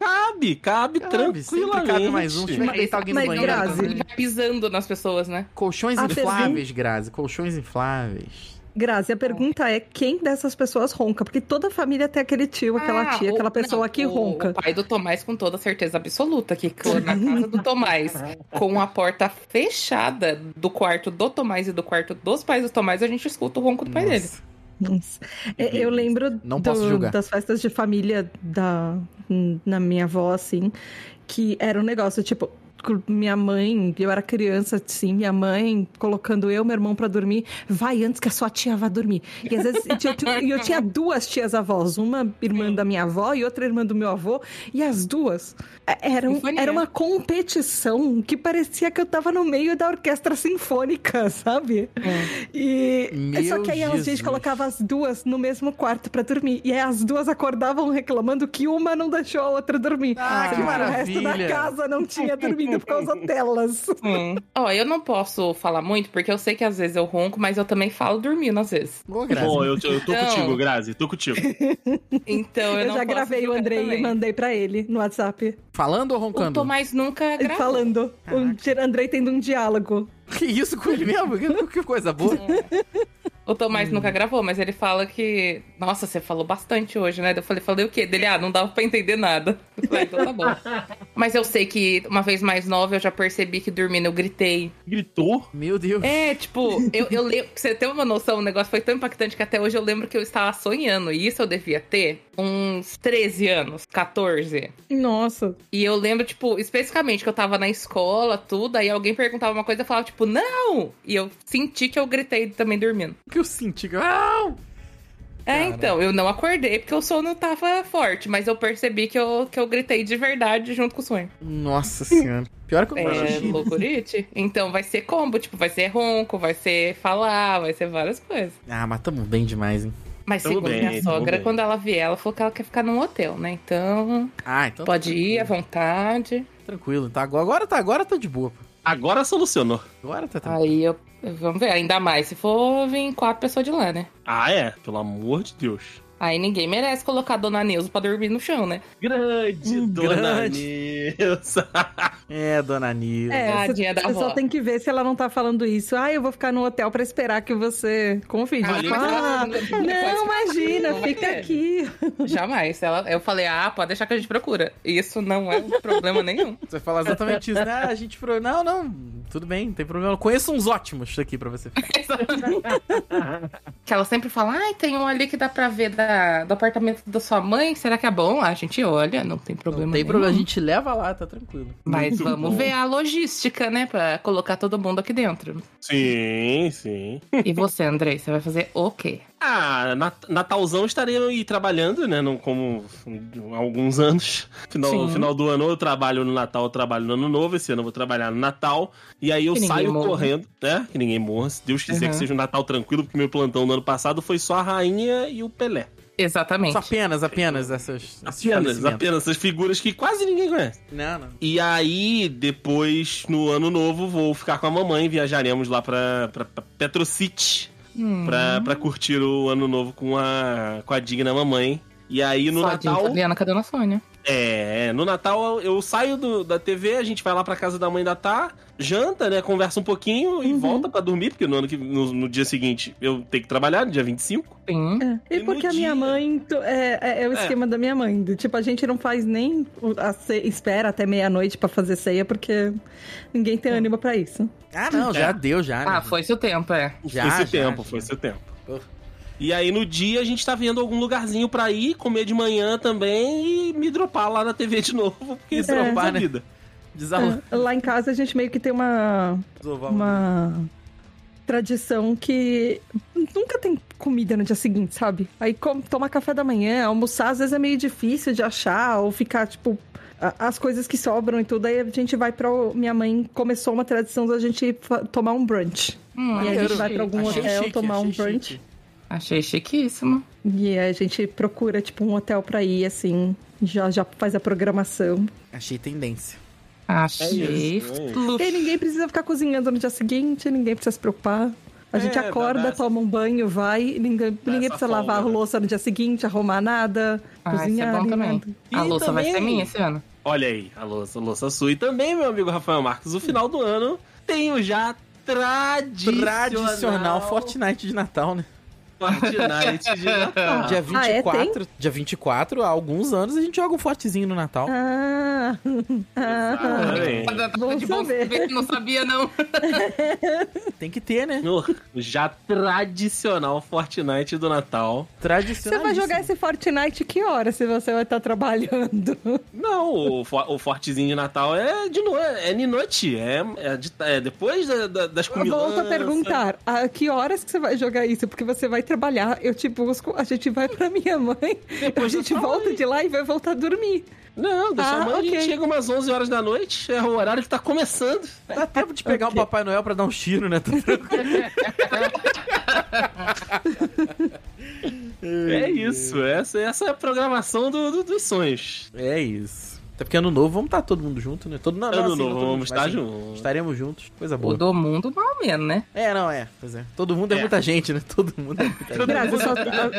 [SPEAKER 2] Cabe, cabe
[SPEAKER 3] Cabe, sempre
[SPEAKER 2] tranquilamente.
[SPEAKER 3] cabe mais um. Se tiver
[SPEAKER 1] Mas-
[SPEAKER 3] que deitar alguém no
[SPEAKER 4] mas,
[SPEAKER 3] banheiro.
[SPEAKER 4] Grazi,
[SPEAKER 3] também.
[SPEAKER 1] Vai pisando nas pessoas, né?
[SPEAKER 3] Colchões
[SPEAKER 4] a
[SPEAKER 3] infláveis, Grazi. Colchões infláveis.
[SPEAKER 4] Grazi, a pergunta é quem dessas pessoas ronca? Porque toda família tem aquele tio, aquela
[SPEAKER 1] Ah,
[SPEAKER 4] tia,
[SPEAKER 1] o-
[SPEAKER 4] aquela pessoa
[SPEAKER 1] não,
[SPEAKER 4] que
[SPEAKER 1] o-
[SPEAKER 4] ronca.
[SPEAKER 1] O pai do Tomás, com toda certeza absoluta, que na casa do Tomás, com a porta fechada do quarto do Tomás e do quarto dos pais do Tomás, a gente escuta o ronco do pai
[SPEAKER 3] Nossa.
[SPEAKER 1] dele.
[SPEAKER 4] Nossa. É, Eu lembro
[SPEAKER 3] Não posso julgar.
[SPEAKER 4] das festas de família da na minha avó, assim, que era um negócio, tipo, cu- minha mãe, eu era criança, assim, minha mãe colocando eu e meu irmão pra dormir, vai antes que a sua tia vá dormir. E às vezes, e tinha- e eu tinha duas tias avós, uma irmã da minha avó e outra irmã do meu avô, e as duas é, eram,
[SPEAKER 3] né?
[SPEAKER 1] Sinfonia.
[SPEAKER 4] era uma competição que parecia que eu tava no meio da orquestra sinfônica, sabe? E
[SPEAKER 3] Meu
[SPEAKER 4] só que aí elas, gente
[SPEAKER 3] Jesus.
[SPEAKER 4] colocava as duas no mesmo quarto pra dormir. E aí as duas acordavam reclamando que uma não deixou a outra dormir.
[SPEAKER 3] Ah,
[SPEAKER 4] Sendo
[SPEAKER 3] que
[SPEAKER 4] O resto
[SPEAKER 3] maravilha.
[SPEAKER 4] da casa não tinha dormido por causa delas.
[SPEAKER 1] Hum. Ó, eu não posso falar muito, porque eu sei que às vezes eu ronco, mas eu também falo dormindo às vezes.
[SPEAKER 3] Boa, Grazi.
[SPEAKER 2] Bom, eu, eu tô
[SPEAKER 1] Não.
[SPEAKER 2] contigo, Grazi, tô contigo.
[SPEAKER 1] Então eu,
[SPEAKER 4] Eu,
[SPEAKER 1] não
[SPEAKER 4] já
[SPEAKER 1] posso
[SPEAKER 4] gravei o
[SPEAKER 1] julgar
[SPEAKER 4] Andrei
[SPEAKER 1] também. Tá
[SPEAKER 4] e mandei pra ele no WhatsApp.
[SPEAKER 3] Falando ou
[SPEAKER 1] O
[SPEAKER 3] roncando?
[SPEAKER 1] Tomás nunca
[SPEAKER 4] Ele
[SPEAKER 1] gravou.
[SPEAKER 4] Falando. O Ger- Andrei tendo um diálogo.
[SPEAKER 3] Que isso com ele mesmo? Que, que coisa boa.
[SPEAKER 1] O Tomás nunca gravou, mas ele fala que. Nossa, você falou bastante hoje, né? Eu falei, falei o quê? Dele, ah, não dava pra entender nada. Eu falei, então tá bom. mas eu sei que uma vez mais nova eu já percebi que dormindo eu gritei.
[SPEAKER 2] Gritou?
[SPEAKER 3] Meu Deus.
[SPEAKER 1] É, tipo, eu, eu lembro. Pra você ter uma noção, o negócio foi tão impactante que até hoje eu lembro que eu estava sonhando. E isso eu devia ter uns 13 anos, 14.
[SPEAKER 4] Nossa.
[SPEAKER 1] E eu lembro, tipo, especificamente que eu tava na escola, tudo, aí alguém perguntava uma coisa, eu falava, tipo, não! E eu senti que eu gritei também dormindo.
[SPEAKER 3] O que eu senti? Não!
[SPEAKER 1] É,
[SPEAKER 3] Cara.
[SPEAKER 1] então, eu não acordei porque o sono tava forte, mas eu percebi que eu, que eu gritei de verdade junto com o sonho.
[SPEAKER 3] Nossa senhora. Pior que eu
[SPEAKER 1] É,
[SPEAKER 3] é...
[SPEAKER 1] loucurite. Então vai ser combo, tipo, vai ser ronco, vai ser falar, vai ser várias coisas.
[SPEAKER 3] Ah, mas tamo bem demais, hein?
[SPEAKER 1] Mas
[SPEAKER 2] Tamo
[SPEAKER 1] segundo
[SPEAKER 2] bem,
[SPEAKER 1] minha
[SPEAKER 2] tamo
[SPEAKER 1] sogra,
[SPEAKER 2] bem.
[SPEAKER 1] quando ela vier, ela falou que ela quer ficar num hotel, né? Então,
[SPEAKER 3] Ah, então. tá
[SPEAKER 1] pode ir à
[SPEAKER 3] tranquilo.
[SPEAKER 1] vontade.
[SPEAKER 3] Tranquilo. Tá, agora- agora, tá, agora tá de boa. pô.
[SPEAKER 2] Agora solucionou.
[SPEAKER 3] Agora tá tranquilo.
[SPEAKER 1] Aí eu. Vamos ver, ainda mais se for vir quatro pessoas de lá, né?
[SPEAKER 2] Ah, é? Pelo amor de Deus.
[SPEAKER 1] Aí ninguém merece colocar a dona Neuza pra dormir no chão, né?
[SPEAKER 2] Grande,
[SPEAKER 3] Hum,
[SPEAKER 2] dona
[SPEAKER 3] grande.
[SPEAKER 2] Nilza.
[SPEAKER 3] É, dona Nilda.
[SPEAKER 4] É, você
[SPEAKER 1] Tadinha Ah, da
[SPEAKER 4] você só
[SPEAKER 1] avó.
[SPEAKER 4] tem que ver se ela não tá falando isso. Ah, eu vou ficar no hotel pra esperar que você confie.
[SPEAKER 1] Ah,
[SPEAKER 4] Tipo,
[SPEAKER 2] mas
[SPEAKER 4] ah,
[SPEAKER 1] ela-
[SPEAKER 4] não, imagina,
[SPEAKER 1] Não vai
[SPEAKER 4] fica
[SPEAKER 1] ter.
[SPEAKER 4] aqui.
[SPEAKER 1] Jamais. Ela, eu falei, ah, pode deixar que a gente procura. Isso não é um problema nenhum.
[SPEAKER 3] Você vai falar exatamente isso, né? A gente. pro- Não, não, tudo bem, não tem problema. Eu conheço uns ótimos aqui pra você.
[SPEAKER 1] que ela sempre fala, ai, tem um ali que dá pra ver da, do apartamento da sua mãe, será que é bom? Ah, A gente olha, não tem problema
[SPEAKER 3] Não tem
[SPEAKER 1] nenhum.
[SPEAKER 3] problema, a gente leva lá, tá tranquilo.
[SPEAKER 1] Mas
[SPEAKER 2] Muito
[SPEAKER 1] vamos
[SPEAKER 2] bom.
[SPEAKER 1] ver a logística, né, pra colocar todo mundo aqui dentro.
[SPEAKER 2] Sim, sim.
[SPEAKER 1] E você, Andrei, você vai fazer o quê?
[SPEAKER 2] Ah, Nat- Natalzão estarei aí trabalhando, né? Não como há alguns anos. Final,
[SPEAKER 1] Sim.
[SPEAKER 2] final do ano eu trabalho no Natal, eu trabalho no Ano Novo. Esse ano eu vou trabalhar no Natal. E aí eu
[SPEAKER 1] Que ninguém
[SPEAKER 2] saio
[SPEAKER 1] morra.
[SPEAKER 2] correndo, né? Que ninguém morra. Se Deus quiser
[SPEAKER 1] Uhum.
[SPEAKER 2] que seja um Natal tranquilo, porque meu plantão do ano passado foi só a Rainha e o Pelé.
[SPEAKER 1] Exatamente.
[SPEAKER 3] Só apenas, apenas essas. esses
[SPEAKER 2] Apenas,
[SPEAKER 3] falecimentos.
[SPEAKER 2] apenas essas figuras que quase ninguém conhece.
[SPEAKER 3] Não, não.
[SPEAKER 2] E aí, depois, no Ano Novo, vou ficar com a mamãe. Viajaremos lá pra, pra, pra Petrocity.
[SPEAKER 1] Hum.
[SPEAKER 2] pra, pra curtir o ano novo com a, com a digna mamãe. E aí no
[SPEAKER 1] Tadinha,
[SPEAKER 2] Natal.
[SPEAKER 1] Adriana, cadê a Sônia?
[SPEAKER 2] É, no Natal eu eu saio do- da TV, a gente vai lá pra casa da mãe da Tá, janta, né? Conversa um pouquinho e volta pra dormir, porque no, ano que, no, no dia seguinte eu tenho que trabalhar, no dia 25.
[SPEAKER 1] Sim.
[SPEAKER 4] É,
[SPEAKER 2] E
[SPEAKER 4] E
[SPEAKER 2] no
[SPEAKER 4] porque a
[SPEAKER 2] dia-
[SPEAKER 4] minha mãe. to- É, é- é o esquema da minha mãe. do tipo, a gente não faz nem. o- A ce- espera até meia-noite pra fazer ceia, porque ninguém
[SPEAKER 2] Hum.
[SPEAKER 4] tem ânimo pra isso.
[SPEAKER 3] Ah, não, já
[SPEAKER 2] É.
[SPEAKER 3] deu, já. né?
[SPEAKER 1] Ah, foi seu tempo, é.
[SPEAKER 3] Já,
[SPEAKER 2] foi seu
[SPEAKER 3] já,
[SPEAKER 2] tempo,
[SPEAKER 3] já.
[SPEAKER 2] foi seu tempo.
[SPEAKER 3] Pô.
[SPEAKER 2] E aí no dia a gente tá vendo algum lugarzinho pra ir, comer de manhã também e me dropar lá na TV de novo, porque isso é
[SPEAKER 3] dropar,
[SPEAKER 2] uma
[SPEAKER 3] né?
[SPEAKER 2] vida. Tá
[SPEAKER 3] Desarrumou.
[SPEAKER 4] É, lá em casa a gente meio que tem uma. uma tradição que nunca tem comida no dia seguinte, sabe? Aí como tomar café da manhã, almoçar às vezes é meio difícil de achar ou ficar tipo a- as coisas que sobram e tudo, aí a gente vai pra. o- Minha mãe começou uma tradição da gente fa- tomar um brunch.
[SPEAKER 1] Hum,
[SPEAKER 4] E a
[SPEAKER 3] Maneiro.
[SPEAKER 4] gente vai pra algum
[SPEAKER 3] Achei
[SPEAKER 4] hotel
[SPEAKER 3] chique,
[SPEAKER 4] tomar um
[SPEAKER 3] achei
[SPEAKER 4] brunch.
[SPEAKER 3] chique.
[SPEAKER 1] Achei chiquíssimo.
[SPEAKER 4] E aí a gente procura, tipo, um hotel pra ir, assim. Já, já faz a programação.
[SPEAKER 3] Achei tendência.
[SPEAKER 1] Achei.
[SPEAKER 2] isso, é isso.
[SPEAKER 1] fluxo.
[SPEAKER 4] E aí ninguém precisa ficar cozinhando no dia seguinte, ninguém precisa se preocupar. A
[SPEAKER 2] É,
[SPEAKER 4] gente acorda,
[SPEAKER 2] dá essa-
[SPEAKER 4] toma um banho, vai, ninguém, ninguém precisa
[SPEAKER 2] folga,
[SPEAKER 4] lavar a
[SPEAKER 2] né?
[SPEAKER 4] louça no dia seguinte, arrumar nada,
[SPEAKER 1] Ah, isso é
[SPEAKER 4] cozinhar.
[SPEAKER 1] bom
[SPEAKER 4] nem
[SPEAKER 1] também.
[SPEAKER 4] nada.
[SPEAKER 1] A
[SPEAKER 2] E
[SPEAKER 1] louça vai ser
[SPEAKER 2] também-
[SPEAKER 1] minha esse ano.
[SPEAKER 2] Olha aí, a louça, a louça sua. E também, meu amigo Rafael Marques, o final do ano tem o já tradicional,
[SPEAKER 3] Tradicional Fortnite de Natal, né?
[SPEAKER 2] Fortnite de Natal.
[SPEAKER 3] Dia
[SPEAKER 4] Ah, é?
[SPEAKER 3] 24, dia 24, há alguns anos a gente joga um fortezinho no Natal.
[SPEAKER 4] Ah, ah,
[SPEAKER 2] Exatamente.
[SPEAKER 4] Bom
[SPEAKER 1] de bom
[SPEAKER 4] saber.
[SPEAKER 1] saber que não sabia, não.
[SPEAKER 3] Tem que ter, né?
[SPEAKER 2] No já tradicional Fortnite do Natal.
[SPEAKER 4] você
[SPEAKER 3] Tradicional.
[SPEAKER 4] vai jogar esse Fortnite que hora se você vai estar trabalhando?
[SPEAKER 2] Não, o, fo- o fortezinho de Natal é de noite, é de noite, é, é de- é depois da- da- das comidas.
[SPEAKER 4] Volto a perguntar, a que horas que você vai jogar isso? Porque você vai trabalhar, eu te busco, a gente vai pra minha mãe, a
[SPEAKER 2] Depois da
[SPEAKER 4] gente
[SPEAKER 2] sua
[SPEAKER 4] volta
[SPEAKER 2] mãe.
[SPEAKER 4] de lá e vai voltar a dormir.
[SPEAKER 2] Não, da sua
[SPEAKER 4] Ah,
[SPEAKER 2] mãe a gente
[SPEAKER 4] ok.
[SPEAKER 2] chega umas 11 horas da noite, é o horário que tá começando.
[SPEAKER 3] Dá tempo de pegar o Papai Noel pra dar um tiro, né? Tá tranquilo.
[SPEAKER 2] É isso, essa, essa é a programação do- do- dos sonhos.
[SPEAKER 3] É isso. Até porque ano novo vamos estar todo mundo junto, né? Todo não, não,
[SPEAKER 2] Ano
[SPEAKER 3] assim, não
[SPEAKER 2] novo,
[SPEAKER 3] todo
[SPEAKER 2] vamos tá
[SPEAKER 3] mundo, mas
[SPEAKER 2] estar
[SPEAKER 3] assim,
[SPEAKER 2] juntos.
[SPEAKER 3] Estaremos juntos. Coisa
[SPEAKER 1] O
[SPEAKER 3] boa.
[SPEAKER 1] do mundo, mal menos, né?
[SPEAKER 3] É, não, é. Pois é. Todo mundo é,
[SPEAKER 2] É.
[SPEAKER 3] muita gente, né? Todo mundo é muita gente.
[SPEAKER 4] Grazi, a sua-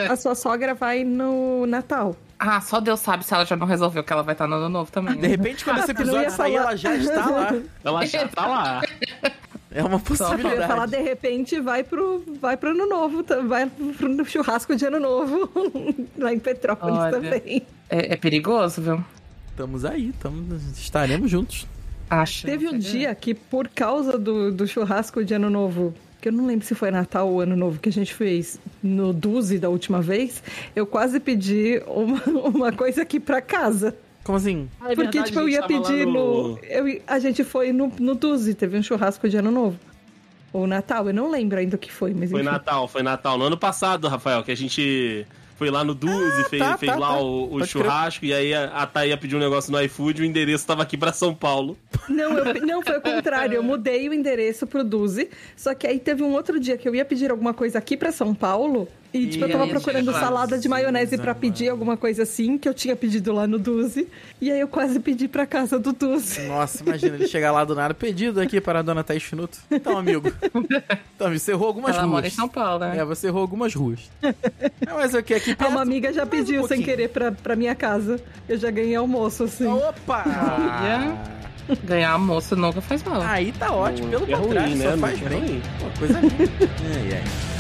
[SPEAKER 4] a- a sua sogra vai no Natal.
[SPEAKER 1] Ah, só Deus sabe se ela já não resolveu que ela vai estar no ano novo também.
[SPEAKER 3] De
[SPEAKER 1] né?
[SPEAKER 3] repente, quando esse
[SPEAKER 4] Ah, não
[SPEAKER 3] episódio
[SPEAKER 4] ia
[SPEAKER 3] sair,
[SPEAKER 4] falar.
[SPEAKER 3] ela já está lá.
[SPEAKER 2] Ela já tá lá.
[SPEAKER 3] É uma
[SPEAKER 4] Eu ia falar,
[SPEAKER 3] possibilidade.
[SPEAKER 4] de repente, vai pro, vai pro ano novo, tá- vai pro churrasco de ano novo, lá em Petrópolis
[SPEAKER 1] Olha.
[SPEAKER 4] também.
[SPEAKER 1] É, é perigoso, viu?
[SPEAKER 3] Estamos aí, tamo... estaremos juntos.
[SPEAKER 1] Acho.
[SPEAKER 4] Teve um
[SPEAKER 2] É.
[SPEAKER 4] dia que, por causa do, do churrasco de ano novo, que eu não lembro se foi Natal ou Ano Novo que a gente fez no Duzi da última vez, eu quase pedi uma, uma coisa aqui pra casa.
[SPEAKER 3] Como assim?
[SPEAKER 4] Porque,
[SPEAKER 2] Ah, é verdade,
[SPEAKER 4] tipo,
[SPEAKER 2] a
[SPEAKER 4] eu
[SPEAKER 2] gente
[SPEAKER 4] ia
[SPEAKER 2] tava lá
[SPEAKER 4] pedir
[SPEAKER 2] no-
[SPEAKER 4] no... eu- a gente foi no, no Duzi, teve um churrasco de ano novo. Ou Natal, eu não lembro ainda o que foi, mas
[SPEAKER 2] Foi
[SPEAKER 4] enfim.
[SPEAKER 2] Natal, foi Natal. No ano passado, Rafael, que a gente foi lá no Duzi, fez,
[SPEAKER 3] tá,
[SPEAKER 2] fez
[SPEAKER 3] tá,
[SPEAKER 2] lá
[SPEAKER 3] tá.
[SPEAKER 2] o, o
[SPEAKER 3] Pode crer.
[SPEAKER 2] churrasco, e aí a, a Thaia pediu um negócio no iFood, o endereço tava aqui pra São Paulo.
[SPEAKER 4] Não, eu pe- não, foi o contrário. Eu mudei o endereço pro Duzi. Só que aí teve um outro dia que eu ia pedir alguma coisa aqui pra São Paulo. E, tipo, eu tava
[SPEAKER 1] Ih,
[SPEAKER 4] procurando
[SPEAKER 1] Jesus
[SPEAKER 4] salada de maionese pra pedir alguma coisa assim, que eu tinha pedido lá no Duzi. E aí eu quase pedi pra casa do Duzi.
[SPEAKER 3] Nossa, imagina ele chegar lá do nada pedido aqui para a dona Thaís Chunuto. Então, amigo. Então, amigo, você errou algumas
[SPEAKER 1] Ela
[SPEAKER 3] ruas.
[SPEAKER 1] mora em São Paulo, né?
[SPEAKER 3] É, você errou algumas ruas. É, mas o que aqui
[SPEAKER 4] Ah,
[SPEAKER 3] perto?
[SPEAKER 4] Uma amiga já
[SPEAKER 3] mais um
[SPEAKER 4] pediu sem
[SPEAKER 3] pouquinho.
[SPEAKER 4] querer pra, pra minha casa. Eu já ganhei almoço, assim.
[SPEAKER 3] Opa!
[SPEAKER 1] Olha. Ganhar a moça nunca faz mal.
[SPEAKER 3] Aí tá ótimo, pelo
[SPEAKER 2] É ruim,
[SPEAKER 3] contrário, só
[SPEAKER 2] né,
[SPEAKER 3] faz
[SPEAKER 2] amigo? É
[SPEAKER 3] bem.
[SPEAKER 2] ruim.
[SPEAKER 3] Pô, coisa linda. Ai, ai.